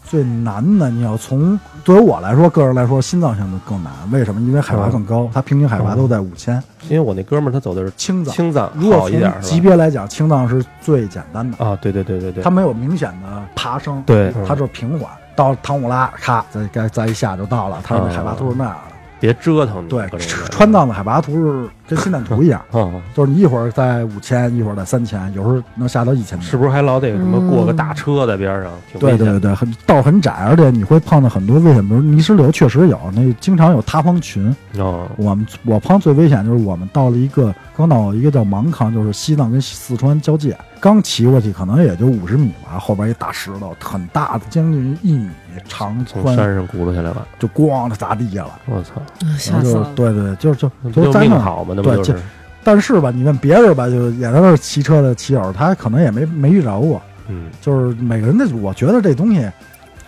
Speaker 2: 最难的，你要从对于我来说，个人来说，新藏线就更难。为什么？因为海
Speaker 4: 嗯
Speaker 2: 拔更高，它平均海拔都在五千。
Speaker 4: 因为我那哥们儿他走的是
Speaker 2: 青藏，
Speaker 4: 嗯青藏，
Speaker 2: 如
Speaker 4: 好
Speaker 2: 果
Speaker 4: 一点
Speaker 2: 从级
Speaker 4: 是吧？
Speaker 2: 别来讲，青藏是最简单的，
Speaker 4: 啊，对对对对对，
Speaker 2: 它没有明显的爬升，
Speaker 4: 对嗯
Speaker 2: 它就是平缓。到唐古拉，咔，再该再一下就到了，它的
Speaker 4: 哦
Speaker 2: 海拔图是那样的。
Speaker 4: 别折腾你，
Speaker 2: 对
Speaker 4: 各，种的
Speaker 2: 川藏的海拔图是跟心电图一样，
Speaker 4: 啊，
Speaker 2: 就是你一会儿在五千，一会儿在三千，有时候能下到一千米。
Speaker 4: 是不是还老得什么过个大车在边上？挺
Speaker 2: 对
Speaker 4: 危险
Speaker 2: 对
Speaker 4: 的
Speaker 2: 对对，很道很窄，而且你会碰到很多危险，比如泥石流确实有，那经常有塌方群。
Speaker 4: 哦，
Speaker 2: 我们我碰最危险就是我们到了一个刚到一个叫芒康，就是西藏跟四川交界，刚骑过去可能也就五十米吧，后边一大石头，很大的，将近一米长
Speaker 4: 从
Speaker 2: 宽，
Speaker 4: 山上轱辘下来了，
Speaker 2: 就咣的砸地下了。
Speaker 4: 我操，
Speaker 1: 嗯
Speaker 2: 然
Speaker 1: 吓
Speaker 2: 后
Speaker 1: 死
Speaker 2: 就
Speaker 1: 了，
Speaker 2: 对对对，就是就
Speaker 4: 那不
Speaker 2: 就
Speaker 4: 就
Speaker 2: 在
Speaker 4: 命
Speaker 2: 那儿，
Speaker 4: 好吗？那不
Speaker 2: 对
Speaker 4: 就是
Speaker 2: 但是吧，你问别人吧，就是也在那儿骑车的骑友，他可能也没没遇着过，
Speaker 4: 嗯
Speaker 2: 就是每个人的，我觉得这东西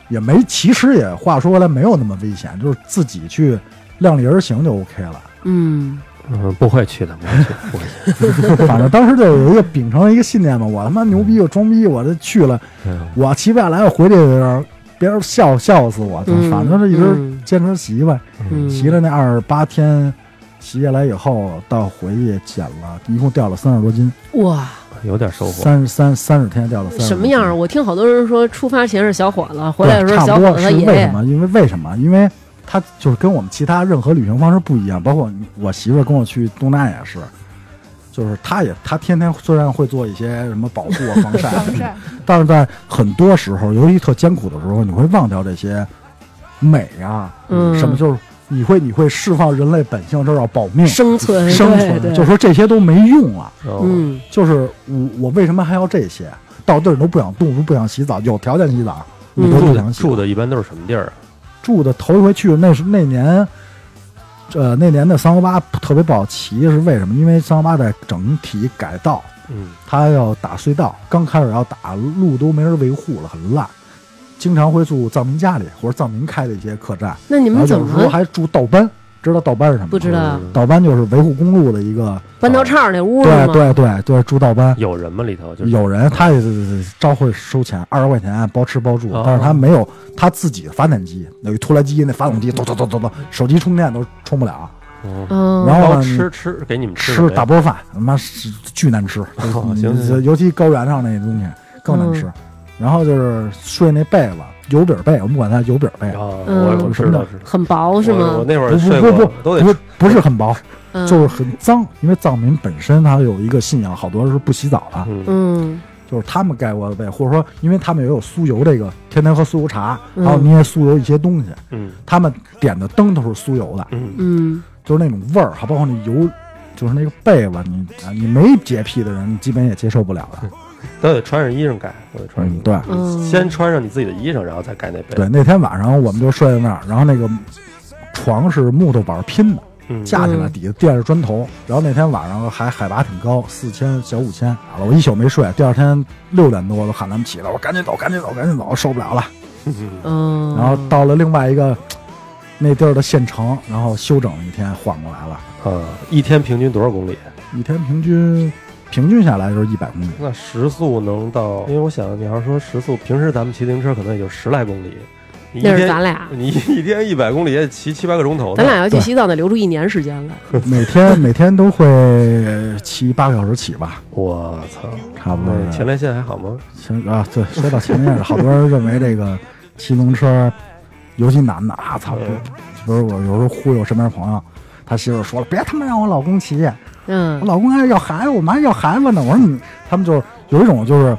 Speaker 2: 也没，其实也话说回来没有那么危险，就是自己去量力而行就 OK 了。
Speaker 1: 嗯
Speaker 4: 嗯，不会去的，不会去，不会去。
Speaker 2: 反正当时就有一个秉承一个信念嘛，我他妈牛逼，我装逼，我就去了，
Speaker 4: 嗯
Speaker 2: 我骑不下来，我回去的时候别人笑笑死我，就
Speaker 1: 嗯
Speaker 2: 反正是一直
Speaker 1: 嗯
Speaker 2: 坚持骑呗，
Speaker 1: 嗯，
Speaker 2: 骑了那二十八天。骑下来以后，到回去减了，一共掉了三十多斤，
Speaker 1: 哇，
Speaker 4: 有点
Speaker 1: 哦
Speaker 4: 收获。
Speaker 2: 三十三三十天掉了三十。
Speaker 1: 什么样儿？？我听好多人说，出发前是小伙子，回
Speaker 2: 对，
Speaker 1: 来的时候
Speaker 2: 差
Speaker 1: 小
Speaker 2: 不
Speaker 1: 伙
Speaker 2: 多
Speaker 1: 子
Speaker 2: 是
Speaker 1: 他爷
Speaker 2: 为什
Speaker 1: 爷。
Speaker 2: 么？因为为什么？因为它就是跟我们其他任何旅行方式不一样，包括你我媳妇儿跟我去东南亚也是，就是她也她天天虽然会做一些什么保护啊、防晒，
Speaker 3: 防晒，
Speaker 2: 但是在很多时候，尤其特艰苦的时候，你会忘掉这些美啊，
Speaker 1: 嗯
Speaker 2: 什么就是你会你会释放人类本性，这叫保命
Speaker 1: 生存，
Speaker 2: 生
Speaker 1: 对对
Speaker 2: 存，就说这些都没用了。
Speaker 4: 哦
Speaker 1: 嗯
Speaker 2: 就是我我为什么还要这些？到地儿都不想动，都不想洗澡，有条件洗澡，你
Speaker 1: 嗯
Speaker 2: 都
Speaker 4: 住
Speaker 2: 不
Speaker 4: 的
Speaker 2: 想洗
Speaker 4: 住的一般都是什么地儿啊？
Speaker 2: 住的头一回去，那是那年，呃，那年的三幺八特别不好骑，是为什么？因为三幺八在整体改道，
Speaker 4: 嗯
Speaker 2: 它要打隧道，刚开始要打，路都没人维护了，很烂。经常会住藏民家里或者藏民开的一些客栈，
Speaker 1: 那你
Speaker 2: 然
Speaker 1: 们
Speaker 2: 后
Speaker 1: 怎
Speaker 2: 有时候
Speaker 1: 么
Speaker 2: 还呃住道班，知道道班是什么吗？
Speaker 1: 不知
Speaker 4: 嗯
Speaker 1: 道？
Speaker 2: 道班就是维护公路的一个，
Speaker 1: 半道岔那屋是
Speaker 2: 对
Speaker 1: 吗？
Speaker 2: 对对，就是住道班。
Speaker 4: 有人吗？里头就是
Speaker 2: 有人他也是招会收钱，二十块钱包吃包住
Speaker 4: 哦，
Speaker 2: 但是他没有他自己的发电机，有一拖拉机，那发动机咚咚咚咚咚，手机充电都充不了。
Speaker 4: 哦
Speaker 1: 嗯，
Speaker 2: 然后
Speaker 4: 包
Speaker 2: 呢，
Speaker 4: 吃吃给你们
Speaker 2: 吃
Speaker 4: 什么呀
Speaker 2: 大波饭，他妈是巨难吃，
Speaker 4: 哦行行行
Speaker 2: 尤其高原上那东西更难吃。然后就是睡那被子，油饼被，我们管它油饼被，
Speaker 4: 哦，
Speaker 1: 嗯
Speaker 4: 我我知道知道。
Speaker 1: 很薄是
Speaker 4: 我我
Speaker 1: 吗？
Speaker 4: 那会
Speaker 2: 不
Speaker 4: 儿睡
Speaker 2: 不
Speaker 4: 过
Speaker 2: 不
Speaker 4: 都
Speaker 2: 不
Speaker 4: 得
Speaker 2: 不不是很薄，
Speaker 1: 嗯
Speaker 2: 就是很脏，因为藏民本身他有一个信仰，好多是不洗澡的。
Speaker 4: 嗯
Speaker 1: 嗯
Speaker 2: 就是他们盖过的被，或者说，因为他们也有酥油这个，天天喝酥油茶，
Speaker 1: 嗯
Speaker 2: 还有捏酥油一些东西，
Speaker 4: 嗯
Speaker 2: 他们点的灯都是酥油的，
Speaker 4: 嗯
Speaker 1: 嗯
Speaker 2: 就是那种味儿，还包括那油，就是那个被子，你啊你没洁癖的人，你基本也接受不了的。
Speaker 4: 都得穿上衣裳盖，都得穿
Speaker 2: 嗯
Speaker 4: 上衣，
Speaker 2: 对
Speaker 1: 嗯，
Speaker 4: 先穿上你自己的衣裳，然后再盖那被。
Speaker 2: 对，那天晚上我们就睡在那儿，然后那个床是木头板拼的，
Speaker 4: 嗯，
Speaker 2: 架起来
Speaker 1: 嗯
Speaker 2: 底下垫着砖头，然后那天晚上还海拔挺高，四千小五千，啊我一宿没睡，第二天六点多我都喊他们起来，我说赶紧走，赶紧走，赶紧走，受不了了。
Speaker 4: 嗯
Speaker 1: 嗯，
Speaker 2: 然后到了另外一个那地儿的县城，然后休整了一天，缓过来了。
Speaker 4: 啊，一天平均多少公里？
Speaker 2: 一天平均平均下来就是一百公里，
Speaker 4: 那时速能到？因为我想，你要是说时速，平时咱们骑自行车可能也就十来公里，你一
Speaker 1: 那是咱
Speaker 4: 天
Speaker 1: 俩，
Speaker 4: 你一 天一百公里也骑七八个钟头呢。
Speaker 1: 咱俩要去
Speaker 2: 对
Speaker 1: 洗澡得留住一年时间了。
Speaker 2: 每天每天都会骑八个小时起吧，
Speaker 4: 我操，
Speaker 2: 差不多
Speaker 4: 那前
Speaker 2: 是。
Speaker 4: 列腺还好吗？
Speaker 2: 前啊，对，说到前面了，好多人认为这个骑自行车，尤其男的啊，操，
Speaker 4: 嗯
Speaker 2: 不是我有时候忽悠身边朋友。他媳妇儿说了：“别他妈让我老公骑，我
Speaker 1: 嗯
Speaker 2: 老公还要孩子，我们还要孩子呢。”我说你，他们就是有一种就是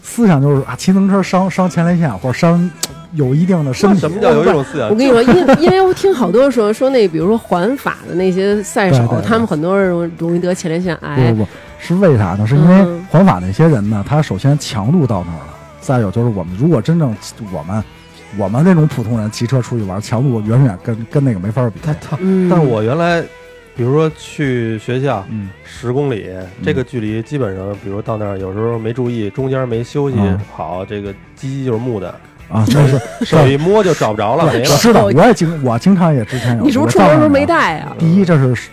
Speaker 2: 思想，就是啊，骑自行车伤伤前列腺或者伤有一定的身
Speaker 4: 那
Speaker 2: 体。
Speaker 4: 什么叫有一种思想？
Speaker 1: 我跟你说，因因为我听好多说说那，比如说环法的那些赛
Speaker 2: 对
Speaker 1: 手
Speaker 2: 对，对
Speaker 1: 他们很多人容容易得前列腺
Speaker 2: 不
Speaker 1: 癌
Speaker 2: 不。不，是为啥呢？是因为
Speaker 1: 嗯
Speaker 2: 环法那些人呢，他首先强度到那儿了，再有就是我们如果真正我们我们这种普通人骑车出去玩，强度远远跟跟那个没法比。
Speaker 4: 他他，
Speaker 1: 嗯，
Speaker 4: 但是我原来，比如说去学校
Speaker 2: 嗯，
Speaker 4: 十公里这个距离，基本上，比如到那儿有时候没注意，中间没休息
Speaker 2: 嗯
Speaker 4: 好，这个鸡就是木的，
Speaker 2: 啊，那是
Speaker 4: 手一摸就找不着了，没了
Speaker 2: 我。知道，我也经我经常也之前有。
Speaker 1: 你是不是出门时候没？带啊？
Speaker 2: 第一，这是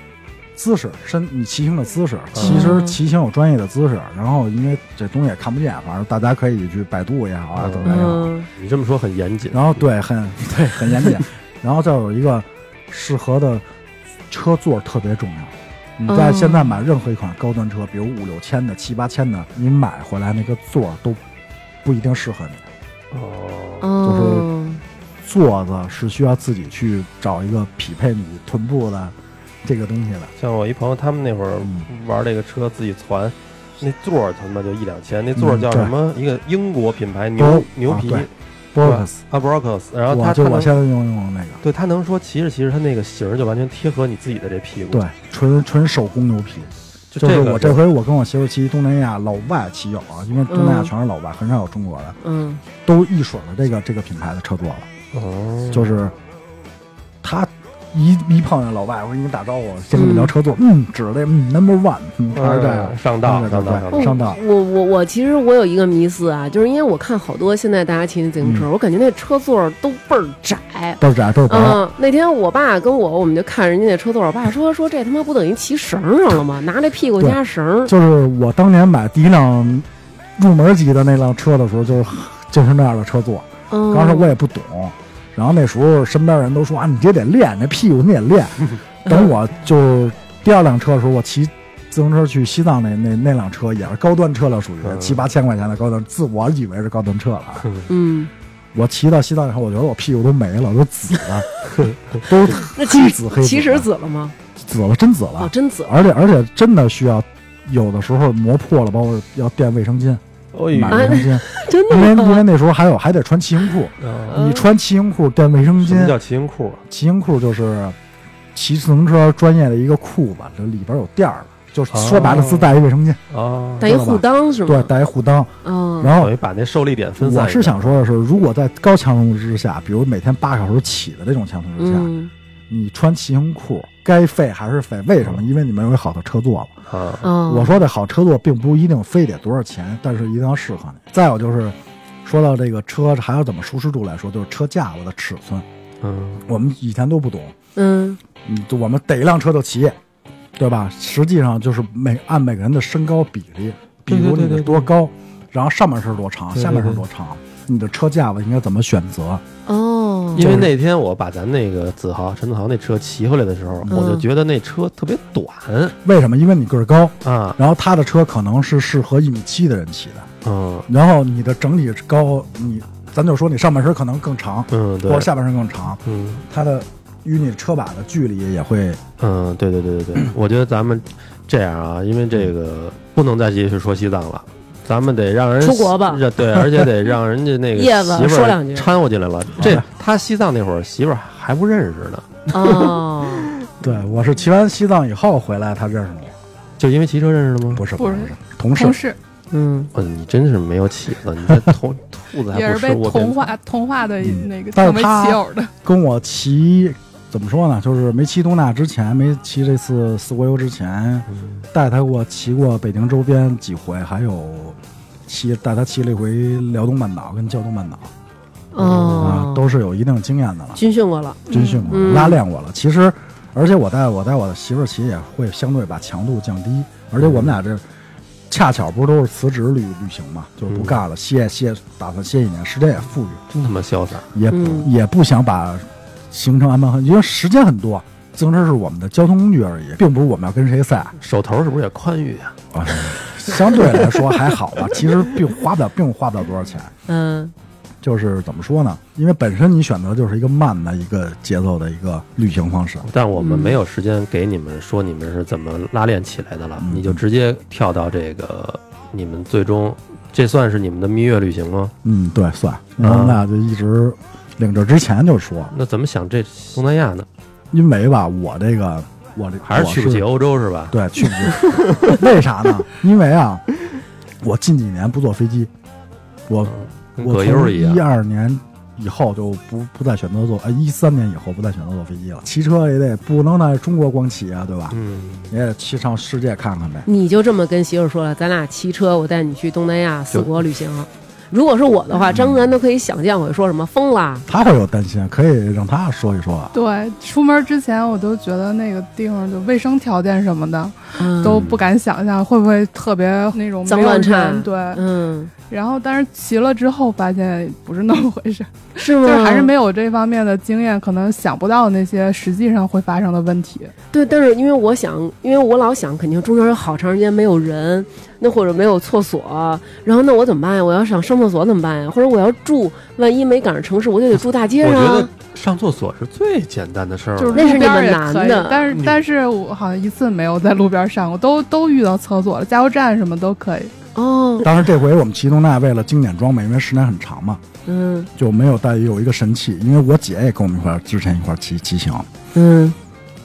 Speaker 2: 姿势，身你骑行的姿势。
Speaker 1: 嗯
Speaker 2: 其实骑行有专业的姿势，然后因为这东西也看不见，反正大家可以去百度也好啊，
Speaker 4: 嗯
Speaker 2: 怎么样也好。
Speaker 1: 嗯
Speaker 4: 你这么说很严谨。
Speaker 2: 然后对，很对，很严谨。然后再有一个适合的车座特别重要。你在
Speaker 1: 嗯
Speaker 2: 现在买任何一款高端车，比如五六千的、七八千的，你买回来那个座儿都不一定适合你。
Speaker 4: 哦，
Speaker 1: 哦，
Speaker 2: 座子是需要自己去找一个匹配你臀部的这个东西的。
Speaker 4: 像我一朋友，他们那会儿
Speaker 2: 嗯
Speaker 4: 玩这个车自己攒，那座儿他妈就一两千，那座儿
Speaker 2: 嗯
Speaker 4: 叫
Speaker 2: 对
Speaker 4: 什么？一个英国品牌牛
Speaker 2: 哦
Speaker 4: 牛
Speaker 2: 啊
Speaker 4: 皮
Speaker 2: 对 b
Speaker 4: 对
Speaker 2: o
Speaker 4: 吧
Speaker 2: x
Speaker 4: a b r o c o s 然后
Speaker 2: 我
Speaker 4: 他
Speaker 2: 就
Speaker 4: 他
Speaker 2: 我
Speaker 4: 能
Speaker 2: 现在用用那个，
Speaker 4: 对他能说骑着骑着，他那个型儿就完全贴合你自己的这屁股。
Speaker 2: 对，纯纯手工牛皮。
Speaker 4: 就
Speaker 2: 就
Speaker 4: 这
Speaker 2: 是
Speaker 4: 个
Speaker 2: 我这回我跟我媳妇儿骑东南亚老外骑友啊，因为东南亚
Speaker 1: 嗯
Speaker 2: 全是老外，很少有中国的。
Speaker 1: 嗯
Speaker 4: 嗯
Speaker 2: 都一水儿的这个这个品牌的车座了，
Speaker 4: 哦，
Speaker 2: 就是它一一碰见老外，我给你打招呼，先跟你聊车座，嗯，指着这嗯 number one，嗯，叉二代，
Speaker 4: 上道上道上道
Speaker 1: 哦
Speaker 2: 上道
Speaker 1: 我我我其实我有一个迷思啊，就是因为我看好多现在大家骑那自行车，
Speaker 2: 嗯
Speaker 1: 我感觉那车座都倍儿窄。
Speaker 2: 都是这样，都是白的。
Speaker 1: 嗯，那天我爸跟我，我们就看人家那车座，我爸说说这他妈不等于骑绳儿上了吗？拿那屁股压绳儿，
Speaker 2: 就是我当年买第一辆入门级的那辆车的时候，就是就是那样的车座。
Speaker 1: 嗯，
Speaker 2: 当时我也不懂，然后那时候身边人都说啊，你这得练，那屁股你得练。 等我就是第二辆车的时候，我骑自行车去西藏那那那辆车也是高端车了，属于
Speaker 4: 嗯
Speaker 2: 七八千块钱的高端，自我以为是高端车了啊。
Speaker 1: 嗯，
Speaker 2: 我骑到西藏以后，我觉得我屁股都没了，都紫了，都黑
Speaker 1: 那其
Speaker 2: 紫黑紫了，啊
Speaker 1: 其实紫了吗？
Speaker 2: 紫了，真紫了。
Speaker 1: 哦，真紫
Speaker 2: 而且而且真的需要，有的时候磨破了，包括要垫卫生巾，
Speaker 7: 哎呦
Speaker 2: 买卫生
Speaker 1: 真
Speaker 2: 巾，因为
Speaker 1: 的
Speaker 2: 因为
Speaker 1: 吗？
Speaker 2: 那时候还有还得穿骑行裤，
Speaker 7: 啊
Speaker 2: 你穿骑行裤垫卫生
Speaker 4: 什么
Speaker 2: 巾，
Speaker 4: 叫骑行裤啊？
Speaker 2: 骑行裤就是骑自行车专业的一个裤子，这里边有垫儿的，就是说白了
Speaker 4: 哦
Speaker 2: 自带一卫生巾，
Speaker 7: 啊，
Speaker 1: 带一护裆是吗？
Speaker 2: 对，，啊带一护裆。
Speaker 1: 嗯，
Speaker 2: 然
Speaker 4: 等
Speaker 2: 后
Speaker 4: 于把那受力点分散。
Speaker 2: 我是，想说的是，如果在高强度之下，比如每天八小时起的这种强度之下，
Speaker 1: 嗯
Speaker 2: 你穿骑行裤该废还是废？为
Speaker 1: 哦
Speaker 2: 什么？因为你没有好的车座了。
Speaker 4: 啊，
Speaker 1: 嗯，
Speaker 2: 我说的好车座并不一定非得多少钱，但是一定要适合你。再有就是，说到这个车还要怎么舒适度来说，就是车架子的尺寸，
Speaker 4: 嗯，
Speaker 2: 我们以前都不懂，
Speaker 1: 嗯
Speaker 2: 嗯，就我们逮一辆车就骑，对吧？实际上就是每按每个人的身高比例，比如你的多高，然后上半身多长，
Speaker 4: 对
Speaker 2: 下半身多长，你的车架子应该怎么选择？
Speaker 1: 哦，
Speaker 4: 因为那天我把咱那个子豪、陈子豪那车骑回来的时候，
Speaker 1: 嗯
Speaker 4: 我就觉得那车特别短
Speaker 2: 为什么？因为你个儿高，
Speaker 4: 啊，
Speaker 2: 然后他的车可能是适合一米七的人骑的，
Speaker 4: 嗯
Speaker 2: 然后你的整体高，你咱就说你上半身可能更长，
Speaker 4: 嗯，
Speaker 2: 或
Speaker 4: 对
Speaker 2: 者，下半身更长，
Speaker 4: 嗯
Speaker 2: 它的与你车把的距离也会
Speaker 4: 嗯，对对对对 对，我觉得咱们这样啊，因为这个不能再继续说西藏了。咱们得让人
Speaker 1: 出国 吧
Speaker 4: 让对，而且得让人家那 个
Speaker 1: 叶子
Speaker 4: 媳妇
Speaker 1: 说两句
Speaker 4: 儿掺和进来了。这他西藏那会儿媳妇儿还不认识呢，
Speaker 1: 哦，
Speaker 2: 对我是骑完西藏以后回来，他认识我，
Speaker 4: 就因为骑车认识的吗？
Speaker 2: 不是
Speaker 3: 不是
Speaker 2: 是同事
Speaker 3: 同，事
Speaker 1: 嗯，
Speaker 4: 嗯，你真是没有起子，你这兔 兔子还
Speaker 3: 也
Speaker 4: 不
Speaker 3: 是
Speaker 4: 吃
Speaker 3: 被
Speaker 4: 我给
Speaker 3: 同化同化的那个
Speaker 2: 但是
Speaker 3: 成为
Speaker 2: 他
Speaker 3: 骑友的，
Speaker 2: 跟我骑怎么说呢？就是没骑东大之前，没骑这次四国游之前，
Speaker 1: 嗯
Speaker 2: 带他给我骑过北京周边几回，还有骑带他骑了一回辽东半岛跟胶东半岛啊，，
Speaker 1: 哦
Speaker 2: 都是有一定经验的了。
Speaker 1: 军训过了，
Speaker 2: 军训过，
Speaker 1: 嗯
Speaker 2: 拉练过了。其实，而且我带我带我的媳妇儿骑也会相对把强度降低，而且我们俩这恰巧不是都是辞职旅旅行嘛，就是
Speaker 1: 嗯
Speaker 2: 不干了，歇歇，打算歇一年，时间也富裕，
Speaker 4: 真他妈潇洒，
Speaker 2: 也、
Speaker 1: 嗯
Speaker 2: 也不想把行程安排很，因为时间很多。自行车是我们的交通工具而已，并不是我们要跟谁 赛啊。
Speaker 4: 手头是不是也宽裕啊？
Speaker 2: 相对来说还好吧，其实并花不了，并花不了多少钱。
Speaker 1: 嗯
Speaker 2: 就是怎么说呢？因为本身你选择就是一个慢的一个节奏的一个旅行方式，
Speaker 4: 但我们没有时间给你们说你们是怎么拉练起来的了，
Speaker 2: 嗯
Speaker 4: 你就直接跳到这个你们最终，这算是你们的蜜月旅行吗？
Speaker 2: 嗯，对，算。然后我们俩就一直领着之前就说，
Speaker 4: 那怎么想这东南亚呢？
Speaker 2: 因为吧，我这个我这
Speaker 4: 还是去不起
Speaker 2: 我
Speaker 4: 欧洲是吧？
Speaker 2: 对，去不 起。为啥呢？因为啊，我近几年不坐飞机，我
Speaker 4: 跟
Speaker 2: 我
Speaker 4: 葛优
Speaker 2: 从
Speaker 4: 一
Speaker 2: 一
Speaker 7: 啊
Speaker 4: 样，
Speaker 2: 二年以后就不不再选择坐，呃，一三年以后不再选择坐飞机了。骑车也得不能在中国光骑啊，对吧？
Speaker 4: 嗯，
Speaker 2: 你也得骑上世界看看呗。
Speaker 1: 你就这么跟媳妇儿说了，咱俩骑车，我带你去东南亚四国旅行。如果是我的话，张然都可以想见我会说什么疯啦，
Speaker 2: 他会有担心，可以让他说一说啊。
Speaker 3: 对，出门之前我都觉得那个地方就卫生条件什么的
Speaker 1: 嗯
Speaker 3: 都不敢想象，会不会特别那种
Speaker 1: 脏
Speaker 3: 没有
Speaker 1: 乱差
Speaker 3: 人对，
Speaker 1: 嗯，
Speaker 3: 然后但是骑了之后发现不是那么回事，
Speaker 1: 是吗？
Speaker 3: 就是还是没有这方面的经验，可能想不到那些实际上会发生的问题。
Speaker 1: 对，但是因为我想，因为我老想，肯定中间有好长时间没有人，那或者没有厕所，然后那我怎么办呀？我要想上厕所怎么办呀？或者我要住，万一没赶上城市，我就得住大街
Speaker 4: 我
Speaker 1: 上
Speaker 4: 觉
Speaker 1: 啊
Speaker 4: 得。上厕所是最简单的事儿
Speaker 3: 就是
Speaker 4: 了。
Speaker 1: 那是
Speaker 3: 路边
Speaker 1: 你
Speaker 3: 儿
Speaker 1: 们
Speaker 3: 也
Speaker 1: 男
Speaker 3: 可以
Speaker 1: 的，
Speaker 3: 但是
Speaker 4: 你
Speaker 3: 但是我好像一次没有在路边儿上过，都都遇到厕所了，加油站什么都可以。
Speaker 1: 哦，
Speaker 2: 当时这回我们骑东大为了经典装备，因为时间很长嘛，
Speaker 1: 嗯
Speaker 2: 就没有带有一个神器，因为我姐也跟我们一块儿之前一块儿骑骑行，
Speaker 1: 嗯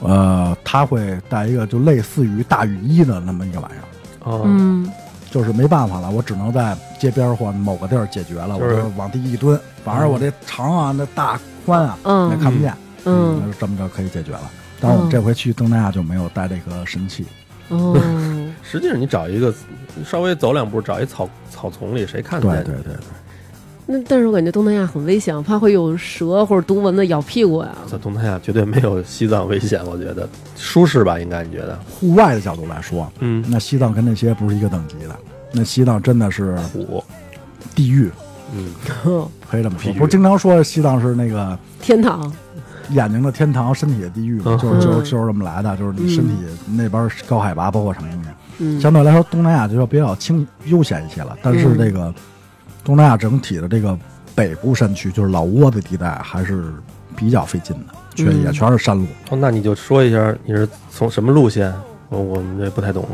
Speaker 2: 呃，她会带一个就类似于大雨衣的那么一个玩意儿，
Speaker 4: 哦，
Speaker 1: 嗯，
Speaker 2: 就是没办法了，我只能在街边儿或某个地儿解决了，
Speaker 4: 就是
Speaker 2: 我就往地一蹲，反正我这长啊，那大宽啊，
Speaker 1: 嗯
Speaker 2: 也看不见，
Speaker 1: 嗯
Speaker 2: 那就这么着可以解决了。但是我们这回去东南亚就没有带这个神器，
Speaker 1: 哦，
Speaker 7: 实际上你找一个稍微走两步，找一草草丛里，谁
Speaker 4: 嗯
Speaker 7: 看
Speaker 2: 对
Speaker 7: 见你？
Speaker 2: 对对对，
Speaker 1: 那但是我感觉东南亚很危险，我怕会有蛇或者毒蚊子咬屁股呀。
Speaker 7: 在东南亚绝对没有西藏危险，我觉得舒适吧？应该你觉得？
Speaker 2: 户外的角度来说，
Speaker 7: 嗯，
Speaker 2: 那西藏跟那些不是一个等级的，那西藏真的是
Speaker 7: 苦，
Speaker 2: 地狱，
Speaker 7: 嗯，
Speaker 2: 可以这么说。
Speaker 7: 地狱
Speaker 2: 不是经常说西藏是那个
Speaker 1: 天堂，
Speaker 2: 眼睛的天堂，身体的地狱嘛，
Speaker 7: 嗯
Speaker 2: 就是就是就
Speaker 1: 嗯
Speaker 2: 是这么来的，就是你身体那边高海拔，包括什么东西。
Speaker 1: 嗯
Speaker 2: 相对来说，东南亚就要比较轻悠闲一些了。但是这
Speaker 1: 嗯
Speaker 2: 个东南亚整体的这个北部山区，就是老挝的地带，还是比较费劲的，全
Speaker 1: 嗯
Speaker 2: 也全是山路。
Speaker 7: 哦，那你就说一下你是从什么路线？我我们这不太懂。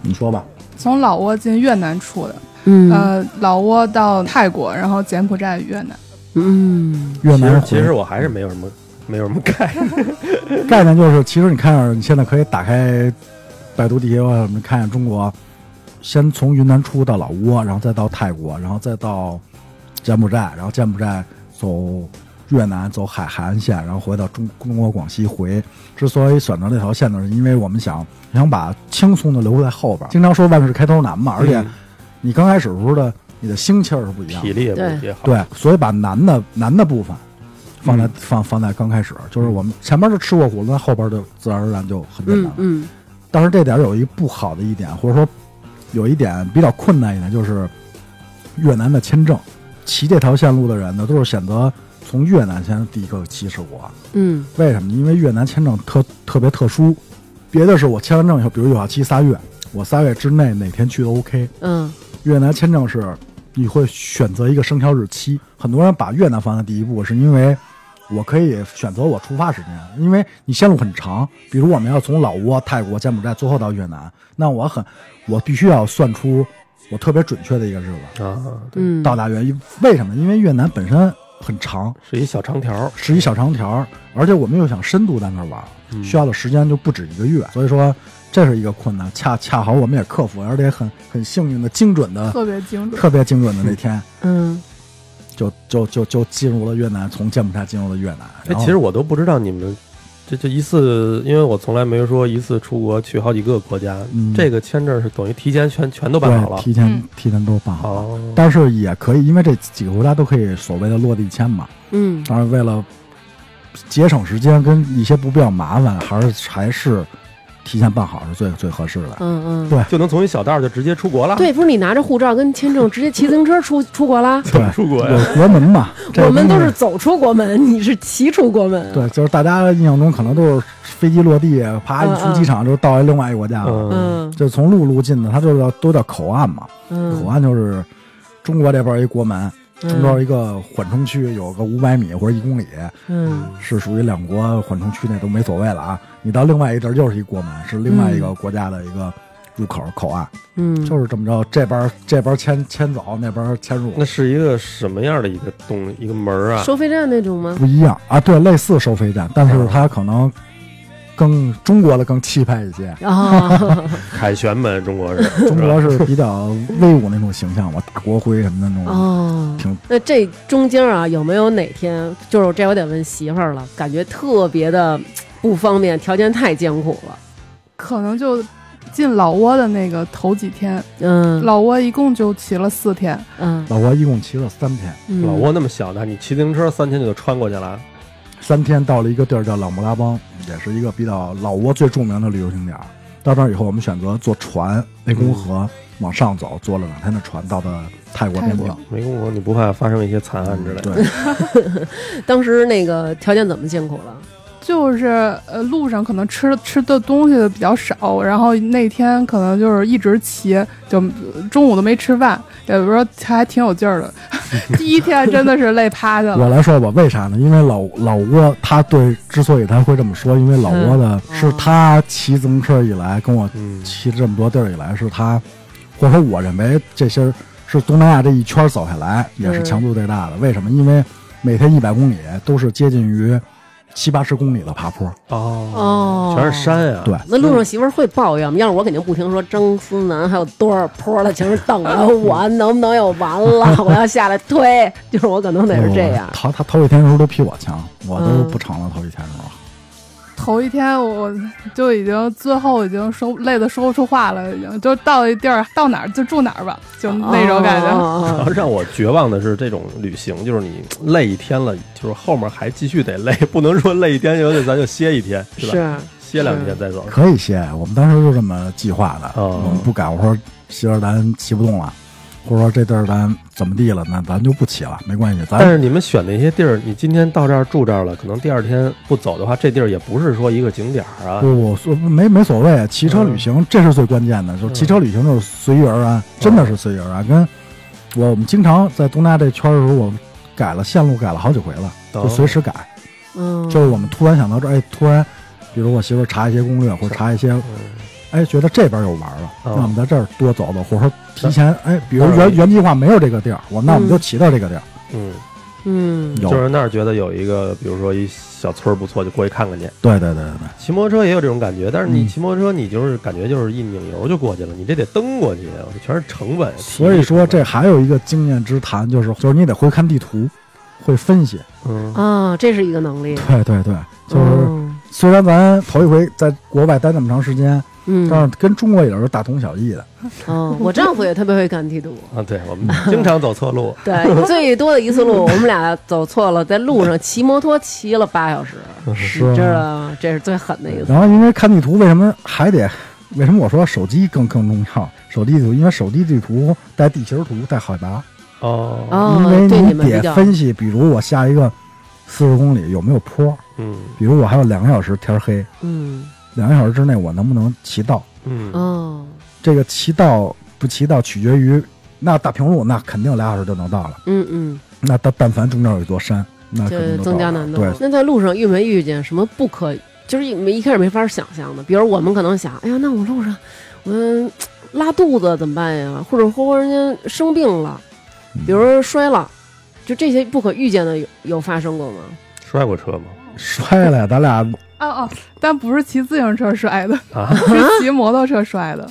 Speaker 2: 你说吧，
Speaker 3: 从老挝进越南出的，
Speaker 1: 嗯
Speaker 3: 呃，老挝到泰国，然后柬埔寨、越南。
Speaker 1: 嗯
Speaker 2: 越南
Speaker 7: 其实其
Speaker 2: 回
Speaker 7: 实我还是没有什么没有什么 概念。
Speaker 2: 概念就是，其实你看，你现在可以打开百度地图，我们看中国，先从云南出到老挝，然后再到泰国，然后再到柬埔寨，然后柬埔寨走越南，走海海岸线，然后回到中中国广西回。之所以选择这条线呢，是因为我们想想把轻松的留在后边儿。经常说万事开头难嘛，而且你刚开始的时候的你的心气儿是不一样的
Speaker 7: 体。力也
Speaker 1: 对
Speaker 7: 不也好，
Speaker 2: 对，所以把难的难的部分放
Speaker 1: 嗯
Speaker 2: 在、放放在刚开始，就是我们前面就吃过苦了，那后边就自然而然就很简单了。
Speaker 1: 嗯嗯
Speaker 2: 但是这点有一不好的一点，或者说有一点比较困难一点，就是越南的签证，骑这条线路的人呢，都是选择从越南先第一个起始国。
Speaker 1: 嗯
Speaker 2: 为什么呢？因为越南签证特特别特殊，别的是我签完证以后，比如有效期仨月，我仨月之内哪天去都 OK。
Speaker 1: 嗯
Speaker 2: 越南签证是你会选择一个生效日期。很多人把越南放在第一步，是因为我可以选择我出发时间，因为你线路很长，比如我们要从老挝、泰国、柬埔寨最后到越南，那我很我必须要算出我特别准确的一个日子
Speaker 7: 啊，
Speaker 1: 嗯，
Speaker 2: 到达原因。为什么？因为越南本身很长，
Speaker 7: 是一小长条儿。
Speaker 2: 是一小长条儿，而且我们又想深度在那儿玩儿，
Speaker 4: 嗯
Speaker 7: 嗯
Speaker 2: 需要的时间就不止一个月，所以说这是一个困难。恰恰好我们也克服，而且很很幸运的精准的
Speaker 3: 特别精准。
Speaker 2: 特别精准的那天，
Speaker 1: 嗯
Speaker 2: 就就就就进入了越南，从柬埔寨进入了越南。
Speaker 7: 哎，
Speaker 2: 然后
Speaker 7: 其实我都不知道你们这这一次，因为我从来没说一次出国去好几个国家，
Speaker 2: 嗯
Speaker 7: 这个签证是等于提前全全都办好
Speaker 2: 对
Speaker 7: 了。
Speaker 2: 提前
Speaker 3: 嗯
Speaker 2: 提前都办好了，
Speaker 7: 哦，
Speaker 2: 但是也可以，因为这几个国家都可以所谓的落地签嘛。
Speaker 1: 嗯
Speaker 2: 当然，为了节省时间跟一些不必要麻烦，还是还是提前办好是最最合适的。
Speaker 1: 嗯嗯，
Speaker 2: 对
Speaker 7: 就能从一小道儿就直接出国
Speaker 4: 啊
Speaker 7: 了。
Speaker 1: 对，不是你拿着护照跟签证直接骑自行车出出国啦？
Speaker 2: 对，
Speaker 7: 出国呀，
Speaker 2: 有国门 嘛，这个
Speaker 1: 我们
Speaker 2: 东
Speaker 1: 都
Speaker 2: 西
Speaker 1: 是走出国门， 你是骑出国门。，
Speaker 2: 对，就是大家印象中可能都是飞机落地，啪一出机场就到另外一个国家了，
Speaker 7: 嗯，
Speaker 1: 嗯
Speaker 2: 就是从陆路进的，它就是叫都叫口岸嘛。口
Speaker 1: 嗯，
Speaker 2: 岸就是中国这边一国门，中
Speaker 1: 嗯
Speaker 2: 间一个缓冲区，有个五百米或者一公里，
Speaker 1: 嗯
Speaker 2: 是属于两国缓冲区内都没所谓了啊。你到另外一地儿又是一国门，是另外一个国家的一个入口口岸，
Speaker 1: 嗯，
Speaker 2: 就是这么着，这边这边迁迁走，那边迁入
Speaker 1: 嗯
Speaker 7: 那，是一个什么样的一个东一个门儿啊？
Speaker 1: 收费站那种吗？
Speaker 2: 不一样啊。对，类似收费站，但是
Speaker 1: 嗯
Speaker 2: 它可能更中国的更气派一些。
Speaker 1: 啊，
Speaker 7: 凯旋门，中国是
Speaker 2: 中
Speaker 7: 是吧
Speaker 2: 国是比较威武那种形象嘛，大国徽什么的那种，
Speaker 1: 哦
Speaker 2: 挺，
Speaker 1: 那这中间啊，有没有哪天就是这我得问媳妇儿了，感觉特别的不方便，条件太艰苦了。
Speaker 3: 可能就进老挝的那个头几天，
Speaker 1: 嗯
Speaker 3: 老挝一共就骑了四天，
Speaker 1: 嗯
Speaker 2: 老挝一共骑了三天。
Speaker 1: 嗯，
Speaker 7: 老挝那么小呢，你骑自行车三天就穿过去了。
Speaker 2: 三天到了一个地儿叫老木拉邦，也是一个比较老挝最著名的旅游景点儿。到那儿以后，我们选择坐船湄公河往上走，坐了两天的船到的泰国边
Speaker 3: 泰
Speaker 2: 境
Speaker 3: 国。
Speaker 7: 湄公河，你不怕发生一些惨案之类的？
Speaker 2: 对，
Speaker 1: 当时那个条件怎么艰苦了？
Speaker 3: 就是呃路上可能吃吃的东西的比较少，然后那天可能就是一直骑，就呃中午都没吃饭，也不是说还挺有劲儿的。 第一天真的是累趴
Speaker 1: 嗯
Speaker 3: 下
Speaker 2: 我
Speaker 3: 了，
Speaker 2: 来说吧，为啥呢？因为老老挝他对，之所以他会这么说，因为老挝的
Speaker 1: 嗯
Speaker 2: 是他骑自行车以来，跟我
Speaker 7: 嗯，
Speaker 2: 骑这么多地儿以来，是他或者说我认为这些是东南亚这一圈儿
Speaker 1: 嗯
Speaker 2: 走下来也是强度最大的。为什么？因为每天一百公里都是接近于七八十公里的爬坡，
Speaker 7: 哦，
Speaker 1: 哦，
Speaker 7: 全是。山啊，
Speaker 2: 对，
Speaker 1: 那路上媳妇儿会抱怨吗？要是我肯定不停说张思南还有多少坡的，全是等着我，能不能有完 了？我要下来推，就是我可能得是这样
Speaker 2: 我。头他头一天的时候都比我强，我都
Speaker 1: 嗯
Speaker 2: 不成了头一天的时候。
Speaker 3: 头一天我就已经最后已经说累得说不出话了，已经就到一地儿到哪儿就住哪儿吧，就
Speaker 2: 嗯
Speaker 3: 那种感觉。
Speaker 1: 哦
Speaker 7: 然后让我绝望的是，这种旅行就是你累一天了，就是后面还继续得累， 不能说累一天就咱就歇一天，是吧？
Speaker 1: 是
Speaker 7: 歇两天再走。
Speaker 2: 可以歇，我们当时就这么计划的，
Speaker 7: 哦
Speaker 2: 我们不改。我说媳妇儿咱骑不动了，或者说这地儿咱怎么地了，那咱就不骑了，没关系，
Speaker 7: 但
Speaker 2: 咱
Speaker 7: 是你们选那些地儿，你今天到这儿住这儿了，可能第二天不走的话，这地儿也不是说一个景点儿啊。
Speaker 2: 不我说没没所谓，骑车旅行、这是最关键
Speaker 7: 嗯
Speaker 2: 的，就是骑车旅行就是随遇而安，真的是随遇而安。跟我我们经常在东大这圈儿的时候，我们改了线路，改了好几回了，
Speaker 7: 哦
Speaker 2: 就随时改。
Speaker 1: 嗯，
Speaker 2: 就是我们突然想到这儿，哎，突然，比如我媳妇儿查一些攻略或者查一些，哎，觉得这边有玩儿了，
Speaker 7: 哦
Speaker 2: 那我们在这儿多走走，或者说提前，哎，比如
Speaker 7: 当然
Speaker 2: 原原计划没有这个地儿，我那我们
Speaker 1: 嗯
Speaker 2: 就骑到这个地儿，
Speaker 7: 嗯，
Speaker 1: 嗯，
Speaker 2: 有，
Speaker 7: 就是那儿觉得有一个，比如说一小村儿不错，就过去看看去。
Speaker 2: 对对对对对，
Speaker 7: 骑摩托车也有这种感觉，但是你
Speaker 2: 嗯
Speaker 7: 骑摩托车，你就是感觉就是一拧油就过去了，你这得蹬过去，啊全是成本。
Speaker 2: 所以说这还有一个经验之谈，就是就是你得会看地图，会分析，
Speaker 7: 嗯，
Speaker 1: 啊，这是一个能力，
Speaker 2: 对对对，就是
Speaker 1: 嗯
Speaker 2: 虽然咱头一回在国外待那么长时间，
Speaker 1: 嗯，
Speaker 2: 但是跟中国也是大同小异的，
Speaker 1: 嗯，我丈夫也特别会看地 图。
Speaker 7: 啊，对我们经常走错路，
Speaker 1: 对，最多的一次路，我们俩走错了，在路上骑摩托骑了八小时，
Speaker 2: 是
Speaker 1: 你知
Speaker 2: 啊。
Speaker 1: 道吗？这是最狠的一次。
Speaker 2: 然后因为看地图，为什么还得？为什么我说手机更更重要？手机地图，因为手机地图带地形图带海拔，
Speaker 7: 哦，
Speaker 1: 哦
Speaker 2: 因为，
Speaker 1: 对你们比
Speaker 2: 得
Speaker 1: 较，
Speaker 2: 分析，比如我下一个四十公里有没有坡，
Speaker 7: 嗯
Speaker 2: 比如我还有两个小时天黑，
Speaker 1: 嗯，
Speaker 2: 两个小时之内我能不能骑到？
Speaker 7: 嗯，
Speaker 1: 哦，
Speaker 2: 这个骑到不骑到取决于那大平路，那肯定俩小时就能到了。
Speaker 1: 嗯嗯，
Speaker 2: 那但但凡中间有一座山，那肯
Speaker 1: 就
Speaker 2: 定就到
Speaker 1: 增加
Speaker 2: 了
Speaker 1: 难度
Speaker 2: 对，。
Speaker 1: 那在路上遇没遇见什么不可，就是一没一开始没法想象的？比如我们可能想，哎呀，那我路上我嗯拉肚子怎么办呀？或者或者人家生病了，
Speaker 2: 嗯
Speaker 1: 比如摔了，就这些不可预见的有有发生过吗？
Speaker 7: 摔过车吗？
Speaker 2: 摔了，咱俩
Speaker 3: 哦哦，但不是骑自行车摔 的，
Speaker 7: 啊，
Speaker 3: 是骑摩托车摔的，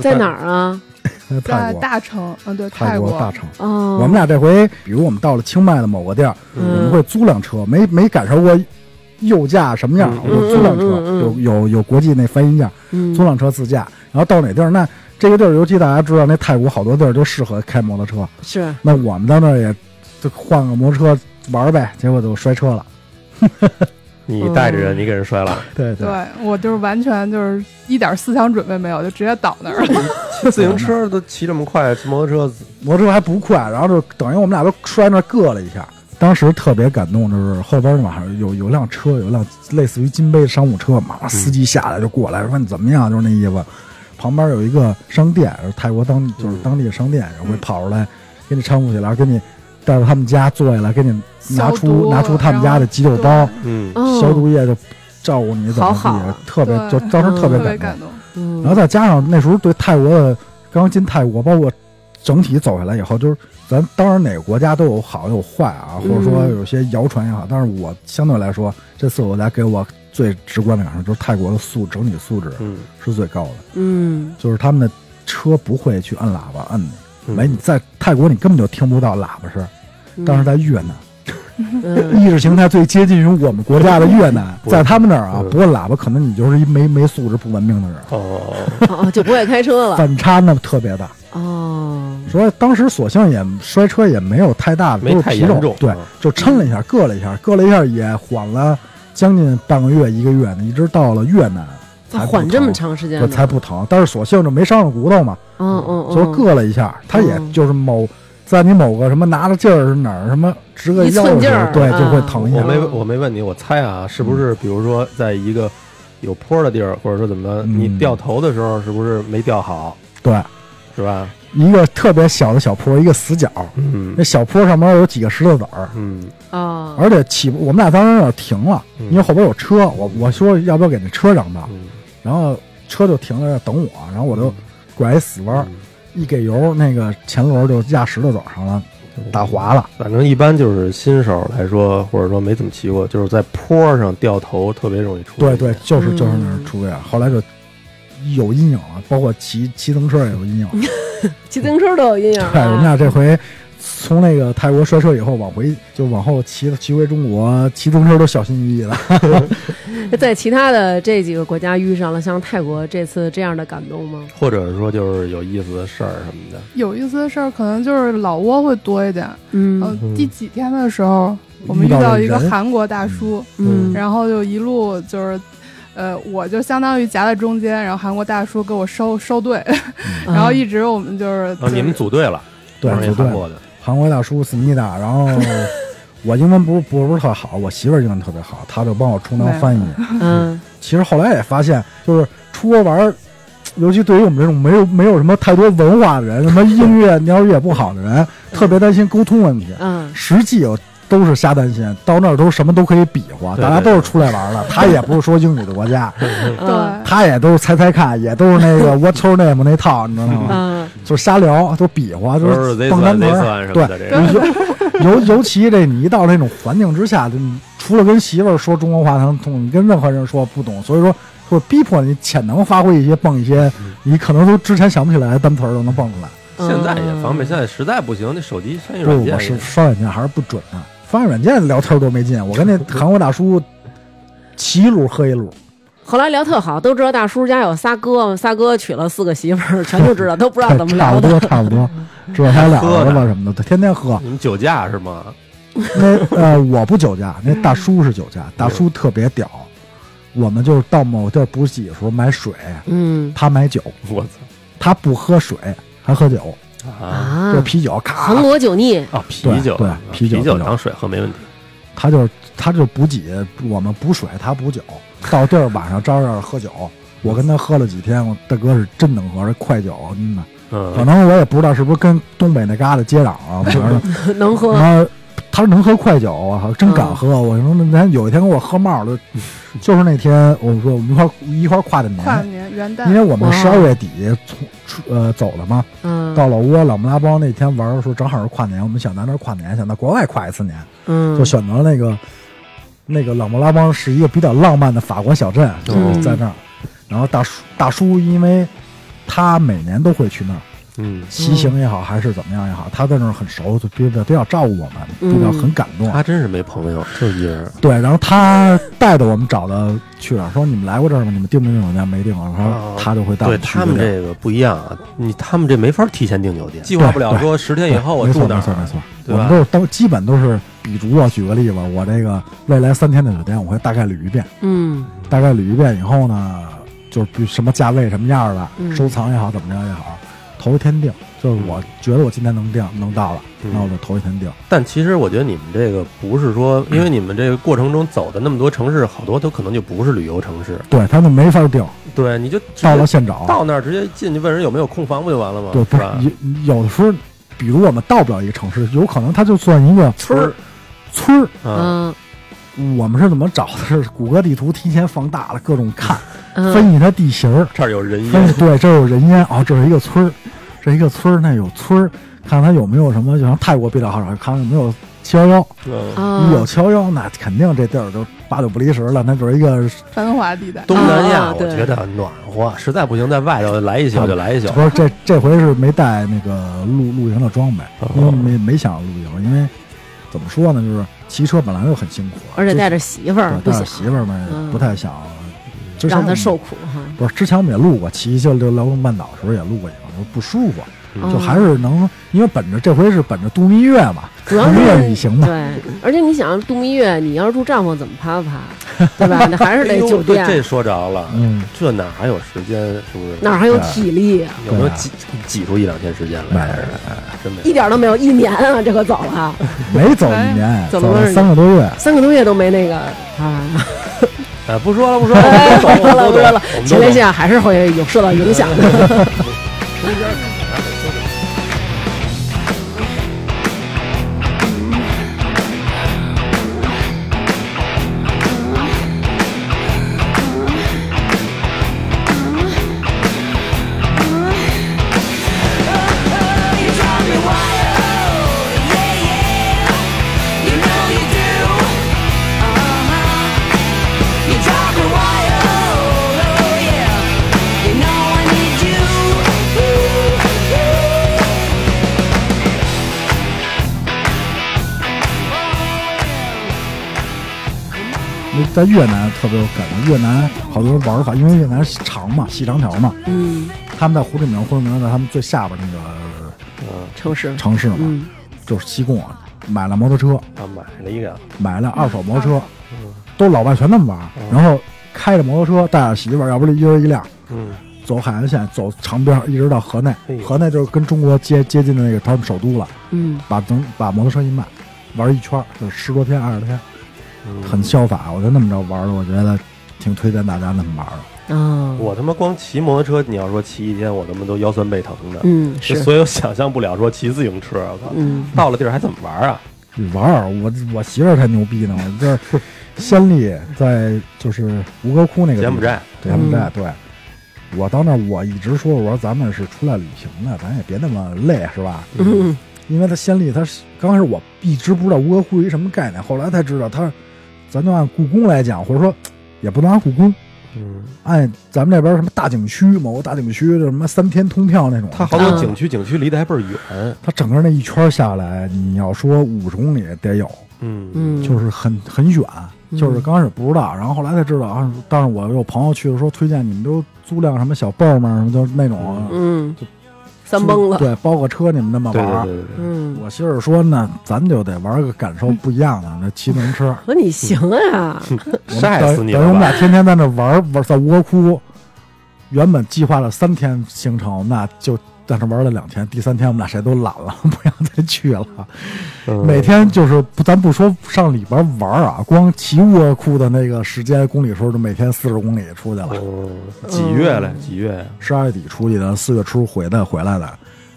Speaker 1: 在哪儿啊？
Speaker 2: 在呃泰
Speaker 3: 在
Speaker 2: 国，
Speaker 3: 大城，嗯，对，
Speaker 2: 泰
Speaker 3: 泰
Speaker 2: 国大城。
Speaker 1: 哦，
Speaker 2: 我们俩这回，比如我们到了清迈的某个地儿，
Speaker 1: 嗯
Speaker 2: 我们会租辆车，没没感受过右驾什么样，
Speaker 7: 嗯
Speaker 2: 我就租辆车，
Speaker 1: 嗯嗯嗯
Speaker 2: 有有有国际那翻译价，
Speaker 1: 嗯
Speaker 2: 租辆车自驾，然后到哪地儿？那这个地儿，尤其大家知道，那泰国好多地儿就适合开摩托车。
Speaker 1: 是
Speaker 2: 那我们到那儿也就换个摩托车玩儿呗，结果就摔车了。
Speaker 7: 你带着人，你给人摔了，
Speaker 2: 对
Speaker 3: 对我就是完全就是一点思想准备没有，就直接倒那儿了。
Speaker 7: 骑 自行车都骑这么快，骑摩托车
Speaker 2: 摩托车还不快，然后就等于我们俩都摔那儿硌了一下。当时特别感动，就是后边嘛有有辆车，有辆类似于金杯的商务车嘛，司机下来就过来问怎么样，就是那意思。旁边有一个商店，泰国当就是当地的商店，然后会跑出来给你搀扶起来，给你带到他们家坐下来，给你拿
Speaker 3: 消
Speaker 2: 出
Speaker 3: 毒
Speaker 2: 拿出他们家的急救
Speaker 3: 然
Speaker 2: 包
Speaker 3: 后，
Speaker 7: 嗯，
Speaker 1: 哦
Speaker 2: 消毒液就照顾你怎么地，
Speaker 1: 好好
Speaker 2: 特别
Speaker 3: 对
Speaker 2: 就当 时特别
Speaker 3: 特别
Speaker 2: 感动。
Speaker 3: 感动。
Speaker 1: 嗯
Speaker 2: 然后再加上那时候对泰国的刚进泰国，包括整体走下来以后，就是咱当然哪个国家都有好有坏啊，或者说
Speaker 1: 嗯
Speaker 2: 有些谣传也好，但是我相对来说，这四个国家给我最直观的感受就是泰国的素整体素质
Speaker 7: 嗯
Speaker 2: 是最高的，
Speaker 1: 嗯
Speaker 2: 就是他们的车不会去摁喇叭摁你，
Speaker 7: 嗯
Speaker 2: 没你在泰国你根本就听不到喇叭声，
Speaker 1: 嗯，
Speaker 2: 但是在越南。
Speaker 1: 嗯
Speaker 2: 意识形态最接近于我们国家的越南，
Speaker 7: 不
Speaker 2: 在他们那儿啊，
Speaker 7: 嗯
Speaker 2: 不摁喇叭，可能你就是一没没素质、不文明的人，
Speaker 7: 哦，
Speaker 1: 哦哦就不会开车了
Speaker 2: 反差那么特别大。
Speaker 1: 哦，
Speaker 2: 说当时索性也摔车也没有太大的，
Speaker 7: 没
Speaker 2: 都是
Speaker 7: 太
Speaker 2: 皮
Speaker 7: 严
Speaker 2: 肉
Speaker 7: 重，
Speaker 2: 对
Speaker 7: 嗯，
Speaker 2: 就抻了一下，硌了一下，硌了一下也缓了将近半个月一个月呢，一直到了越南才
Speaker 1: 他
Speaker 2: 不
Speaker 1: 缓这么
Speaker 2: 疼
Speaker 1: 长时间
Speaker 2: 这
Speaker 1: 呢，
Speaker 2: 才不疼，但是索性就没伤着骨头嘛，
Speaker 1: 嗯嗯嗯，
Speaker 2: 就是硌了一下，他也
Speaker 1: 嗯
Speaker 2: 就是某在你某个什么拿着劲儿是哪儿什么直个
Speaker 1: 一
Speaker 2: 腰
Speaker 1: 寸
Speaker 2: 的时
Speaker 1: 劲
Speaker 2: 候
Speaker 1: 儿，
Speaker 2: 对，
Speaker 1: 啊
Speaker 2: 就会疼一
Speaker 7: 我
Speaker 2: 下。
Speaker 7: 没我没问你，我猜啊，是不是比如说在一个有坡的地儿，或者说怎么着，
Speaker 2: 嗯
Speaker 7: 你掉头的时候是不是没掉好，
Speaker 2: 对，
Speaker 7: 是吧？
Speaker 2: 一个特别小的小坡，一个死角，
Speaker 7: 嗯
Speaker 2: 那小坡上面有几个石头子儿，
Speaker 7: 嗯
Speaker 1: 啊，
Speaker 2: 而且起步我们俩当时要停了，
Speaker 7: 嗯
Speaker 2: 因为后边有车，我我说要不要给那车让
Speaker 4: 啊
Speaker 2: 道，
Speaker 7: 嗯，
Speaker 2: 然后车就停在这等我，嗯然后我就拐一死弯儿，
Speaker 7: 嗯
Speaker 2: 一给油，那个前轮就压石头子儿上了，打滑了。
Speaker 4: 反正一般就是新手来说，或者说没怎么骑过，就是在坡上掉头特别容易出。
Speaker 2: 对对，，就是就是那
Speaker 1: 嗯
Speaker 2: 样出呀。后来就有阴影了，包括骑骑自行车也有阴影。
Speaker 1: 骑自行车都有阴影
Speaker 2: 对，我们
Speaker 1: 啊。
Speaker 2: 俩这回从那个泰国摔车以后，往回就往后骑骑回中国，骑自行车都小心翼翼 的。
Speaker 1: 在其他的这几个国家遇上了像泰国这次这样的感动吗？
Speaker 4: 或者是说就是有意思的事儿什么的。
Speaker 3: 有意思的事儿可能就是老挝会多一点。
Speaker 1: 嗯
Speaker 3: 呃，第几天的时候，我们遇到一个韩国大叔，
Speaker 2: 哦
Speaker 1: 嗯，
Speaker 3: 然后就一路就是。呃，我就相当于夹在中间，然后韩国大叔给我收收队，然后一直我们就是，
Speaker 4: 哦，你们组队了，
Speaker 2: 对
Speaker 4: 我是
Speaker 2: 组队
Speaker 4: 韩国的，
Speaker 2: 韩国大叔思密达，然后我英文不是不不是特好，我媳妇儿英文特别好，她就帮我充当翻译。
Speaker 1: 嗯
Speaker 2: 其实后来也发现，就是出国玩儿，尤其对于我们这种没有没有什么太多文化的人，什么音乐、鸟语也不好的人，特别担心沟通问题。
Speaker 1: 嗯
Speaker 2: 实际我都是瞎担心，到那儿都什么都可以比划，
Speaker 4: 对
Speaker 2: 大家都是出来玩儿的，他也不是说英语的国家，
Speaker 1: 嗯
Speaker 3: 对，
Speaker 2: 他也都是猜猜看，也都是那个 What's your name 那套，你知道吗？
Speaker 1: 嗯
Speaker 2: 就是瞎聊，都比划，就
Speaker 4: 都是
Speaker 2: 是
Speaker 4: this
Speaker 2: 蹦
Speaker 4: one
Speaker 2: 单词
Speaker 4: this
Speaker 2: 儿。
Speaker 4: one 什么的这种。
Speaker 2: 尤尤尤其这你一到那种环境之下，就你除了跟媳妇儿说中国话她能通，你跟任何人说不懂，所以说会逼迫你潜能发挥一些蹦一些
Speaker 1: 嗯
Speaker 2: 你可能都之前想不起来的单词儿都能蹦出来。
Speaker 4: 现在也方便，现在实在不行，那手机翻译软
Speaker 2: 不，
Speaker 4: 件
Speaker 2: 我
Speaker 4: 也
Speaker 2: 是刷软件还是不准啊，翻译软件聊天儿多没劲。我跟 那韩国大叔骑一路喝一路，
Speaker 1: 后来聊特好，都知道大叔家有仨哥，仨哥娶了四个媳妇儿，全就知道，都不知道怎么
Speaker 2: 差
Speaker 1: 聊
Speaker 2: 不
Speaker 1: 的。
Speaker 2: 多差不 多，这还俩
Speaker 4: 喝
Speaker 2: 儿
Speaker 4: 呢
Speaker 2: 子吧什么的，他天天喝。
Speaker 4: 你们酒驾是吗？
Speaker 2: 那呃，我不酒驾，那大叔是酒驾，大叔特别屌。我们就是到某地儿补给的时候买水，
Speaker 1: 嗯
Speaker 2: 他买酒，
Speaker 4: 我操
Speaker 2: 他不喝水，还喝酒，
Speaker 4: 啊！
Speaker 1: 啊
Speaker 2: 就，啤酒，咔
Speaker 1: 韩，国酒腻，
Speaker 4: 啊，啤酒，
Speaker 2: 对对
Speaker 4: 啊
Speaker 2: 啤酒
Speaker 4: 酒
Speaker 2: 啤酒
Speaker 4: 当水喝没问题。
Speaker 2: 他就是他就是补给，我们补水，他补酒。到地儿晚上照样喝酒，我跟他喝了几天，我大哥是真能喝，这快酒，真的。可
Speaker 4: 嗯，
Speaker 2: 能我也不知道是不是跟东北那旮瘩接壤啊，反正
Speaker 1: 能喝。
Speaker 2: 然后他说能喝快酒，我靠，真敢喝！我说那咱有一天给我喝冒了，就是那天我说我们一块儿一块儿跨的
Speaker 3: 跨
Speaker 2: 年，
Speaker 3: 年元
Speaker 2: 因为
Speaker 3: 旦，
Speaker 2: 我们
Speaker 1: 哇
Speaker 2: 十二月底从出呃走了嘛，
Speaker 1: 嗯
Speaker 2: 到老挝老木拉邦那天玩的时候正好是跨年，我们想在那儿跨年，想在国外跨一次年，
Speaker 1: 嗯，
Speaker 2: 就选择了那个那个老木拉邦是一个比较浪漫的法国小镇，
Speaker 1: 嗯
Speaker 2: 就是在那儿，然后大叔大叔因为他每年都会去那儿。
Speaker 4: 嗯，
Speaker 2: 骑行也好，还是怎么样也好，他在那儿很熟，就比较比较照顾我们，
Speaker 1: 嗯
Speaker 2: 比较很感动。
Speaker 4: 他真是没朋友，就一人。
Speaker 2: 对，然后他带着我们找的去了，说你们来过这儿吗？你们订不订酒店？没订，啊然
Speaker 4: 哦
Speaker 2: 后他就会带我
Speaker 4: 对
Speaker 2: 去
Speaker 4: 他们
Speaker 2: 这
Speaker 4: 这个不一样啊，你他们这没法提前订酒店，计
Speaker 2: 划不了
Speaker 4: 说十天
Speaker 2: 对没错没错没错，我们都是都基本都是，比如我举个例子，我这个未来三天的酒店，我会大概捋一遍，
Speaker 1: 嗯
Speaker 2: 大概捋一遍以后呢，就是比什么价位什么样儿
Speaker 1: 嗯
Speaker 2: 的，收藏也好，怎么样也好，头一天定，就是我觉得我今天能定能到了，
Speaker 4: 嗯
Speaker 2: 那我就头一天定。
Speaker 4: 但其实我觉得你们这个不是说，因为你们这个过程中走的那么多城市，好多都可能就不是旅游城市。
Speaker 2: 对他们没法定，
Speaker 4: 对，你就直接
Speaker 2: 到了现找，
Speaker 4: 到那儿直接进去问人有没有空房不就完了吗？
Speaker 2: 对，不
Speaker 4: 是
Speaker 2: 是
Speaker 4: 吧？
Speaker 2: 有有的时候，比如我们到不了一个城市，有可能它就算一个
Speaker 4: 村儿
Speaker 2: 村儿。
Speaker 4: 啊，
Speaker 1: 嗯
Speaker 2: 我们是怎么找的？是谷歌地图提前放大了，各种看，
Speaker 1: 嗯
Speaker 2: 分析它地形儿，
Speaker 4: 这儿有人
Speaker 2: 分
Speaker 4: 烟
Speaker 2: 析对这有人烟啊、哦，这是一个村儿，这一个村儿那有村儿，看它有没有什么，就像泰国比较好找，看看有没有七幺幺，
Speaker 4: 嗯
Speaker 1: 啊，
Speaker 2: 有七幺幺，那肯定这地儿就八九不离十了，那就是一个
Speaker 3: 繁华地带，
Speaker 4: 东南
Speaker 1: 啊
Speaker 4: 亚，我
Speaker 1: 对
Speaker 4: 觉得暖和，实在不行在外头来一
Speaker 2: 嗯
Speaker 4: 宿就来一宿。
Speaker 2: 不是这这回是没带那个露露营的装备，因为没没想露营，因为怎么说呢，就是骑车本来就很辛苦，
Speaker 1: 而且带
Speaker 2: 着
Speaker 1: 着媳妇儿
Speaker 2: 对
Speaker 1: 不
Speaker 2: 带着
Speaker 1: 行，
Speaker 2: 媳妇儿们
Speaker 1: 嗯
Speaker 2: 不太想，之前
Speaker 1: 让
Speaker 2: 我
Speaker 1: 她
Speaker 2: 们
Speaker 1: 受苦哈。
Speaker 2: 不是之前我们也录过，骑就就辽东半岛的时候也录过一个，就不舒服，
Speaker 1: 嗯
Speaker 2: 就还是能，因为本着这回是本着度蜜月嘛，
Speaker 1: 主要
Speaker 2: 蜜月
Speaker 1: 是
Speaker 2: 旅行嘛，
Speaker 1: 对，而且你想度蜜月，你要是住帐篷怎么爬爬爬，对吧？那还是
Speaker 4: 哎
Speaker 1: 得
Speaker 4: 呦
Speaker 1: 酒
Speaker 4: 对这
Speaker 1: 店，
Speaker 4: 说着了，
Speaker 2: 嗯，
Speaker 4: 这哪还有时间？是不是？
Speaker 1: 哪还有体力啊？
Speaker 4: 有没有
Speaker 2: 对啊
Speaker 4: 挤挤出一两天时间
Speaker 2: 没
Speaker 4: 来？还是真没有
Speaker 1: 一点都没有，一年啊，这可走了
Speaker 2: 没走一年，
Speaker 1: 怎
Speaker 2: 走
Speaker 1: 么回
Speaker 2: 了
Speaker 1: 事
Speaker 2: 三个多月，
Speaker 1: 三个多月都没那个啊。
Speaker 7: 呃
Speaker 4: 哎，不说 了，不说了，我们
Speaker 1: 不
Speaker 4: 都懂，
Speaker 1: 说了
Speaker 4: 我
Speaker 1: 不说
Speaker 4: 们都
Speaker 1: 了
Speaker 4: 懂，我，们
Speaker 1: 前
Speaker 4: 都
Speaker 1: 列
Speaker 4: 懂。
Speaker 1: 腺还是会有受到影响的。
Speaker 5: You drive me wild, yeah. Uh-huh. oh,
Speaker 2: 那在越南特别有感觉，越南好多玩法，因为越南长嘛，细长条嘛，
Speaker 1: 嗯，
Speaker 2: 他们在胡志明，胡志明在他们最下边那个呃
Speaker 1: 城市，
Speaker 2: 城市嘛，
Speaker 1: 嗯，
Speaker 2: 就是西贡啊，买了摩托车，
Speaker 7: 啊，买了一个，
Speaker 2: 买了二手摩托车，都老外全那么玩儿，然后开着摩托车带着媳妇儿，要不然一人一辆，
Speaker 7: 嗯，
Speaker 2: 走海岸线，走长边儿，一直到河内
Speaker 7: 哎，呦
Speaker 2: 河内就是跟中国接接近的那个他们首都了，
Speaker 1: 嗯，
Speaker 2: 把能把摩托车一卖，玩一圈儿，就十多天二十天，
Speaker 7: 嗯
Speaker 2: 很消法。我觉得那么着玩儿的，我觉得挺推荐大家那么玩儿的。
Speaker 1: 啊，
Speaker 7: 我他妈光骑摩托车，你要说骑一天，我他妈都腰酸背疼的，
Speaker 1: 嗯，
Speaker 7: 就是所以我想象不了说骑自行车，我操，
Speaker 1: 嗯
Speaker 7: 到了地儿还怎么玩啊？
Speaker 2: 你玩儿，我我媳妇儿才牛逼呢，我这 先例在就是吴哥窟那个地
Speaker 7: 柬
Speaker 2: 方
Speaker 7: 埔寨，
Speaker 2: 对柬埔寨，对。我到那儿，我一直说，我说咱们是出来旅行的，咱也别那么累，是吧？
Speaker 1: 嗯
Speaker 2: 因为他先例，他是刚开始我一直不知道吴哥窟是一什么概念，后来才知道他，咱就按故宫来讲，或者说也不能按故宫，
Speaker 7: 嗯，
Speaker 2: 按咱们这边什么大景区，某个大景区就什么三天通票那种，
Speaker 7: 它好
Speaker 1: 嗯
Speaker 7: 多景区，景区离得还倍儿远，
Speaker 2: 它整个那一圈下来，你要说五十公里得有，
Speaker 7: 嗯，
Speaker 1: 嗯，
Speaker 2: 就是很很远，就是刚开始不知道，然后后来才知道啊。但是我有朋友去的时候推荐你们都租辆什么小蹦蹦什么，就是那种
Speaker 1: 嗯，三崩了，
Speaker 2: 对，包个车你们那么
Speaker 7: 对
Speaker 2: 玩
Speaker 7: 对
Speaker 2: 儿。
Speaker 7: 对对对，
Speaker 1: 嗯，
Speaker 2: 我媳妇儿说呢，咱就得玩个感受不一样的，那骑自行车。
Speaker 1: 和你行啊，
Speaker 4: 嗯
Speaker 2: 我们
Speaker 7: 晒
Speaker 2: 等
Speaker 7: 死你
Speaker 2: 等于我
Speaker 7: 了
Speaker 2: 们
Speaker 7: 吧？
Speaker 2: 俩天天在那玩玩，在吴哥窟，原本计划了三天行程，那就在那玩了两天，第三天我们俩谁都懒了， 不想再去了。
Speaker 7: 嗯
Speaker 2: 每天就是不，咱不说上里边玩啊，光骑吴哥窟的那个时间公里数，就每天四十公里出去了，
Speaker 7: 嗯几月嘞？几月？啊
Speaker 2: 十二月底出去的，四月初回的回来的。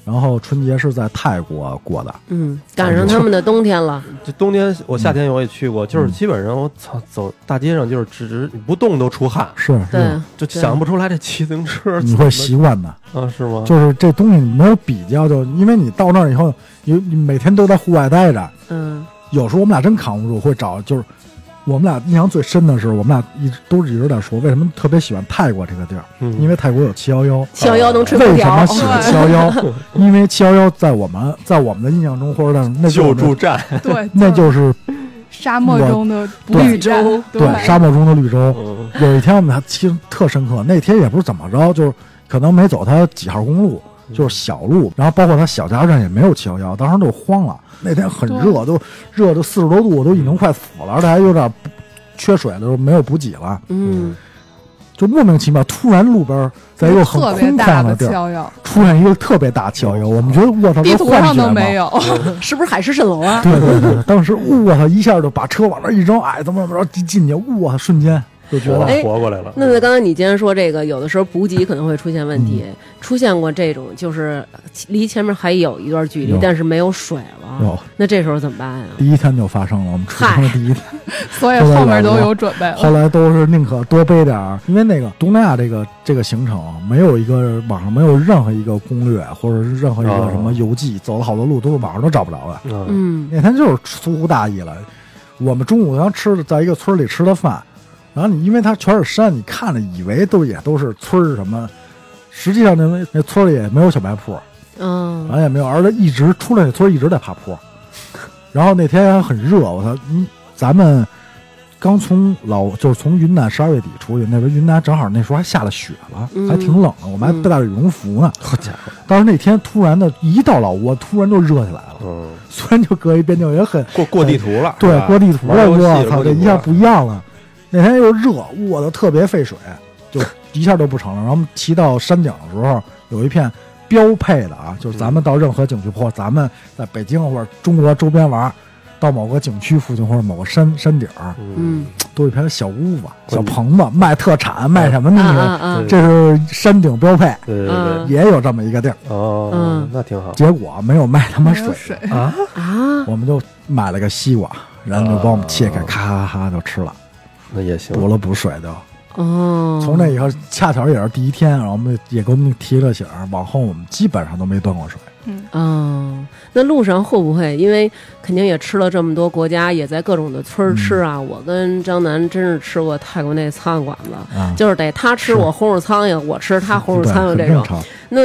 Speaker 2: 然后春节是在泰国过的，
Speaker 1: 嗯，赶上他们的冬天了，
Speaker 4: 嗯
Speaker 7: 这冬天我夏天我也去过，就是基本上我操走大街上就是直直不动都出汗，
Speaker 2: 是，
Speaker 1: 对
Speaker 4: 嗯
Speaker 2: 是，
Speaker 7: 就
Speaker 1: 对
Speaker 7: 想不出来这骑自行车
Speaker 2: 你会习惯的。
Speaker 7: 怎么啊是吗？
Speaker 2: 就是这东西你没有比较，就因为你到那儿以后，你你每天都在户外待着，
Speaker 1: 嗯
Speaker 2: 有时候我们俩真扛不住，会找就是我们俩印象最深的是，我们俩一直都是一直在说，为什么特别喜欢泰国这个地儿，
Speaker 7: 嗯
Speaker 2: 因为泰国有七幺幺。啊
Speaker 1: 七幺幺能吹空
Speaker 2: 为什
Speaker 1: 调
Speaker 2: 么，喜欢七幺 幺？因为七幺幺在我们在我们的印象中，或者在那就是
Speaker 7: 救
Speaker 2: 我们
Speaker 7: 助站，
Speaker 3: 对，
Speaker 2: 那就是
Speaker 3: 沙漠中的不
Speaker 2: 对
Speaker 3: 雨州，
Speaker 2: 对沙漠中的绿洲。
Speaker 7: 嗯
Speaker 2: 有一天我们还其实特深刻，那天也不是怎么着，就是可能没走它几号公路，就是小路，然后包括它小加油站也没有七幺幺，当时都慌了。那天很热，都热到四十多度，我都已经
Speaker 3: 嗯
Speaker 2: 快死了，而且还有点不缺水了，都没有补给了，
Speaker 1: 嗯
Speaker 2: 就莫名其妙，突然路边在一个很
Speaker 3: 特别
Speaker 2: 空
Speaker 3: 大
Speaker 2: 旷
Speaker 3: 的
Speaker 2: 地
Speaker 3: 七
Speaker 2: 儿
Speaker 3: 幺幺，
Speaker 2: 出现一个特别大七幺幺，我们觉得我操，
Speaker 3: 地
Speaker 2: 这
Speaker 3: 图
Speaker 2: 幻
Speaker 3: 上
Speaker 2: 觉
Speaker 3: 都
Speaker 2: 吗
Speaker 3: 没有。
Speaker 1: 哦是不是海市蜃楼啊？
Speaker 2: 对对对，当时我操一下就把车往那儿一扔，哎，怎么怎么着一进去，我操瞬间就觉
Speaker 7: 我
Speaker 2: 得
Speaker 1: 哎
Speaker 7: 活过来了。
Speaker 1: 那那刚才你既然说这个，有的时候补给可能会出现问
Speaker 2: 嗯
Speaker 1: 题，出现过这种就是离前面还有一段距离
Speaker 2: 有，
Speaker 1: 但是没有水了
Speaker 2: 有，
Speaker 1: 那这时候怎么办呀？啊
Speaker 2: 第一天就发生了，我们出生的第一天，
Speaker 3: 所以后面都有准备
Speaker 2: 后
Speaker 3: 了。
Speaker 2: 来都是宁可多背点儿，因为那个东南亚这个这个行程没有一个网上没有任何一个攻略或者是任何一个
Speaker 7: 哦
Speaker 2: 什么游记，走了好多路都是网上都找不着的。
Speaker 7: 嗯，
Speaker 1: 嗯
Speaker 2: 那天就是粗乎大意了，我们中午当时吃的在一个村里吃的饭，然后你因为它全是山，你看着以为都也都是村儿什么，实际上那那村里也没有小卖铺，
Speaker 1: 嗯
Speaker 2: 完也哎没有，而且一直出来那村儿一直在爬坡，然后那天还很热，我操，嗯咱们刚从老就是从云南十二月底出去，那边云南正好那时候还下了雪了，
Speaker 1: 嗯
Speaker 2: 还挺冷的，我们还
Speaker 1: 嗯
Speaker 2: 带着羽绒服呢。
Speaker 7: 好家伙，
Speaker 2: 当时那天突然的，一到老挝突然就热起来了，
Speaker 7: 嗯，
Speaker 2: 虽然就隔一边境也很
Speaker 7: 过过地图了，是
Speaker 2: 对
Speaker 7: 吧
Speaker 2: 过地图
Speaker 7: 玩
Speaker 2: 了，
Speaker 7: 游戏
Speaker 2: 我
Speaker 7: 过
Speaker 2: 操，
Speaker 7: 地图啊
Speaker 2: 这一下
Speaker 7: 了
Speaker 2: 不一样了。那天又热，我操，特别费 水，就一下就不成了。然后我们骑到山顶的时候，有一片标配的啊，就是咱们到任何景
Speaker 7: 嗯
Speaker 2: 区，或者咱们在北京或者中国周边玩，到某个景区附近或者某个山山顶儿，
Speaker 1: 嗯
Speaker 2: 都有一片小屋子、小棚子，卖特
Speaker 7: 嗯
Speaker 2: 产，卖什么
Speaker 1: 啊
Speaker 2: 东
Speaker 1: 啊
Speaker 2: 西，
Speaker 1: 啊！
Speaker 2: 这是山顶标配，
Speaker 7: 对对嗯对，
Speaker 1: 嗯
Speaker 2: 也有这么一个地儿。
Speaker 7: 哦
Speaker 1: 嗯，
Speaker 7: 那挺好。
Speaker 2: 结果没有卖他妈
Speaker 3: 没有
Speaker 2: 水，
Speaker 3: 水，
Speaker 1: 啊，
Speaker 2: 我们就买了个西瓜，然
Speaker 7: 啊
Speaker 2: 后就帮我们切开，咔咔咔就吃了。
Speaker 7: 那也行，
Speaker 2: 补了补水的。
Speaker 1: 哦，
Speaker 2: 从那以后，恰巧也是第一天，然后我们也给我们提了醒儿，往后我们基本上都没断过水。
Speaker 1: 哦，那路上会不会因为肯定也吃了这么多国家，也在各种的村儿
Speaker 2: 嗯
Speaker 1: 吃啊？我跟张楠真是吃过泰国那苍蝇馆子，
Speaker 2: 啊
Speaker 1: 就是得他吃我轰着苍蝇，我吃他轰
Speaker 2: 对，
Speaker 1: 着苍
Speaker 2: 很
Speaker 1: 蝇这
Speaker 2: 正
Speaker 1: 种。
Speaker 2: 常。
Speaker 1: 那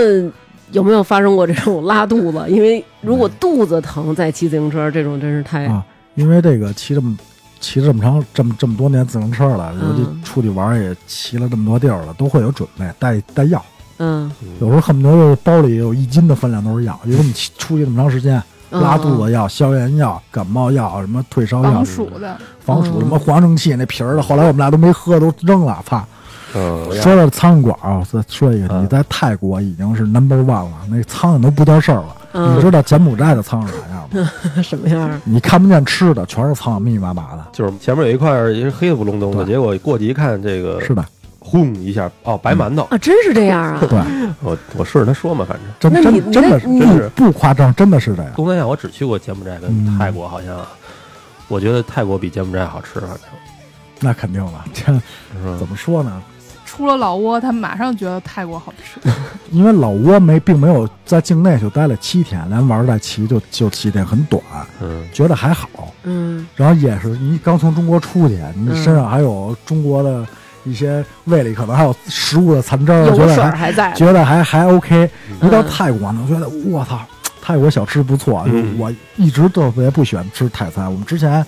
Speaker 1: 有没有发生过这种拉肚子？因为如果肚子疼再骑自行车，这种真是太……
Speaker 2: 啊因为这个骑这么骑这么长这么这么多年自行车了，尤其
Speaker 1: 嗯
Speaker 2: 出去玩儿也骑了这么多地儿了，都会有准备，带带药，
Speaker 1: 嗯，
Speaker 2: 有时候恨不得就是包里有一斤的分量都是药，因为我们骑出去这么长时间，
Speaker 1: 嗯
Speaker 2: 拉肚子药、消炎药、感冒药、什么退烧药、
Speaker 3: 防暑哦的，
Speaker 2: 防
Speaker 1: 嗯
Speaker 2: 暑什么黄正气那瓶儿的，后来我们俩都没喝，都扔了。操！
Speaker 4: 嗯，
Speaker 2: 说到苍蝇馆儿啊，我再说一个，
Speaker 4: 嗯
Speaker 2: 你在泰国已经是 number one 了，那苍蝇都不叫事儿了。
Speaker 1: 嗯
Speaker 2: 你知道柬埔寨的苍蝇啥样吗？
Speaker 1: 什么样儿？
Speaker 2: 你看不见吃的，全是苍蝇，密密麻麻的。
Speaker 4: 就是前面有一块儿也是黑的不隆咚的，
Speaker 2: 对
Speaker 4: 结果过去一看，这个
Speaker 1: 嗯
Speaker 2: 是的，
Speaker 4: 轰一下，哦，白馒头，
Speaker 1: 啊，真是这样 啊！
Speaker 2: 对，
Speaker 4: 我我顺着他说嘛，反正
Speaker 2: 真
Speaker 1: 那你
Speaker 2: 真真的
Speaker 1: 你
Speaker 4: 那
Speaker 2: 是不不夸张，真的是这样。
Speaker 4: 东南亚我只去过柬埔寨跟
Speaker 2: 嗯
Speaker 4: 泰国，好像我觉得泰国比柬埔寨好吃，反
Speaker 2: 那肯定了， 这
Speaker 1: 嗯
Speaker 4: 正是吧
Speaker 2: 怎么说呢？
Speaker 3: 出了老挝，他马上觉得泰国好 吃。
Speaker 2: 因为老挝没并没有在境内就待了七天，连玩儿带骑就就七天，很短，
Speaker 4: 嗯，
Speaker 2: 觉得还好。
Speaker 1: 嗯
Speaker 2: 然后也是你刚从中国出去，你
Speaker 1: 嗯
Speaker 2: 身上还有中国的一些胃里可能还有食物的残渣儿，
Speaker 1: 油
Speaker 2: 觉
Speaker 1: 水
Speaker 2: 得还
Speaker 1: 儿还在，
Speaker 2: 觉得还还 OK。一
Speaker 4: 嗯
Speaker 2: 到泰国呢，我觉得我操，泰国小吃不错。
Speaker 4: 嗯
Speaker 2: 我一直特别不喜欢吃泰餐。我们之前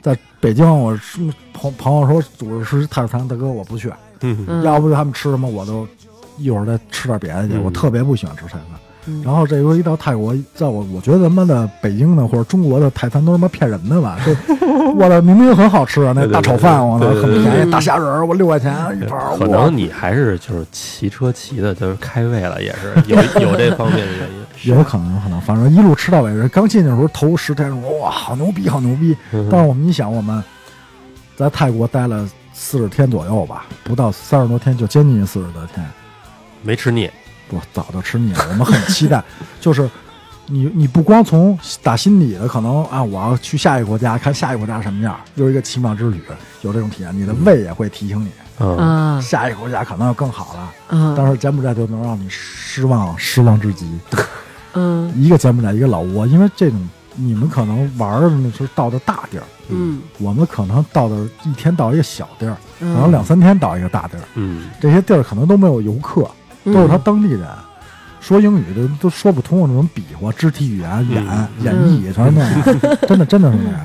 Speaker 2: 在北京，我是朋朋友说组织吃泰餐，大哥我不去，
Speaker 4: 嗯
Speaker 1: 嗯
Speaker 2: 要不就他们吃什么我都一会儿再吃点别的去。
Speaker 4: 嗯
Speaker 2: 我特别不喜欢吃泰餐。
Speaker 1: 嗯
Speaker 2: 然后这回一到泰国，在我我觉得他妈的北京的或者中国的泰餐都他妈骗人的吧？ 这我的明明很好吃啊，那
Speaker 4: 对对
Speaker 2: 大炒饭我操
Speaker 4: 对对
Speaker 2: 很
Speaker 4: 对
Speaker 2: 便
Speaker 1: 嗯
Speaker 2: 宜，大虾仁儿我六块钱一盘儿，
Speaker 4: 可
Speaker 2: 我
Speaker 4: 能你还是就是骑车骑的，就是开胃了，也是有有这方面的原因。
Speaker 2: 有可能有可能，反正一路吃到尾。人刚进去的时候头十天说哇好牛逼好牛逼，但是我们一想我们在泰国待了四十天左右吧，不到三十多天就接近四十多天，
Speaker 4: 没吃腻，
Speaker 2: 我早就吃腻了，我们很期待， 就是你你不光从打心底的可能啊，我要去下一个国家看下一个国家什么样，又是一个骑马之旅，有这种体验，你的胃也会提醒你，
Speaker 4: 嗯，
Speaker 1: 啊
Speaker 2: 下一个国家可能要更好了。
Speaker 1: 啊
Speaker 2: 但是柬埔寨就能让你失望失望至极，
Speaker 1: 嗯
Speaker 2: 一个柬埔寨一个老挝，因为这种你们可能玩的那是到的大地儿，
Speaker 1: 嗯
Speaker 2: 我们可能到的一天到一个小地儿，可能
Speaker 1: 嗯，
Speaker 2: 两三天到一个大地儿，
Speaker 4: 嗯，
Speaker 2: 这些地儿可能都没有游客，
Speaker 1: 嗯
Speaker 2: 都是他当地人，说英语的都说不通，那种比划、肢体语言、演、演绎全是那样，真的真的是那样。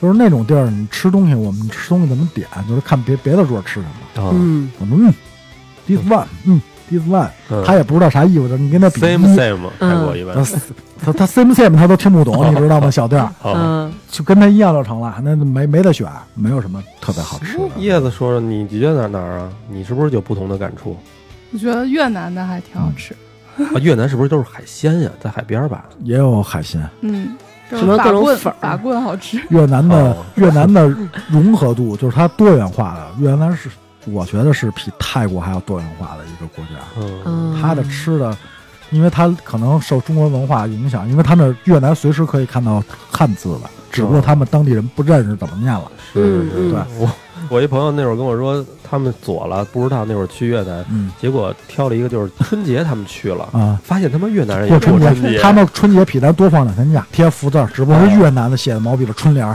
Speaker 2: 就是那种地儿，你吃东西，我们吃东西怎么点，就是看别别的桌吃什么。
Speaker 4: 啊
Speaker 1: 嗯
Speaker 2: 我们嗯，this one，嗯，this one，、
Speaker 4: 嗯
Speaker 2: 他也不知道啥意思，你跟他比
Speaker 4: same same 泰国
Speaker 1: 嗯
Speaker 4: 一般
Speaker 2: 他，呃他他 same same 他都听不懂，你知道吗？小地儿
Speaker 4: 啊，
Speaker 1: 嗯
Speaker 2: 就跟他一样就成了，那没没得选，没有什么特别好吃的。
Speaker 4: 叶子说说你你觉得哪儿哪儿啊？你是不是有不同的感触？
Speaker 3: 我觉得越南的还挺好吃，
Speaker 4: 啊，越南是不是都是海鲜呀？在海边儿吧？
Speaker 2: 也有海鲜，
Speaker 3: 嗯，这
Speaker 1: 什么
Speaker 3: 种法
Speaker 1: 各种
Speaker 3: 棍
Speaker 1: 粉儿
Speaker 3: 法棍好吃，
Speaker 2: 越南的、
Speaker 4: 哦
Speaker 2: 越南的融合度就是它多元化的，越南是我觉得是比泰国还要多元化的一个国家。
Speaker 4: 嗯，
Speaker 1: 嗯，
Speaker 2: 它的吃的，因为它可能受中国文化影响，因为他那儿越南随时可以看到汉字了，只不过他们当地人不认识怎么念了。
Speaker 1: 嗯
Speaker 4: 是
Speaker 2: 对
Speaker 1: 嗯
Speaker 4: 我 我一朋友那会儿跟我说，他们左了，不知道那会儿去越南，
Speaker 2: 嗯
Speaker 4: 结果挑了一个就是春节他们去了，
Speaker 2: 啊。
Speaker 4: 发现他妈越南人也
Speaker 2: 过春
Speaker 4: 节，
Speaker 2: 节，他们春节比咱多放两天假，贴福字儿，只不过是越南的写的毛笔的春联儿。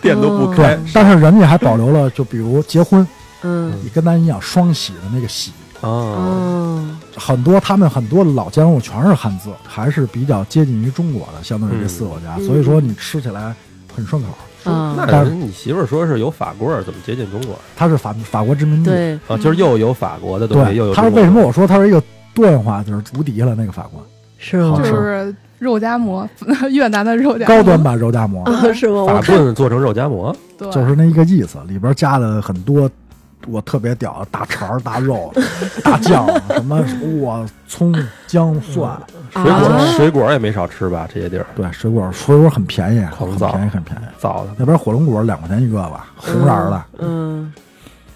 Speaker 4: 店都不
Speaker 1: 哦
Speaker 4: 开
Speaker 2: 对，但是人家还保留了，就比如结婚，
Speaker 1: 嗯
Speaker 2: 你跟咱一样双喜的那个喜，
Speaker 4: 啊。
Speaker 1: 哦
Speaker 2: 很多他们很多老建筑全是汉字，还是比较接近于中国的，相对于这四个国家，
Speaker 1: 嗯
Speaker 2: 所以说你吃起来很顺口。
Speaker 1: 啊
Speaker 4: 那人你媳妇儿说是有法棍儿，怎么接近中国
Speaker 2: 它是法法国殖民地，
Speaker 1: 对
Speaker 4: 啊？就是又有法国的东西，又有
Speaker 2: 对，它是
Speaker 4: 中国
Speaker 2: 为什
Speaker 4: 的
Speaker 2: 么我说它是一个多元化，就是无敌了那个法国，
Speaker 1: 是吗
Speaker 2: 好
Speaker 3: 就
Speaker 2: 吃
Speaker 3: 是肉夹馍， 越南的肉夹馍
Speaker 2: 高端版肉夹馍，
Speaker 1: 啊是吗？
Speaker 4: 法
Speaker 1: 我看
Speaker 4: 棍做成肉夹馍，
Speaker 3: 对，
Speaker 2: 就是那一个意思，里边加了很多。我特别屌，大肠儿、大肉、大酱，什么哇，葱、姜、蒜，
Speaker 4: 水果
Speaker 1: 啊
Speaker 4: 水果也没少吃吧？这些地儿
Speaker 2: 对，水果水果很便宜，
Speaker 4: 狂
Speaker 2: 很
Speaker 4: 造
Speaker 2: 便宜，很便宜。
Speaker 4: 造的，
Speaker 2: 那边火龙果两块钱一个吧，红瓤儿的，
Speaker 1: 嗯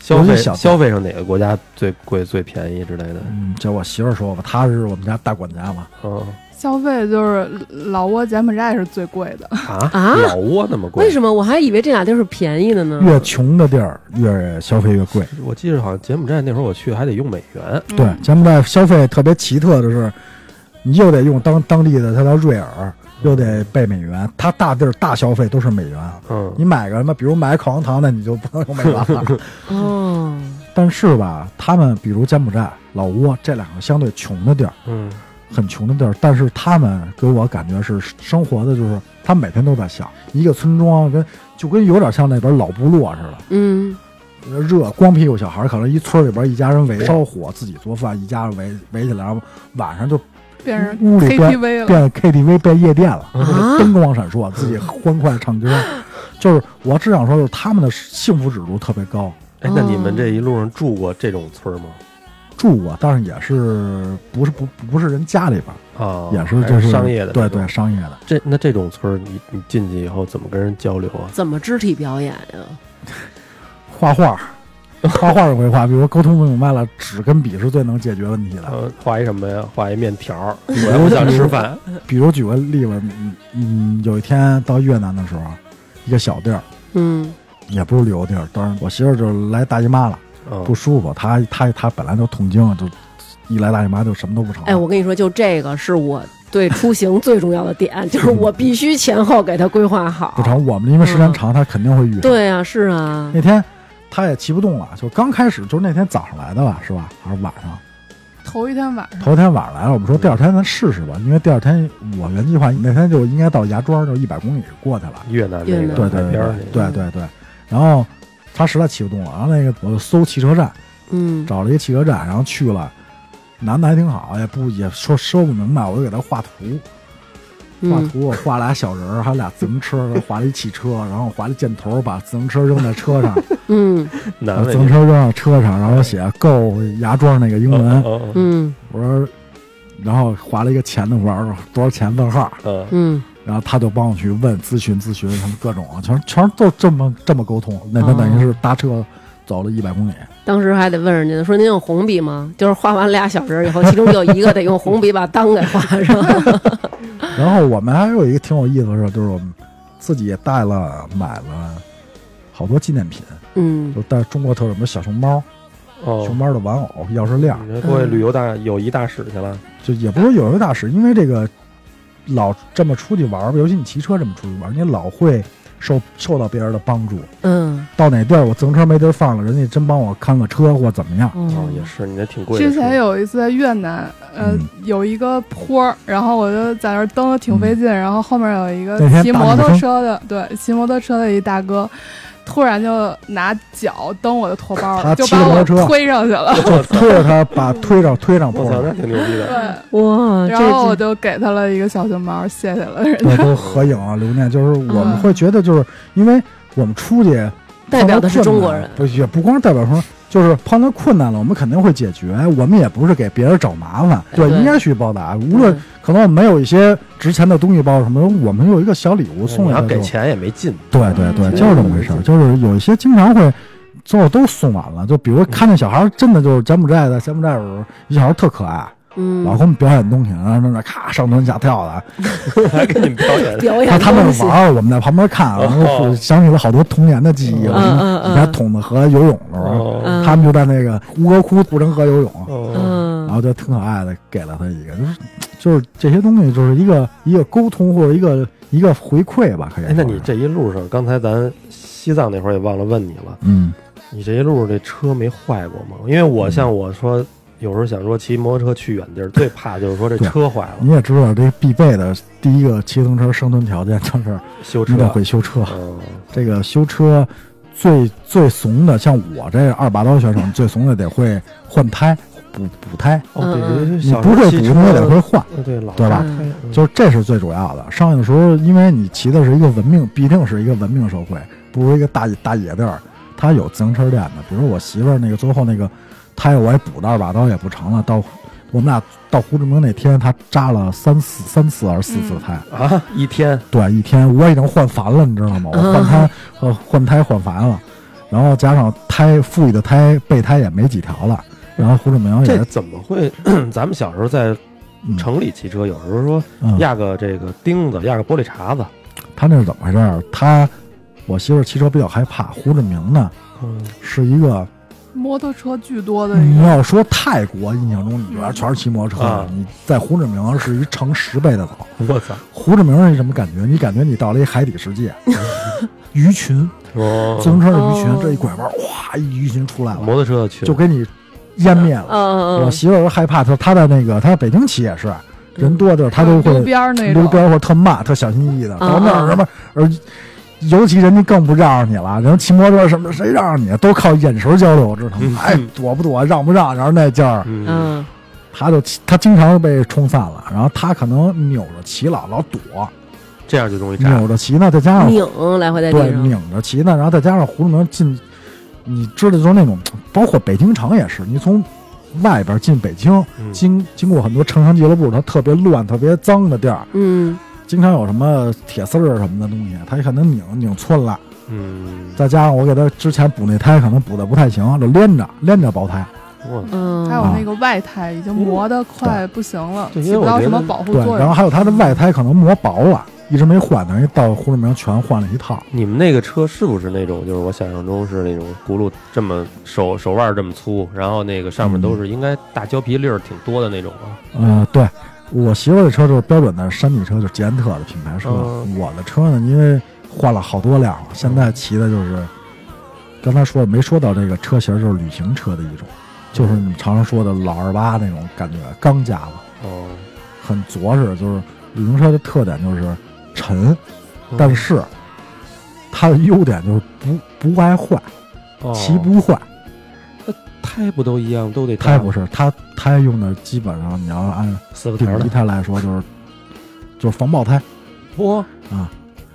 Speaker 4: 消费
Speaker 2: 尤其小
Speaker 4: 消费上哪个国家最贵最便宜之类的？
Speaker 2: 嗯，叫我媳妇儿说吧，她是我们家大管家嘛，
Speaker 4: 嗯
Speaker 3: 消费就是老挝、柬埔寨是最贵
Speaker 7: 嗯
Speaker 3: 的，
Speaker 4: 啊
Speaker 1: 啊
Speaker 4: 老挝那么贵？
Speaker 1: 为什么我还以为这俩地儿是便宜的呢？
Speaker 2: 越穷的地儿越消费越贵。
Speaker 4: 我记得好像柬埔寨那会儿我去还得用美元，
Speaker 2: 对，柬埔寨消费特别奇特的是，你又得用当当地的，它叫瑞尔，又得备美元。它大地儿大消费都是美元，
Speaker 4: 嗯，
Speaker 2: 你买个什么，比如买口香糖的，你就不能用美元了。啊
Speaker 1: 哦
Speaker 2: 但是吧，他们比如柬埔寨、老挝这两个相对穷的地儿，
Speaker 4: 嗯
Speaker 2: 很穷的地儿，但是他们给我感觉是生活的，就是他们每天都在想一个村庄跟就跟有点像那边老部落似的，
Speaker 1: 嗯，
Speaker 2: 热光屁股小孩儿，可能一村里边一家人围烧火，自己做饭，一家人围围起来，然后晚上就
Speaker 3: 变成
Speaker 2: 屋里边
Speaker 3: KTV 了，
Speaker 2: 变 KTV 变夜店了，就是灯光闪烁，自己欢快唱歌。就是我只想说，就是他们的幸福指数特别高。
Speaker 7: 哎，那你
Speaker 1: 哦
Speaker 7: 们这一路上住过这种村儿吗？
Speaker 2: 住过，但是也是不是不不是人家里边儿，
Speaker 7: 啊，
Speaker 2: 也是
Speaker 7: 还
Speaker 2: 就是
Speaker 7: 是商业的那
Speaker 2: 对
Speaker 7: 种，
Speaker 2: 对商业的。
Speaker 7: 这那这种村儿，你你进去以后怎么跟人交流啊？
Speaker 1: 怎么肢体表演呀？
Speaker 2: 画画， 画画是会画，比如说沟通不明白了，纸跟笔是最能解决问题的。
Speaker 7: 呃，画一什么呀？画一面条 儿，哎我我想吃饭。
Speaker 2: 比如举个例子，嗯嗯，有一天到越南的时候，一个小地儿，
Speaker 1: 嗯
Speaker 2: 也不是旅游地儿，当时我媳妇儿就来大姨妈了，
Speaker 7: 嗯
Speaker 2: 不舒服，她她她本来就痛经，就一来大姨妈就什么都不成了。
Speaker 1: 哎，我跟你说，就这个是我对出行最重要的点，就是我必须前后给他规划好。
Speaker 2: 不成，我们因为时间长，她肯定会遇上。
Speaker 1: 嗯对啊，是啊，
Speaker 2: 那天她也骑不动了，就刚开始就是那天早上来的吧，是吧？还是晚上？
Speaker 3: 头一天晚上
Speaker 2: 头天晚上来了，我们
Speaker 7: 嗯
Speaker 2: 说第二天咱试试吧，因为第二天我原计划那天就应该到芽庄，就一百公里过去了。
Speaker 7: 越南
Speaker 1: 越
Speaker 7: 那
Speaker 1: 南
Speaker 7: 个
Speaker 2: 对
Speaker 7: 嗯海
Speaker 2: 对
Speaker 7: 边儿
Speaker 2: 对
Speaker 7: 那个，
Speaker 2: 对对对。然后他实在骑不动了，然后那个我就搜汽车站，
Speaker 1: 嗯
Speaker 2: 找了一个汽车站，然后去了。男的还挺好，也不也说说不明白，我就给他画图，画
Speaker 1: 嗯，
Speaker 2: 图我画俩小人儿，还有俩自行车，画了一汽车，然后画了一箭头，把自行车扔在车上，
Speaker 1: 嗯
Speaker 2: 把
Speaker 7: 难
Speaker 2: 自
Speaker 7: 为
Speaker 2: 行
Speaker 7: 你。
Speaker 2: 车扔到车上，然后写够芽庄那个英文，
Speaker 7: 嗯嗯嗯
Speaker 1: 嗯
Speaker 2: 我说，然后划了一个钱的玩儿，多少钱问号，
Speaker 7: 嗯，
Speaker 1: 嗯，
Speaker 2: 然后他就帮我去问咨询咨询什么各种，啊全全都这么这么沟通。那天等于是搭车走了一百公里，
Speaker 1: 当时还得问人家说您用红笔吗？就是画完俩小人儿以后，其中有一个得用红笔把裆给画上。
Speaker 2: 然后我们还有一个挺有意思的事，就是我们自己也带了买了好多纪念品，
Speaker 1: 嗯
Speaker 2: 就带中国特有什么小熊猫、
Speaker 7: 哦，
Speaker 2: 熊猫的玩偶、钥匙链，
Speaker 7: 你这过去旅游
Speaker 1: 嗯
Speaker 7: 大友谊大使去了？
Speaker 2: 就也不是有一个大使，因为这个老这么出去玩儿，尤其你骑车这么出去玩儿，你老会受受到别人的帮助。
Speaker 1: 嗯
Speaker 2: 到哪地儿我自行车没地儿放了，人家真帮我看个车或怎么样。
Speaker 7: 哦
Speaker 1: 哦，
Speaker 7: 也是，你这挺贵的
Speaker 3: 之
Speaker 7: 书。
Speaker 3: 前有一次在越南，呃
Speaker 2: 嗯，
Speaker 3: 有一个坡儿，然后我就在那儿蹬的挺费劲，然后后面有一个
Speaker 2: 嗯那天
Speaker 3: 骑
Speaker 2: 大
Speaker 3: 摩
Speaker 2: 女
Speaker 3: 托
Speaker 2: 生
Speaker 3: 车的，对，骑摩托车的一大哥，突然就拿脚蹬我的驮包
Speaker 2: 他
Speaker 3: 了，就
Speaker 2: 骑
Speaker 3: 把
Speaker 2: 摩
Speaker 3: 我
Speaker 2: 托车
Speaker 3: 推上 去了，
Speaker 2: 就推着他把推上推 上
Speaker 7: 我
Speaker 2: 坡
Speaker 7: 操，那
Speaker 2: 了，
Speaker 7: 挺牛逼
Speaker 3: 对
Speaker 7: 的。，
Speaker 1: 哇，嗯这
Speaker 3: 然后我就给他了一个小熊猫，谢谢了人
Speaker 2: 对，
Speaker 3: 家。
Speaker 2: 都合影啊留念。就是我们会觉得，就是因为我们出去
Speaker 1: 嗯代表的是中国人
Speaker 2: 碰到困难不也不光是代表说，就是碰到困难了，我们肯定会解决。我们也不是给别人找麻烦，对，
Speaker 1: 对嗯
Speaker 2: 应该去报答。无
Speaker 1: 对
Speaker 2: 论可能我们没有一些值钱的东西包什么，我们有一个小礼物送
Speaker 7: 你
Speaker 2: 给
Speaker 7: 要
Speaker 2: 他就
Speaker 7: 给钱也没 劲。
Speaker 2: 对对对，
Speaker 1: 嗯
Speaker 2: 就是这么回事儿，就是有一些经常会最后都送完了，就比如看见小孩儿真的就是柬埔寨的，柬埔寨有时候一小孩儿特可爱，
Speaker 1: 嗯，
Speaker 2: 老给我们表演东西，然后在那咔上蹿下跳的，
Speaker 7: 还给你们表演
Speaker 1: 表
Speaker 2: 啊他
Speaker 1: 演
Speaker 2: 他们
Speaker 1: 哎东西
Speaker 2: 玩儿，我们在旁边看，然后是想起了好多童年的记忆，
Speaker 7: 嗯
Speaker 2: 我们
Speaker 1: 嗯嗯
Speaker 2: 以前筒子河游泳的时候，
Speaker 7: 哦
Speaker 1: 嗯
Speaker 2: 他们就在那个胡歌窟护城河游泳，
Speaker 7: 哦，
Speaker 1: 嗯
Speaker 2: 然后就挺可爱的，给了他一个，就是就是这些东西就是一个一个沟通或者一个一个回馈吧，可以说
Speaker 7: 哎
Speaker 2: 是。，
Speaker 7: 那你这一路上，刚才咱西藏那会儿也忘了问你了，
Speaker 2: 嗯
Speaker 7: 你这一路这车没坏过吗？因为我像我说，有时候想说骑摩托车去远地儿，最怕就是说这
Speaker 2: 对
Speaker 7: 车坏了
Speaker 2: 你也知道，这必备的第一个骑自行车生存条件就是
Speaker 7: 修车
Speaker 2: 你。得会修车。
Speaker 7: 嗯，
Speaker 2: 这个修车最最怂的，像我这二把刀选手，你最怂的得会换胎、补补胎。
Speaker 7: 哦，对，
Speaker 1: 嗯
Speaker 7: 对
Speaker 2: 你
Speaker 7: 小时
Speaker 2: 不
Speaker 7: 候
Speaker 2: 会补，
Speaker 7: 骑
Speaker 2: 你
Speaker 7: 车
Speaker 2: 也得会换，
Speaker 7: 嗯对，老
Speaker 2: 对吧
Speaker 7: 开
Speaker 1: 嗯
Speaker 7: 嗯
Speaker 2: 就是这是最主要的。上去的时候，因为你骑的是一个文明，必定是一个文明社会，不是一个大大野地儿。它有自行车店的，比如我媳妇儿那个最后那个胎我也补的二把刀也不长了，到我们俩到胡志明那天，她扎了三四三次还是四次胎。
Speaker 7: 啊，一天
Speaker 2: 对，一天我已经换烦了，你知道吗？
Speaker 7: 嗯
Speaker 2: 我换胎，呃，换胎换烦了，然后加上胎富裕的胎备胎也没几条了，然后胡志明也
Speaker 7: 这怎么会？ 咱们小时候在
Speaker 2: 哎嗯
Speaker 7: 城里骑车，有时候说
Speaker 2: 嗯，
Speaker 7: 压个这个钉子，压个玻璃碴子，
Speaker 2: 他那是怎么回事儿？他我媳妇儿骑车比较害怕，胡志明呢
Speaker 7: 嗯，
Speaker 2: 是一个
Speaker 3: 摩托车巨多的一
Speaker 2: 你
Speaker 3: 个，
Speaker 2: 要说泰国印象中，你觉得全是骑摩托车的
Speaker 7: 啊，
Speaker 2: 你在胡志明是一乘十倍的早。
Speaker 7: 我 操！
Speaker 2: 胡志明是一什么感觉？你感觉你到了一海底世 界，鱼群，自行
Speaker 7: 哦，
Speaker 2: 车的鱼群
Speaker 1: 哦，
Speaker 2: 这一拐弯，哗，一鱼群出来了，
Speaker 7: 摩托车去
Speaker 2: 就给你湮灭了。
Speaker 1: 嗯
Speaker 2: 我
Speaker 1: 嗯
Speaker 2: 媳妇儿害怕，她她在那个她在北京骑也是，人多地儿他都会
Speaker 3: 溜边儿那
Speaker 2: 溜
Speaker 3: 种，
Speaker 2: 边儿或者特慢、特小心翼翼的。
Speaker 1: 啊
Speaker 2: 到那儿什么，而尤其人家更不让着你了，人家骑摩托车什么的，谁让着你？啊都靠眼神交流，知道吗？哎，躲不躲，让不让，然后那劲儿，
Speaker 4: 嗯，
Speaker 1: 嗯，
Speaker 2: 他就骑他经常被冲散了，然后他可能扭着骑了，老躲，
Speaker 4: 这样就容易炸。
Speaker 2: 扭着骑呢，再加上
Speaker 1: 拧来回在地
Speaker 2: 啊对
Speaker 1: 上，
Speaker 2: 拧着骑呢，然后再加上葫芦能进，你知道就是那种，包括北京城也是，你从。外边进北京，
Speaker 4: 嗯
Speaker 2: 经经过很多城乡俱乐部，它特别乱、特别脏的地儿，
Speaker 1: 嗯，
Speaker 2: 经常有什么铁丝儿什么的东西，它也可能拧拧寸了。
Speaker 4: 嗯，
Speaker 2: 再加上我给它之前补那胎，可能补的不太行，就连着连着爆胎。
Speaker 4: 我
Speaker 3: 还
Speaker 1: 嗯，
Speaker 3: 有那个外胎已经磨得快不行了，
Speaker 4: 对
Speaker 3: 起不到什么保护
Speaker 2: 对，
Speaker 3: 作
Speaker 2: 然后
Speaker 3: 用。
Speaker 2: 还有它的外胎可能磨薄了，一直没换，等于到胡志明全换了一套。
Speaker 4: 你们那个车是不是那种，就是我想象中是那种轱辘这么手手腕这么粗，然后那个上面都是应该大胶皮粒儿挺多的那种啊？
Speaker 2: 嗯、对我媳妇儿的车就是标准的山地车，就是捷安特的品牌车。
Speaker 4: 嗯
Speaker 2: 我的车呢，因为换了好多辆了，现在骑的就是刚才说没说到这个车型，就是旅行车的一种，就是你们常常说的老二八那种感觉，钢架子。
Speaker 4: 哦，
Speaker 2: 很着实，就是旅行车的特点就是
Speaker 4: 嗯
Speaker 2: 沉，但是它的优点就是不不爱坏，
Speaker 4: 哦
Speaker 2: 骑不坏。
Speaker 4: 胎不都一样，都得
Speaker 2: 胎不是，它胎用的基本上你要是按
Speaker 4: 四个条
Speaker 2: 顶
Speaker 4: 的
Speaker 2: 级胎来说，就是就是防爆胎，
Speaker 4: 不
Speaker 2: 啊，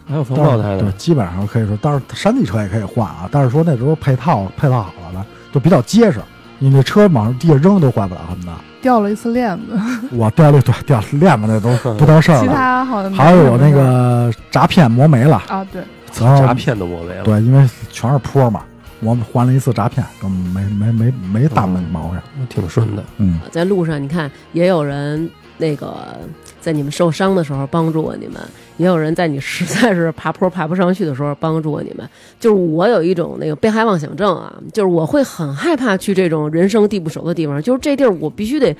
Speaker 4: 还有防爆胎
Speaker 2: 但是对，
Speaker 4: 的，
Speaker 2: 基本上可以说，当然山地车也可以换啊，但是说那时候配套配套好了的就比较结实。你那车往地下扔都坏不了他们 的，
Speaker 3: 掉了一次链子，
Speaker 2: 我掉了对掉了链子那都 不当事儿
Speaker 3: 其
Speaker 2: 了。
Speaker 3: 他好像没
Speaker 2: 还有我那
Speaker 3: 什么事儿
Speaker 2: 个炸片磨没了，
Speaker 3: 啊，对，
Speaker 2: 然后
Speaker 4: 炸片都磨没了。
Speaker 2: 对，因为全是坡嘛，我们换了一次闸片，就没没没没
Speaker 4: 哦
Speaker 2: 大没毛病。
Speaker 4: 挺顺的，
Speaker 2: 嗯，
Speaker 1: 在路上你看也有人那个在你们受伤的时候帮助过你们，也有人在你实在是爬坡爬不上去的时候帮助过你们。就是我有一种那个被害妄想症啊，就是我会很害怕去这种人生地不熟的地方，就是这地儿我必须得。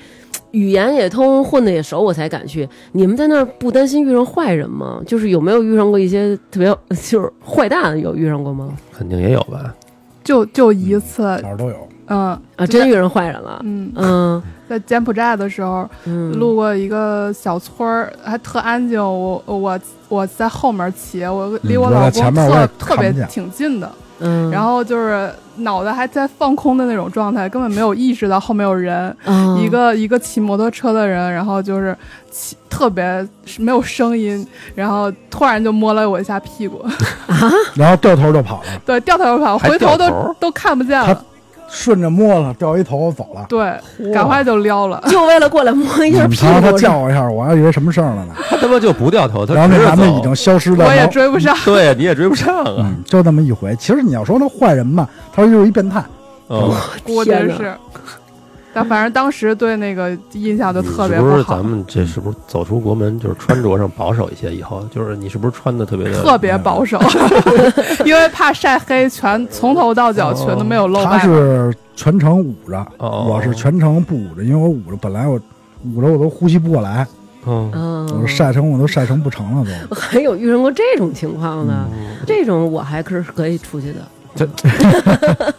Speaker 1: 语言也通，混的也熟，我才敢去。你们在那儿不担心遇上坏人吗？就是有没有遇上过一些特别 就是坏蛋？有遇上过吗？
Speaker 4: 肯定也有吧？
Speaker 3: 就就一
Speaker 4: 呃
Speaker 3: 次，
Speaker 2: 哪儿都有。
Speaker 3: 嗯
Speaker 1: 啊，
Speaker 3: 就在
Speaker 1: 真遇上坏人了。
Speaker 3: 嗯，
Speaker 1: 嗯
Speaker 3: 在柬埔寨的时候，
Speaker 1: 嗯，
Speaker 3: 路过一个小村儿，还特安静。我我我在后面骑，我离我
Speaker 2: 嗯我在
Speaker 3: 老
Speaker 2: 前
Speaker 3: 公
Speaker 2: 面我也
Speaker 3: 特特别
Speaker 2: 看不见
Speaker 3: 挺近的，
Speaker 1: 嗯，
Speaker 3: 然后就是脑袋还在放空的那种状态，根本没有意识到后面有人。
Speaker 1: 嗯
Speaker 3: 一个一个骑摩托车的人，然后就是骑特别没有声音，然后突然就摸了我一下屁股，
Speaker 2: 然后掉头就跑了，
Speaker 3: 对，掉头就跑，
Speaker 4: 还
Speaker 3: 回头
Speaker 4: 掉
Speaker 3: 都
Speaker 4: 头
Speaker 3: 都看不见
Speaker 2: 他
Speaker 3: 了，
Speaker 2: 顺着摸了，掉一头走了。
Speaker 3: 对，赶快就撩了。
Speaker 1: 就为了过来摸一下
Speaker 2: 你
Speaker 1: 屁
Speaker 2: 瞧他
Speaker 1: 股，
Speaker 2: 叫我一下，我还以为什么事儿了呢。
Speaker 4: 他他妈就不掉头，他
Speaker 2: 然后
Speaker 4: 直
Speaker 2: 那
Speaker 4: 着
Speaker 2: 男的
Speaker 4: 走
Speaker 2: 已经消失在
Speaker 3: 我也
Speaker 2: 脑
Speaker 3: 追不上，
Speaker 4: 对，你也追不上啊。
Speaker 2: 嗯，就那么一回。其实你要说他坏人吧，他就是一变态。
Speaker 4: 嗯，
Speaker 3: 估计
Speaker 1: 天哪
Speaker 3: 是。但反正当时对那个印象就特别
Speaker 4: 你是不是
Speaker 3: 好
Speaker 4: 咱，们这是不是走出国门就是穿着上保守一些？以后就是你是不是穿的特别的
Speaker 3: 特别 保守， 因为怕晒黑，全从头到脚全都没有露
Speaker 2: 他
Speaker 3: 白。
Speaker 2: 是全程捂着，
Speaker 4: 哦
Speaker 2: 我是全程不捂着，因为我捂着本来我捂着我都呼吸不过来，
Speaker 4: 嗯，
Speaker 1: 嗯，
Speaker 2: 我晒成我都晒成不成了都。
Speaker 1: 还有遇上过这种情况的，
Speaker 2: 嗯
Speaker 1: 这种我还是可以出去的。
Speaker 4: 这
Speaker 2: 嗯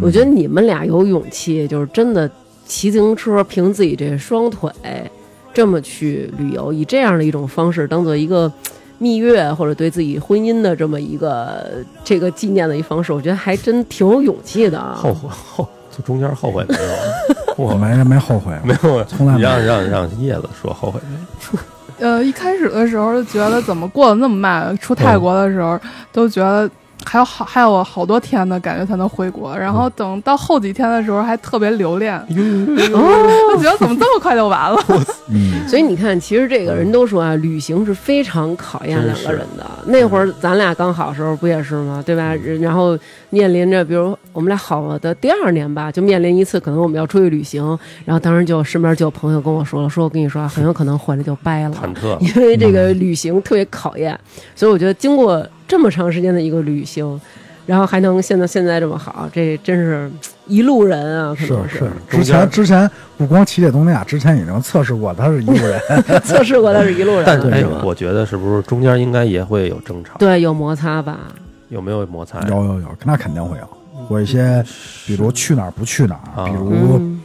Speaker 1: 我觉得你们俩有勇气，就是真的骑自行车，凭自己这双腿这么去旅游，以这样的一种方式当做一个蜜月或者对自己婚姻的这么一个这个纪念的一方式，我觉得还真挺有勇气的啊。
Speaker 4: 后悔后就中间后悔没有？
Speaker 2: 我
Speaker 4: 我
Speaker 2: 没没后悔，
Speaker 4: 没有，
Speaker 2: 从来没
Speaker 4: 你
Speaker 2: 有
Speaker 4: 让让让叶子说后悔没有？
Speaker 3: 呃，一开始的时候就觉得怎么过得那么慢，出
Speaker 4: 嗯
Speaker 3: 泰国的时候都觉得还有好还有好多天呢，感觉才能回国。然
Speaker 4: 嗯
Speaker 3: 后等到后几天的时候还特别留恋，就觉得怎么这么快就完了？
Speaker 2: 嗯。
Speaker 1: 所以你看，其实这个人都说啊，旅行是非常考验两个人的。那会儿咱俩刚好时候不也是吗？对吧？人然后面临着，比如我们俩好的第二年吧，就面临一次可能我们要出去旅行，然后当时就身边就有朋友跟我说了，说我跟你说啊，很有可能回来就掰了
Speaker 4: 忐。忑，
Speaker 1: 因为这个旅行特别考验，所以我觉得经过这么长时间的一个旅行，然后还能现在现在这么好，这真是一路人啊，可能
Speaker 2: 是，
Speaker 4: 中
Speaker 2: 之
Speaker 4: 间儿
Speaker 2: 前之前不光骑铁东南亚，之前已经测试过，他是一路人。
Speaker 1: 测试过的是一路人
Speaker 4: 但
Speaker 1: 啊，
Speaker 4: 是哎
Speaker 1: 是吧
Speaker 4: 我觉得是不是中间应该也会有争吵？
Speaker 1: 对有摩擦吧？
Speaker 4: 有没有摩擦？
Speaker 2: 有有有，那肯定会有。有一些，比如去哪儿不去哪儿，
Speaker 4: 啊
Speaker 2: 比如
Speaker 1: 嗯。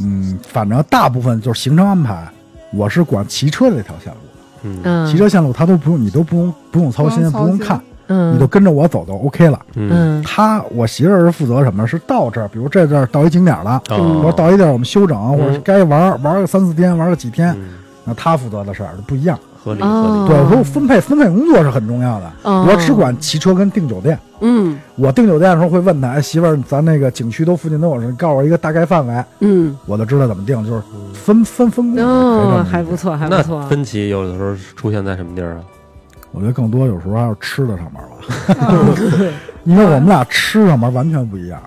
Speaker 2: 嗯，反正大部分就是行程安排，我是管骑车的这条线路，
Speaker 7: 嗯
Speaker 1: 嗯，
Speaker 2: 骑车线路他都不用，你都不用不用操心，
Speaker 3: 不用操
Speaker 2: 不用
Speaker 3: 心
Speaker 2: 看，
Speaker 1: 嗯，
Speaker 2: 你就跟着我走就 OK 了。
Speaker 1: 嗯
Speaker 2: 他我媳妇儿是负责什么？是到这儿，比如这这儿到一景点儿了，
Speaker 7: 哦
Speaker 2: 我说到一地儿我们休整，或者是该玩儿玩儿个三四天，玩儿个几天，
Speaker 7: 嗯
Speaker 2: 那他负责的事儿就不一样。
Speaker 7: 合理合
Speaker 1: 哦，
Speaker 7: 理，
Speaker 2: 对，我说分配分配工作是很重要的。
Speaker 1: 哦
Speaker 2: 我只管骑车跟订酒店。
Speaker 1: 嗯
Speaker 2: 我订酒店的时候会问他，哎，媳妇儿，咱那个景区都附近都有什么？告诉我一个大概范围，
Speaker 1: 嗯，
Speaker 2: 我就知道怎么定，就是分分分工。
Speaker 1: 哦，
Speaker 2: 还
Speaker 1: 还不错，还不
Speaker 7: 那
Speaker 1: 错，
Speaker 7: 分歧有的时候出现在什么地儿啊？
Speaker 2: 我觉得更多有时候还是吃的上面吧，
Speaker 1: 哦
Speaker 2: 因为我们俩吃上面完全不一样。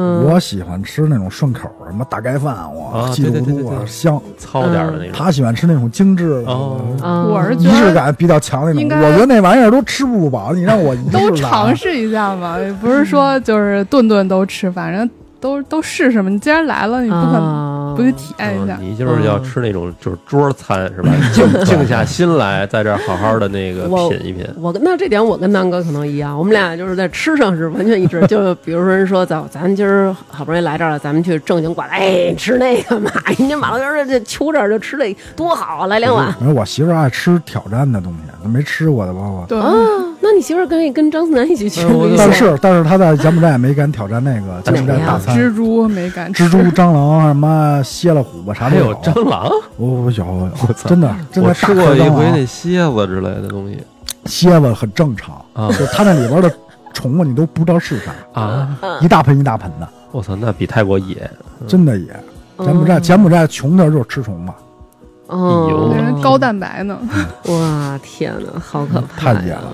Speaker 1: 嗯，
Speaker 2: 我喜欢吃那种顺口儿，什么大盖饭，哇，
Speaker 7: 啊
Speaker 2: 记住
Speaker 7: 对对对
Speaker 2: 度
Speaker 7: 对
Speaker 2: 啊，
Speaker 7: 对
Speaker 2: 香。
Speaker 7: 糙点儿的那种，
Speaker 2: 他喜欢吃那种精致的，
Speaker 7: 哦
Speaker 1: 嗯
Speaker 3: 我是
Speaker 2: 仪
Speaker 3: 觉
Speaker 2: 式
Speaker 3: 得
Speaker 2: 感比较强那种
Speaker 3: 应。该
Speaker 2: 我觉得那玩意儿都吃不饱，你让我仪式
Speaker 3: 都
Speaker 2: 感
Speaker 3: 尝试一下嘛，也不是
Speaker 1: 嗯
Speaker 3: 说就是顿顿都吃，反正都都试试嘛。你既然来了，你不可能
Speaker 1: 啊
Speaker 3: 不去体验一
Speaker 7: 嗯
Speaker 4: 哦
Speaker 3: 下？
Speaker 7: 你就是要吃那种就是桌餐是吧？ 静静下心来，在这儿好好的那个
Speaker 1: 我
Speaker 7: 品一品。
Speaker 1: 我跟那这点我跟南哥可能一样，我们俩就是在吃上是完全一致。就是比如说人说走，咱今儿好不容易来这儿了，咱们去正经馆子，哎，吃那个嘛，人家马路边儿这求这儿就吃这多好啊，来两碗。
Speaker 2: 因为我媳妇儿爱吃挑战的东西，她没吃过的包括。
Speaker 3: 对，
Speaker 1: 啊，那你媳妇儿可以跟张思楠一起去
Speaker 7: 哎我
Speaker 1: 旅
Speaker 2: 但
Speaker 1: 行。
Speaker 2: 是但是她在柬埔寨没敢挑战那个柬埔寨
Speaker 1: 哪个呀
Speaker 2: 大餐，
Speaker 3: 蜘蛛没敢吃
Speaker 2: 蜘蛛、蟑螂啊什么蝎了虎吧啥
Speaker 7: 还
Speaker 2: 都
Speaker 7: 有蟑螂，
Speaker 2: 我我有我有，
Speaker 7: 操
Speaker 2: 真的真的
Speaker 7: 我
Speaker 2: 大
Speaker 7: 吃过
Speaker 2: 颗
Speaker 7: 一
Speaker 2: 蟑
Speaker 7: 回
Speaker 2: 螂啊
Speaker 7: 那蝎子之类的东西
Speaker 2: 蝎子很正常，
Speaker 7: 啊
Speaker 2: 就它那里边的虫子你都不知道是啥，
Speaker 7: 啊！
Speaker 3: 嗯
Speaker 2: 一大盆一大盆的，
Speaker 7: 我操，那比泰国野，
Speaker 2: 真的也。柬埔寨柬埔寨穷的就是吃虫嘛，
Speaker 1: 哦，
Speaker 7: 哎
Speaker 3: 人高蛋白呢。
Speaker 1: 哇，天哪，好可怕
Speaker 2: 太野
Speaker 1: 呀！
Speaker 2: 了。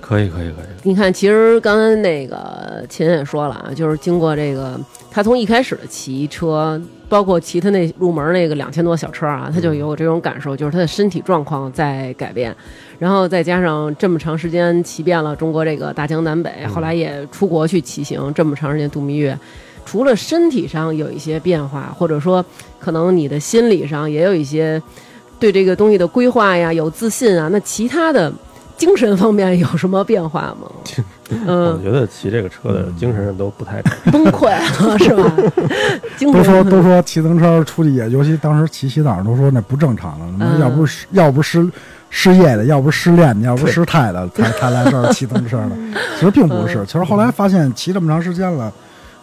Speaker 7: 可以可以可以，
Speaker 1: 你看，其实刚才那个秦也说了啊，就是经过这个，他从一开始的骑车，包括骑他那入门那个两千多小车啊，他就有这种感受，就是他的身体状况在改变，然后再加上这么长时间骑遍了中国这个大江南北，后来也出国去骑行，这么长时间度蜜月。除了身体上有一些变化，或者说可能你的心理上也有一些对这个东西的规划呀、有自信啊，那其他的精神方面有什么变化吗？
Speaker 7: 我
Speaker 4: 哦
Speaker 1: 嗯，
Speaker 7: 觉得骑这个车的精神上都不 太正
Speaker 1: 崩溃了是吧？精
Speaker 2: 都说
Speaker 1: 神
Speaker 2: 都说骑自行车出去野，尤其当时骑西藏都说那不正常的，什么
Speaker 1: 嗯
Speaker 2: 要不是要不是失业的，要不是失恋的，要不是失态的，才才来这儿骑自行车的。其实并不是，其实后来发现骑这么长时间了，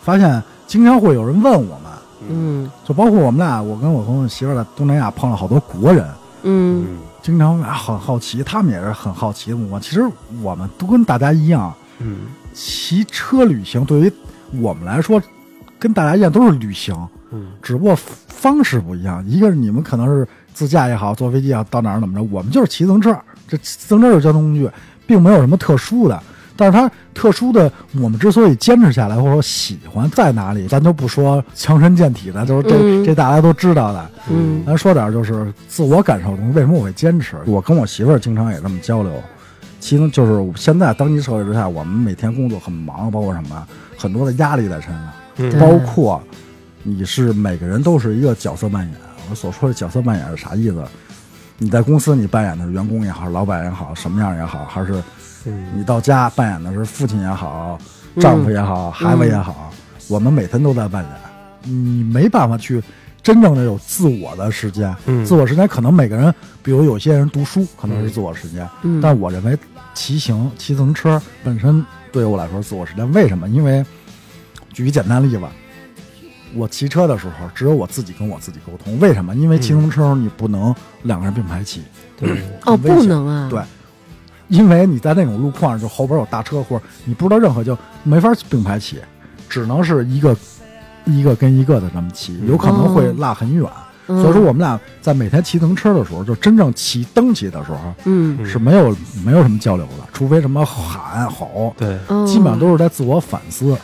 Speaker 2: 发现经常会有人问我们，
Speaker 1: 嗯
Speaker 2: 就包括我们俩，我跟我跟我媳妇儿在东南亚碰了好多国人，
Speaker 1: 嗯
Speaker 2: 经常啊很好奇，他们也是很好奇的目光。其实我们都跟大家一样，
Speaker 7: 嗯
Speaker 2: 骑车旅行对于我们来说，跟大家一样都是旅行，
Speaker 7: 嗯，
Speaker 2: 只不过方式不一样。一个是你们可能是自驾也好，坐飞机也好，到哪儿怎么着，我们就是骑自行车。这自行车就是交通工具，并没有什么特殊的。但是它特殊的，我们之所以坚持下来，或者说喜欢在哪里，咱就不说强身健体的，就是这、
Speaker 1: 嗯
Speaker 2: 这大家都知道的。
Speaker 1: 嗯
Speaker 2: 咱说点儿就是自我感受的东西，为什么我会坚持？我跟我媳妇儿经常也这么交流。其中就是我现在当今社会之下，我们每天工作很忙，包括什么很多的压力在身上，
Speaker 1: 对
Speaker 2: 包括你是每个人都是一个角色扮演。我所说的角色扮演是啥意思？你在公司你扮演的是员工也好，老板也好，什么样也好，还是你到家扮演的是父亲也好，丈夫也好，
Speaker 1: 嗯
Speaker 2: 孩子也好，我们每天都在扮演，你没办法去真正的有自我的时间。自我时间可能每个人，比如有些人读书可能是自我时间，
Speaker 1: 嗯
Speaker 2: 但我认为骑行、骑自行车本身对于我来说是自我时间。为什么？因为举一简单例子。我骑车的时候，只有我自己跟我自己沟通。为什么？因为骑自行车你不能两个人并排骑，
Speaker 1: 哦，
Speaker 2: 很危险
Speaker 1: 不能啊，
Speaker 2: 对因为你在那种路况上，就后边有大车或者你不知道任何，就没法并排骑，只能是一个一个跟一个的这么骑，有可能会落很远。
Speaker 1: 嗯
Speaker 2: 所以说，我们俩在每天骑自行车的时候，就真正骑蹬骑的时候
Speaker 1: 嗯，
Speaker 2: 是没有没有什么交流的，除非什么喊吼，
Speaker 7: 对，
Speaker 1: 嗯
Speaker 2: 基本上都是在自我反思，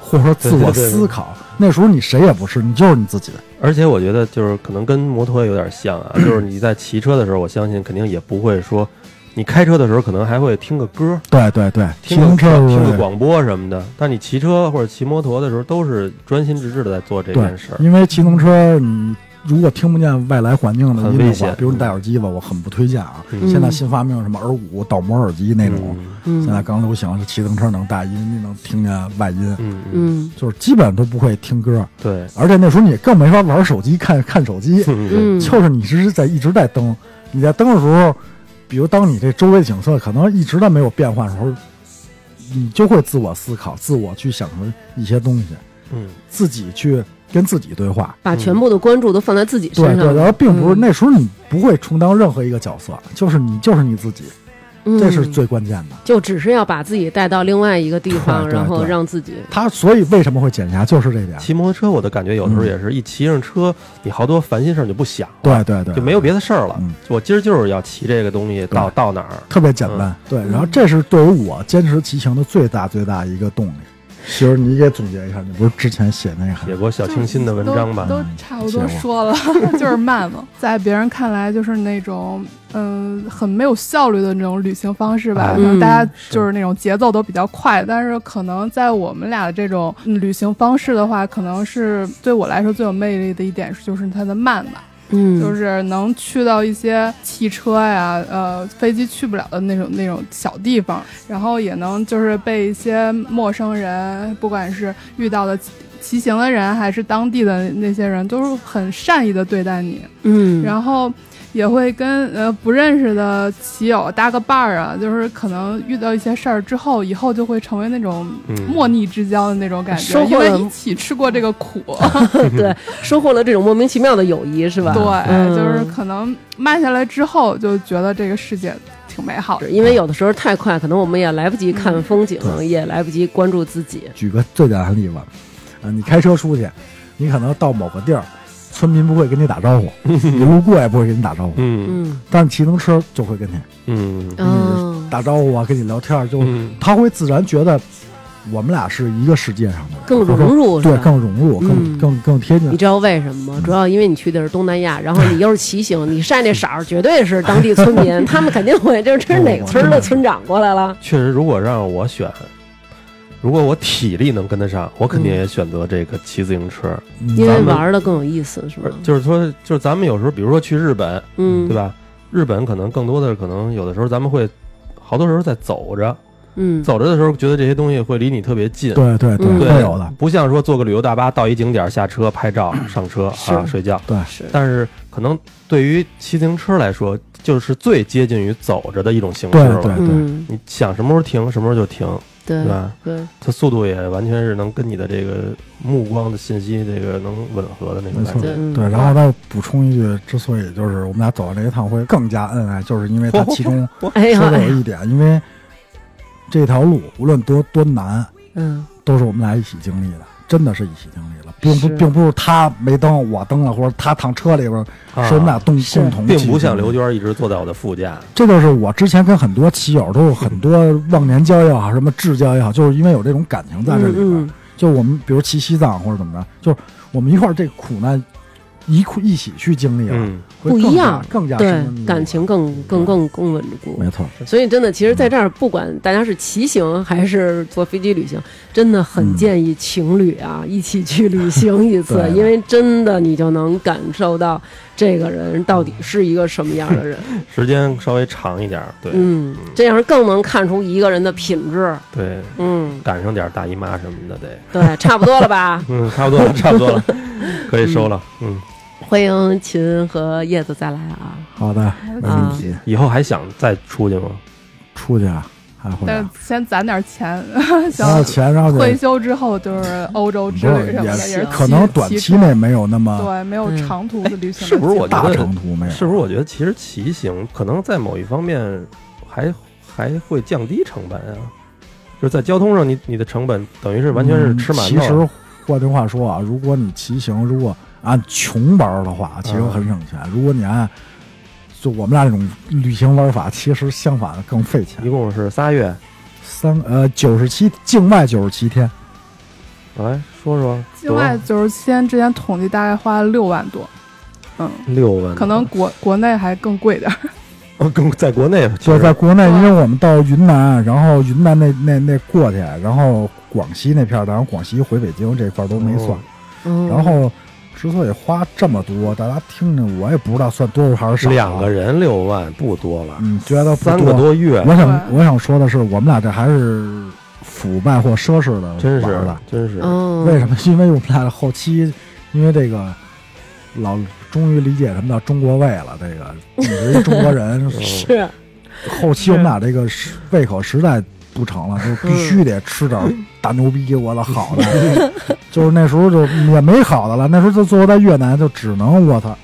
Speaker 2: 或者说自
Speaker 7: 对对
Speaker 2: 我
Speaker 7: 对对
Speaker 2: 思考。那时候你谁也不是，你就是你自己。
Speaker 7: 而且我觉得就是可能跟摩托有点像啊，就是你在骑车的时候，我相信肯定也不会说，你开车的时候可能还会听个歌，
Speaker 2: 对对对，骑
Speaker 7: 听
Speaker 2: 自
Speaker 7: 个
Speaker 2: 行车的时
Speaker 7: 听
Speaker 2: 候
Speaker 7: 个广播什么的。但你骑车或者骑摩托的时候，都是专心致志的在做这
Speaker 2: 对
Speaker 7: 件事，儿。
Speaker 2: 因为骑自行车你如果听不见外来环境的
Speaker 4: 很
Speaker 2: 音
Speaker 4: 危
Speaker 2: 的话，
Speaker 4: 险
Speaker 2: 比如你戴耳机吧，我很不推荐啊。
Speaker 4: 嗯
Speaker 2: 现在新发明什么耳骨导模耳机那种，
Speaker 1: 嗯
Speaker 2: 现在刚流行，骑自行车能大音，你能听见外音，
Speaker 4: 嗯嗯，
Speaker 1: 嗯
Speaker 2: 就是基本都不会听歌。
Speaker 4: 对，
Speaker 2: 而且那时候你更没法玩手机、看看手机，
Speaker 1: 嗯，
Speaker 2: 就是你是在一直在蹬，你在蹬的时候，比如当你这周围景色可能一直都没有变化的时候，你就会自我思考、自我去想出一些东西，
Speaker 4: 嗯
Speaker 2: 自己去跟自己对话。
Speaker 1: 把全部的关注都放在自己
Speaker 2: 对
Speaker 1: 身
Speaker 2: 对，
Speaker 1: 上，
Speaker 2: 然后并不是
Speaker 1: 嗯
Speaker 2: 那时候你不会充当任何一个角色，就是你就是你自己，
Speaker 1: 嗯
Speaker 2: 这是最关键的。
Speaker 1: 就只是要把自己带到另外一个地方，
Speaker 2: 对对
Speaker 1: 然后
Speaker 2: 对
Speaker 1: 让自己
Speaker 2: 他所以为什么会减压，就是这点。
Speaker 4: 骑摩托车我的感觉有时候也是一骑上车，你好多烦心事儿你就不想
Speaker 2: 对
Speaker 4: 了，
Speaker 2: 对对，
Speaker 4: 就没有别的事儿了
Speaker 2: 嗯。
Speaker 4: 我今儿就是要骑这个东西到
Speaker 2: 对
Speaker 4: 到哪儿，
Speaker 2: 特别简
Speaker 4: 嗯
Speaker 2: 单。对，然后这是对于我坚持骑行的最大最大一个动力。媳妇儿，你给总结一下，你不是之前写那个
Speaker 4: 写过小清新的文章吧？
Speaker 3: 都都差不多说了， 就是慢嘛。在别人看来，就是那种嗯、很没有效率的那种旅行方式吧。
Speaker 4: 哎
Speaker 3: 可
Speaker 1: 嗯
Speaker 3: 能大家就是那种节奏都比较快，但是可能在我们俩的这种嗯旅行方式的话，可能是对我来说最有魅力的一点是，就是它的慢吧。
Speaker 1: 嗯
Speaker 3: 就是能去到一些汽车呀、呃飞机去不了的那种那种小地方，然后也能就是被一些陌生人，不管是遇到的骑骑行的人，还是当地的那些人，都是很善意的对待你，
Speaker 1: 嗯，
Speaker 3: 然后。也会跟呃不认识的骑友搭个伴儿啊，就是可能遇到一些事儿之后，以后就会成为那种莫逆之交的那种感觉，
Speaker 1: 嗯收
Speaker 3: 因
Speaker 1: 获了
Speaker 3: 为一起吃过这个苦。
Speaker 1: 对，收获了这种莫名其妙的友谊，是吧？嗯
Speaker 3: 对，就是可能慢下来之后，就觉得这个世界挺美好的。
Speaker 1: 因为有的时候太快，可能我们也来不及
Speaker 3: 嗯
Speaker 1: 看风景，
Speaker 2: 对
Speaker 1: 也来不及关注自己。
Speaker 2: 举个最简单的例子，啊，你开车出去，你可能到某个地儿，村民不会跟你打 招呼，你路过也不会跟你打招呼，
Speaker 4: 嗯
Speaker 1: 嗯，
Speaker 2: 但是骑自行车就会跟你
Speaker 4: 嗯
Speaker 1: 哦，
Speaker 2: 打招呼啊，跟你聊天儿，就
Speaker 4: 嗯
Speaker 2: 他会自然觉得我们俩是一个世界上的人，
Speaker 1: 更
Speaker 2: 或者说
Speaker 1: 融入是
Speaker 2: 对，
Speaker 1: 吧？
Speaker 2: 更融入，
Speaker 1: 嗯
Speaker 2: 更更更贴近
Speaker 1: 你。知道为什么吗？主要因为你去的是东南亚，然后你又是骑行，你晒那色儿，绝对是当地村民，他们肯定会，这这是哪个村儿的村长过来了？
Speaker 4: 确实，如果让我选，如果我体力能跟得上，我肯定也选择这个骑自行车。
Speaker 2: 嗯
Speaker 1: 因为
Speaker 4: 咱们
Speaker 1: 玩的更有意思，是吧
Speaker 4: 而？就是说，就是咱们有时候，比如说去日本，
Speaker 1: 嗯，
Speaker 4: 对？吧？日本可能更多的可能有的时候咱们会，好多时候在走着，
Speaker 1: 嗯，
Speaker 4: 走着的时候觉得这些东西会离你特别近，
Speaker 2: 对对对，
Speaker 1: 嗯
Speaker 2: 会有的，
Speaker 4: 不像说坐个旅游大巴到一景点下车拍照上车啊
Speaker 1: 是
Speaker 4: 睡觉。
Speaker 2: 对。
Speaker 1: 是。
Speaker 4: 但是可能对于骑自行车来说，就是最接近于走着的一种形式
Speaker 2: 对
Speaker 4: 了。
Speaker 2: 对
Speaker 1: 嗯，
Speaker 4: 你想什么时候停，什么时候就停，
Speaker 1: 对
Speaker 4: 对吧？
Speaker 1: 对，
Speaker 4: 它速度也完全是能跟你的这个目光的信息这个能吻合的那种
Speaker 2: 没
Speaker 4: 感
Speaker 2: 错，
Speaker 4: 觉。
Speaker 1: 嗯
Speaker 2: 对，然后再补充一句，之所以就是我们俩走完这一趟会更加恩爱，就是因为它其中
Speaker 1: 哎呀
Speaker 2: 说，到有一点，因为这条路无论多多难，
Speaker 1: 嗯，
Speaker 2: 都是我们俩一起经历的，真的是一起经历了，并不
Speaker 1: 是
Speaker 2: 并不是他没蹬我蹬了，或者他躺车里边，
Speaker 4: 啊
Speaker 2: 是我们俩共
Speaker 1: 是
Speaker 2: 共同
Speaker 4: 并
Speaker 2: 经历
Speaker 4: 不像刘。娟一直坐在我的副驾，
Speaker 2: 这就是我之前跟很多骑友都有很多忘年交也好，什么至交也好，就是因为有这种感情在这里边。
Speaker 1: 嗯嗯
Speaker 2: 就我们比如骑西藏或者怎么着，就是我们一块儿这苦难一块一起去经历了，
Speaker 4: 嗯，
Speaker 2: 会
Speaker 1: 不
Speaker 2: 更
Speaker 1: 一
Speaker 2: 加
Speaker 1: 样
Speaker 2: 更加深入
Speaker 1: 对，感情更更更更稳固。
Speaker 2: 没错。
Speaker 1: 所以真的，其实在这儿，不管大家是骑行还是坐飞机旅行，真的很建议情侣啊、一起去旅行一次，
Speaker 2: 对
Speaker 1: 因为真的你就能感受到这个人到底是一个什么样的人。
Speaker 4: 时间稍微长一点儿，对、
Speaker 1: 嗯，这样更能看出一个人的品质。
Speaker 4: 对，
Speaker 1: 嗯，
Speaker 4: 赶上点儿大姨妈什么的得，
Speaker 1: 对，差不多了吧？
Speaker 4: 嗯， 差不多了，差不多了，可以收了，嗯，
Speaker 1: 欢迎秦和叶子再来啊！
Speaker 2: 好的，没问
Speaker 1: 嗯
Speaker 2: 题。
Speaker 4: 以后还想再出去吗？
Speaker 2: 出去啊，还会
Speaker 3: 但
Speaker 2: 啊
Speaker 3: 是先攒点钱，
Speaker 2: 然后 嗯
Speaker 3: 想
Speaker 2: 啊钱，然后就
Speaker 3: 退休之后就是欧洲之
Speaker 2: 不
Speaker 3: 旅
Speaker 2: 是
Speaker 3: 什么的，
Speaker 2: 也
Speaker 3: 也是
Speaker 2: 可能短
Speaker 3: 骑
Speaker 2: 期内没有那么
Speaker 3: 对没有
Speaker 1: 嗯
Speaker 3: 长途的旅行的计划。
Speaker 4: 是不是我觉
Speaker 2: 大
Speaker 4: 得
Speaker 2: 长途没有，
Speaker 4: 是不是？我觉得其实骑行可能在某一方面还还会降低成本啊，就是在交通上你你的成本等于是完全是吃馒
Speaker 2: 嗯其
Speaker 4: 头了，
Speaker 2: 实换句话说啊，如果你骑行，如果按穷玩儿的话，其实
Speaker 4: 嗯
Speaker 2: 很省钱；如果你按就我们俩这种旅行玩法，其实相反更费钱
Speaker 4: 一。共是仨月，
Speaker 2: 三呃九十七境外九十七天，
Speaker 4: 来说说
Speaker 3: 境外九十七天之前统计大概花了六万多，嗯，
Speaker 4: 六万，
Speaker 3: 可能国国内还更贵点儿。
Speaker 4: 哦更在国内其
Speaker 2: 就是
Speaker 4: 实
Speaker 2: 在国内，
Speaker 3: 对
Speaker 2: 因为我们到云南，啊然后云南那那那过去，然后广西那片儿，然后广西回北京这块儿都没算
Speaker 4: 哦，
Speaker 1: 嗯
Speaker 2: 然后之所以花这么多，大家听听，我也不知道算多少还是少。
Speaker 4: 嗯
Speaker 2: 啊
Speaker 4: 两个，人六万不多了，
Speaker 2: 嗯，觉得不
Speaker 4: 三个多月，
Speaker 2: 我想我想说的是，我们俩这还是腐败或奢侈的
Speaker 4: 真
Speaker 2: 玩儿
Speaker 4: 是
Speaker 2: 的。
Speaker 4: 真是，
Speaker 1: 嗯，
Speaker 2: 为什么？因为我们俩的后期，因为这个老终于理解什么叫中国胃了。这个你是一中国 人，
Speaker 1: 是
Speaker 2: 后期我们俩这个食胃口实在不成了，就必须得吃点大牛逼我的好 的。就是那时候就也没好的了，那时候就最后在越南就只能我操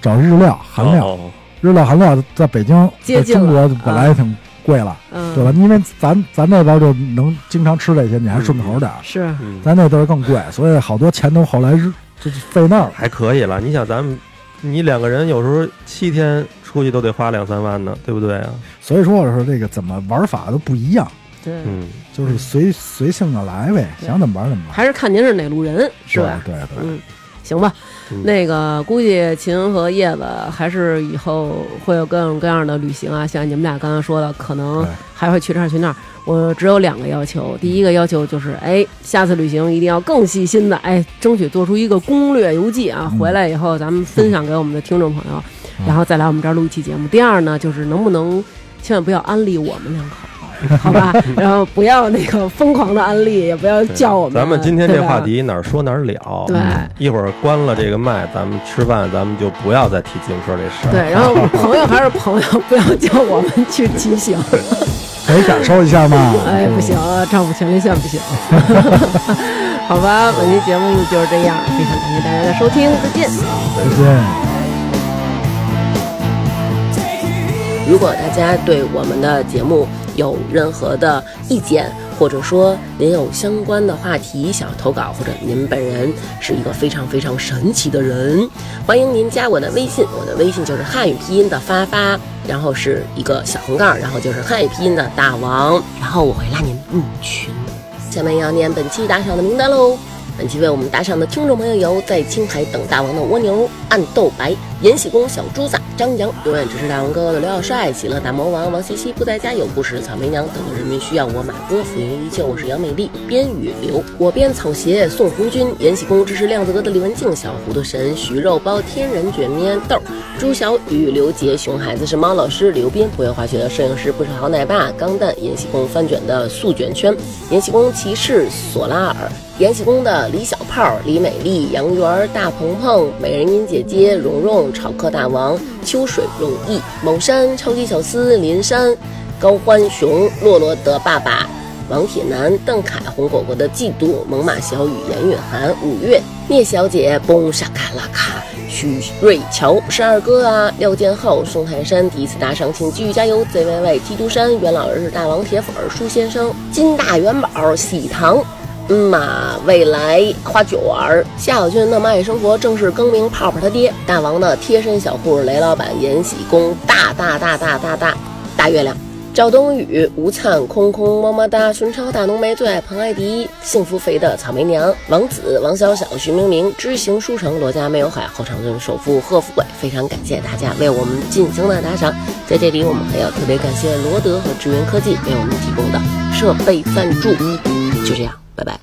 Speaker 2: 找日料韩料，
Speaker 7: 哦
Speaker 2: 日料韩料在北京
Speaker 1: 接
Speaker 2: 在
Speaker 1: 近
Speaker 2: 中国
Speaker 1: 了啊
Speaker 2: 本来也挺贵了，
Speaker 1: 嗯，
Speaker 2: 对吧？因为咱咱那边就能经常吃这些，你还顺口点儿，
Speaker 1: 是
Speaker 7: 嗯
Speaker 2: 咱那边更贵，所以好多钱都后来日就是费那儿了。
Speaker 4: 还可以了。你想咱们，你两个人有时候七天出去都得花两三万呢，对不对啊？
Speaker 2: 所以说我说这个怎么玩法都不一样，
Speaker 1: 对，
Speaker 4: 嗯，
Speaker 2: 就是随随性的来呗，
Speaker 1: 对
Speaker 2: 想怎么玩怎么玩。
Speaker 1: 还是看您是哪路人，是吧？
Speaker 2: 对对对，
Speaker 1: 嗯，行吧，
Speaker 4: 嗯
Speaker 1: 那个估计秦和叶子还是以后会有各种各样的旅行啊，像你们俩刚刚说的，可能
Speaker 2: 对
Speaker 1: 还会去这儿去那儿。我只有两个要求，第一个要求就是，哎，下次旅行一定要更细心的，哎，争取做出一个攻略游记啊，
Speaker 2: 嗯
Speaker 1: 回来以后咱们分享给我们的听众朋友，
Speaker 2: 嗯
Speaker 1: 然后再来我们这儿录一期节目。第二呢，就是能不能千万不要安利我们两口。好 吧，然后不要那个疯狂的安利，也不要叫我们。
Speaker 4: 咱们今天
Speaker 1: 对
Speaker 4: 这
Speaker 1: 吧
Speaker 4: 话题哪儿说哪儿了。嗯
Speaker 1: 对
Speaker 4: 一会儿关了这个麦，咱们吃饭，咱们就不要再提自行车这事儿。
Speaker 1: 对，然后朋友还是朋友，不要叫我们去骑行。
Speaker 2: 可以感受一下嘛。
Speaker 1: 哎，不行，啊，丈夫权利线不行。 好吧，本期节目就是这样，非常感谢大家的收听，再见。
Speaker 2: 再见。
Speaker 8: 如果大家对我们的节目有任何的意见，或者说您有相关的话题想要投稿，或者您本人是一个非常非常神奇的人，欢迎您加我的微信，我的微信就是汉语拼音的发发，然后是一个小横杠，然后就是汉语拼音的大王，然后我会拉您入群。下面要念本期打赏的名单喽。本期为我们打赏的听众朋友有在青海等大王的蜗牛、暗豆白、延禧宫小猪子、张扬、永远支持大王哥哥的刘小帅、喜乐大魔王、王西西、不在家有故事、草莓娘等个人民需要我马哥、浮云依旧、我是杨美丽、边雨流、我边草鞋、宋红军、延禧宫支持亮子哥的李文静、小糊涂神、徐肉包、天人卷面豆、朱小雨、刘杰、熊孩子是猫老师、刘斌、不会滑雪的摄影师、不是好奶爸、钢蛋、延禧宫翻卷的素卷圈、延禧宫骑士索拉尔、延禧宫的李小炮、李美丽、杨元儿、大鹏鹏、美人音姐姐、蓉蓉、炒客大王、秋水容易、某山、超级小司、林山、高欢雄、洛洛的爸爸、王铁男、邓凯、红果果的嫉妒、猛犸小雨、严雨涵、五月、聂小姐、崩沙卡拉卡、许瑞乔、十二哥啊、廖建浩、宋泰山第一次打赏，请继续加油！ZYY 基督山、袁老师、大王铁粉、舒先生、金大元宝、喜糖。嗯嘛，未来花九儿，夏小军的蚂蚁生活正式更名泡泡他爹，大王的贴身小护士雷老板，延禧宫大大大大大大大月亮。赵冬雨、吴灿、空空、么么哒、孙超、大浓眉最爱彭艾迪、幸福肥的草莓娘、王子、王小小、徐明明、知行书城、罗家没有海、后场村首富贺富贵，非常感谢大家为我们进行的打赏。在这里，我们还要特别感谢罗德和智源科技为我们提供的设备赞助。就这样，拜拜。